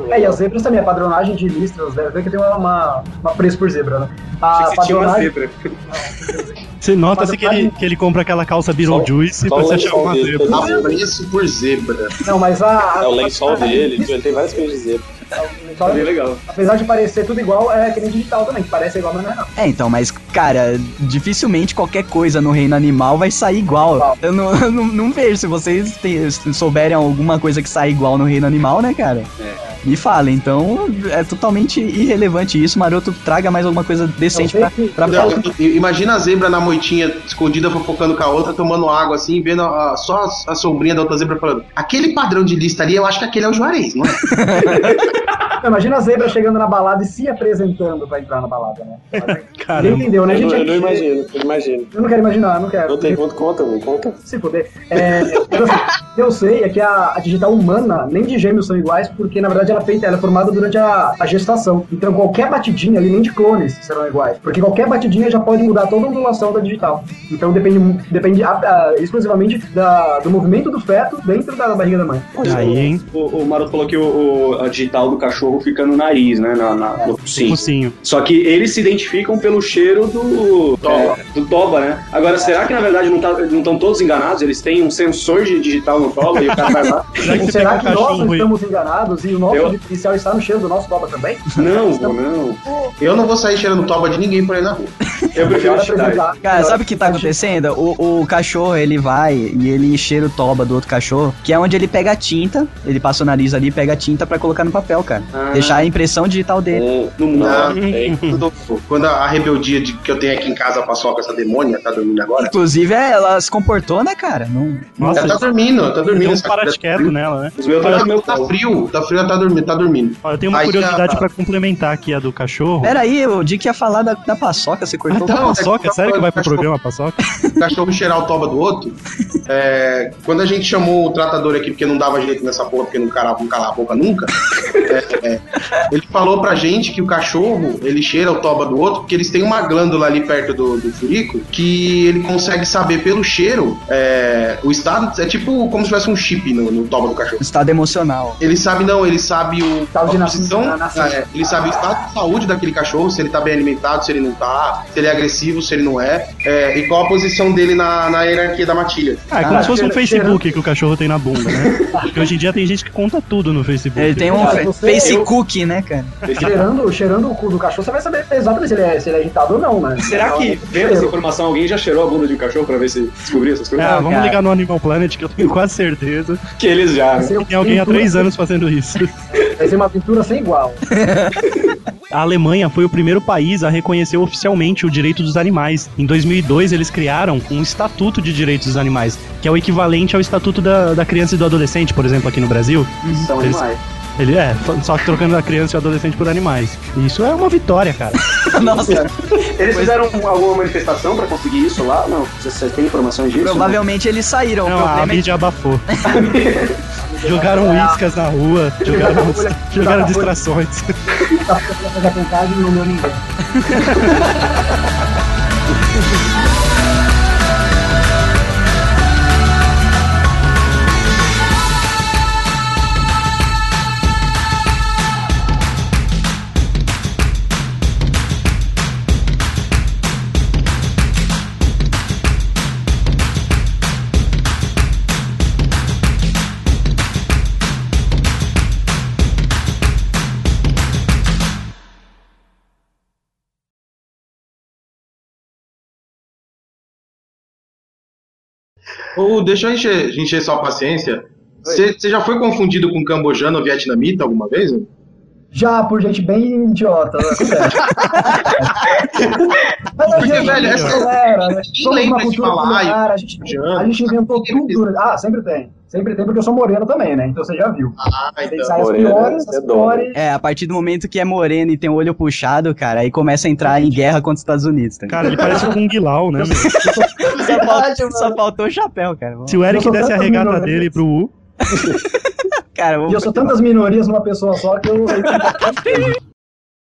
É, e as zebras também, a padronagem de listras, deve ver que tem uma, uma, uma preço por zebra, né? A
Achei que você tinha uma
padronagem.
zebra.
Você nota-se que ele,
Padronagem-
que ele compra aquela calça Beetlejuice
só
pra
o
um
você achar
lençol
uma
dele.
zebra.
A preço por zebra.
Não, mas a. a
É o lençol
a-
dele, então ele tem várias coisas de zebra.
Só-
Tá bem legal.
apesar de parecer tudo igual, é que nem digital também, que parece igual, mas não é não.
é, então, mas, cara, dificilmente qualquer coisa no reino animal vai sair igual.
Igual.
Eu não, eu não, não vejo. Se vocês te- se souberem alguma coisa que sai igual no reino animal, né, cara?
É.
Me fala. Então, é totalmente irrelevante isso. Maroto, traga mais alguma coisa decente
Eu
pra,
sei que-
pra
Não,
falar.
i- imagina a zebra na moitinha escondida fofocando com a outra, tomando água assim, vendo a- a- só a sombrinha da outra zebra falando. Aquele padrão de lista ali, eu acho que aquele é o Juarez, não é?
Não, Imagina a zebra chegando na balada e se apresentando pra entrar na balada, né? Ninguém
Caramba.
entendeu, né? A
Eu
gente
não, eu não
é-
imagino, eu não imagino.
Eu não quero imaginar, eu não quero.
Não tem conta, conta, mano, conta.
Se fuder. É, mas assim, que eu sei é que a, a digital humana, nem de gêmeos são iguais, porque na verdade ela, é feita, ela é formada durante a, a gestação. Então qualquer batidinha ali, nem de clones serão iguais. Porque qualquer batidinha já pode mudar toda a ondulação da digital. Então depende, mu- depende a- a- exclusivamente da- do movimento do feto dentro da, barriga da mãe.
Aí, hein?
O, o Maroto falou que o, o- a digital do cachorro fica no nariz, né? Na, na, no, sim.
Focinho.
Só que eles se identificam pelo cheiro do toba, do toba né? Agora, será que na verdade não estão todos enganados? Eles têm um sensor de digital no toba e o cara vai lá?
Já que
Ou
você
será que um
pegou
nós
cachorro, aí,
estamos enganados e o nosso
Eu-
artificial está no cheiro do nosso toba também?
Não, vô, não.
Eu não vou sair cheirando toba de ninguém por aí na rua.
Eu prefiro a
Melhor
entidade.
apresentar-
Cara, sabe o que tá acontecendo? O, o cachorro, ele vai e ele cheira o toba do outro cachorro, que é onde ele pega a tinta, ele passa o nariz ali e pega a tinta pra colocar no papel, cara.
Ah.
Deixar a impressão digital dele.
É, No mundo.
Não.
é, tudo-
Ah, Quando a, a rebeldia de- que eu tenho aqui em casa passou com essa demônia, tá dormindo agora?
Inclusive, é, ela se comportou, né, cara? Não...
Nossa,
ela tá dormindo, tá
deu
dormindo.
um paraquedas nela, né?
Os meus
Tá
estão no
frio,
meu
tá
colo.
frio, tá frio, ela tá dormindo, tá dormindo.
Ó, eu tenho uma
Aí,
curiosidade
ah,
pra complementar aqui a do cachorro.
Pera aí, o Dick ia falar da, da paçoca, você cortou.
Até a
é
Então, paçoca,
que-
sério que vai pro programa a paçoca?
O cachorro cheirar o toba do outro. É, quando a gente chamou o tratador aqui, porque não dava jeito nessa porra, porque não calava, não calava a boca nunca, é, é, ele falou pra gente que o cachorro, ele cheira o toba do outro, porque eles têm uma glândula ali perto do, do furico, que ele consegue saber pelo cheiro é, o estado. É tipo como se tivesse um chip no, no toba do cachorro.
Estado emocional.
Ele sabe, não, ele sabe o.
Estado de
a
nascimento,
posição,
na- nascimento.
é, ele sabe o estado de saúde daquele cachorro, se ele tá bem alimentado, se ele não tá, se ele é agressivo, se ele não é, é, e qual a posição dele na, na hierarquia da matilha.
Ah, é como
Ah,
se fosse um
cheira-
Facebook que o cachorro tem na bunda, né? Porque hoje em dia tem gente que conta tudo no Facebook.
Ele tem um
Cara,
fe-
você-
face
eu-
cookie, né, cara?
Cheirando, cheirando o cu do cachorro, você vai saber exatamente se ele é, se ele é agitado ou não, né?
Será que, vendo essa informação, alguém já cheirou a bunda de um cachorro pra ver se descobriu essas coisas?
Ah,
Não,
vamos
cara.
ligar no Animal Planet que eu tenho quase certeza
Que eles já. né?
que tem alguém há três anos fazendo isso.
Vai ser uma pintura sem igual.
A Alemanha foi o primeiro país a reconhecer oficialmente o direito dos animais. Em 2002, eles criaram um Estatuto de Direitos dos Animais, que é o equivalente ao Estatuto da, da Criança e do Adolescente, por exemplo, aqui no Brasil.
São
Eles-
animais.
Ele é, f- só que trocando a criança e o adolescente por animais. Isso é uma vitória, cara.
Nossa,
Eles fizeram um- alguma manifestação pra conseguir isso lá? Não, você tem informações disso?
provavelmente eles saíram. o
Não, a
problema é que
mídia abafou. jogaram uíscas na rua, jogaram, jogaram distrações.
Fazer a contagem no meu ninguém.
Ou deixa eu encher, encher só a paciência. Você você já foi confundido com um cambojano ou vietnamita alguma vez?
Já, por gente bem idiota, né? Acontece. Mas a
Porque,
gente,
velho, essa-
galera, né?
ninguém
somos
lembra
uma
de
cultura
falar, tipo,
culinária, a gente,
idiota.
a gente inventou tudo. Ah, sempre tem. Sempre tem, porque eu sou moreno também, né? Então você já viu.
Ah,
Tem
então.
saias
moreno
piores,
é
as
dono.
piores.
É, a partir do momento que é moreno e tem o olho puxado, cara, aí começa a entrar em guerra contra os Estados Unidos. Tá? ligado?
Cara, ele parece um Kung Lao, né? meu?
só,
verdade,
faltou, só faltou o chapéu, cara. Vamos-
Se o Eric
sou
desse a
tanto
regata
ignorante.
dele pro U,
Cara,
E eu
vamos...
sou tantas minorias numa pessoa só que eu.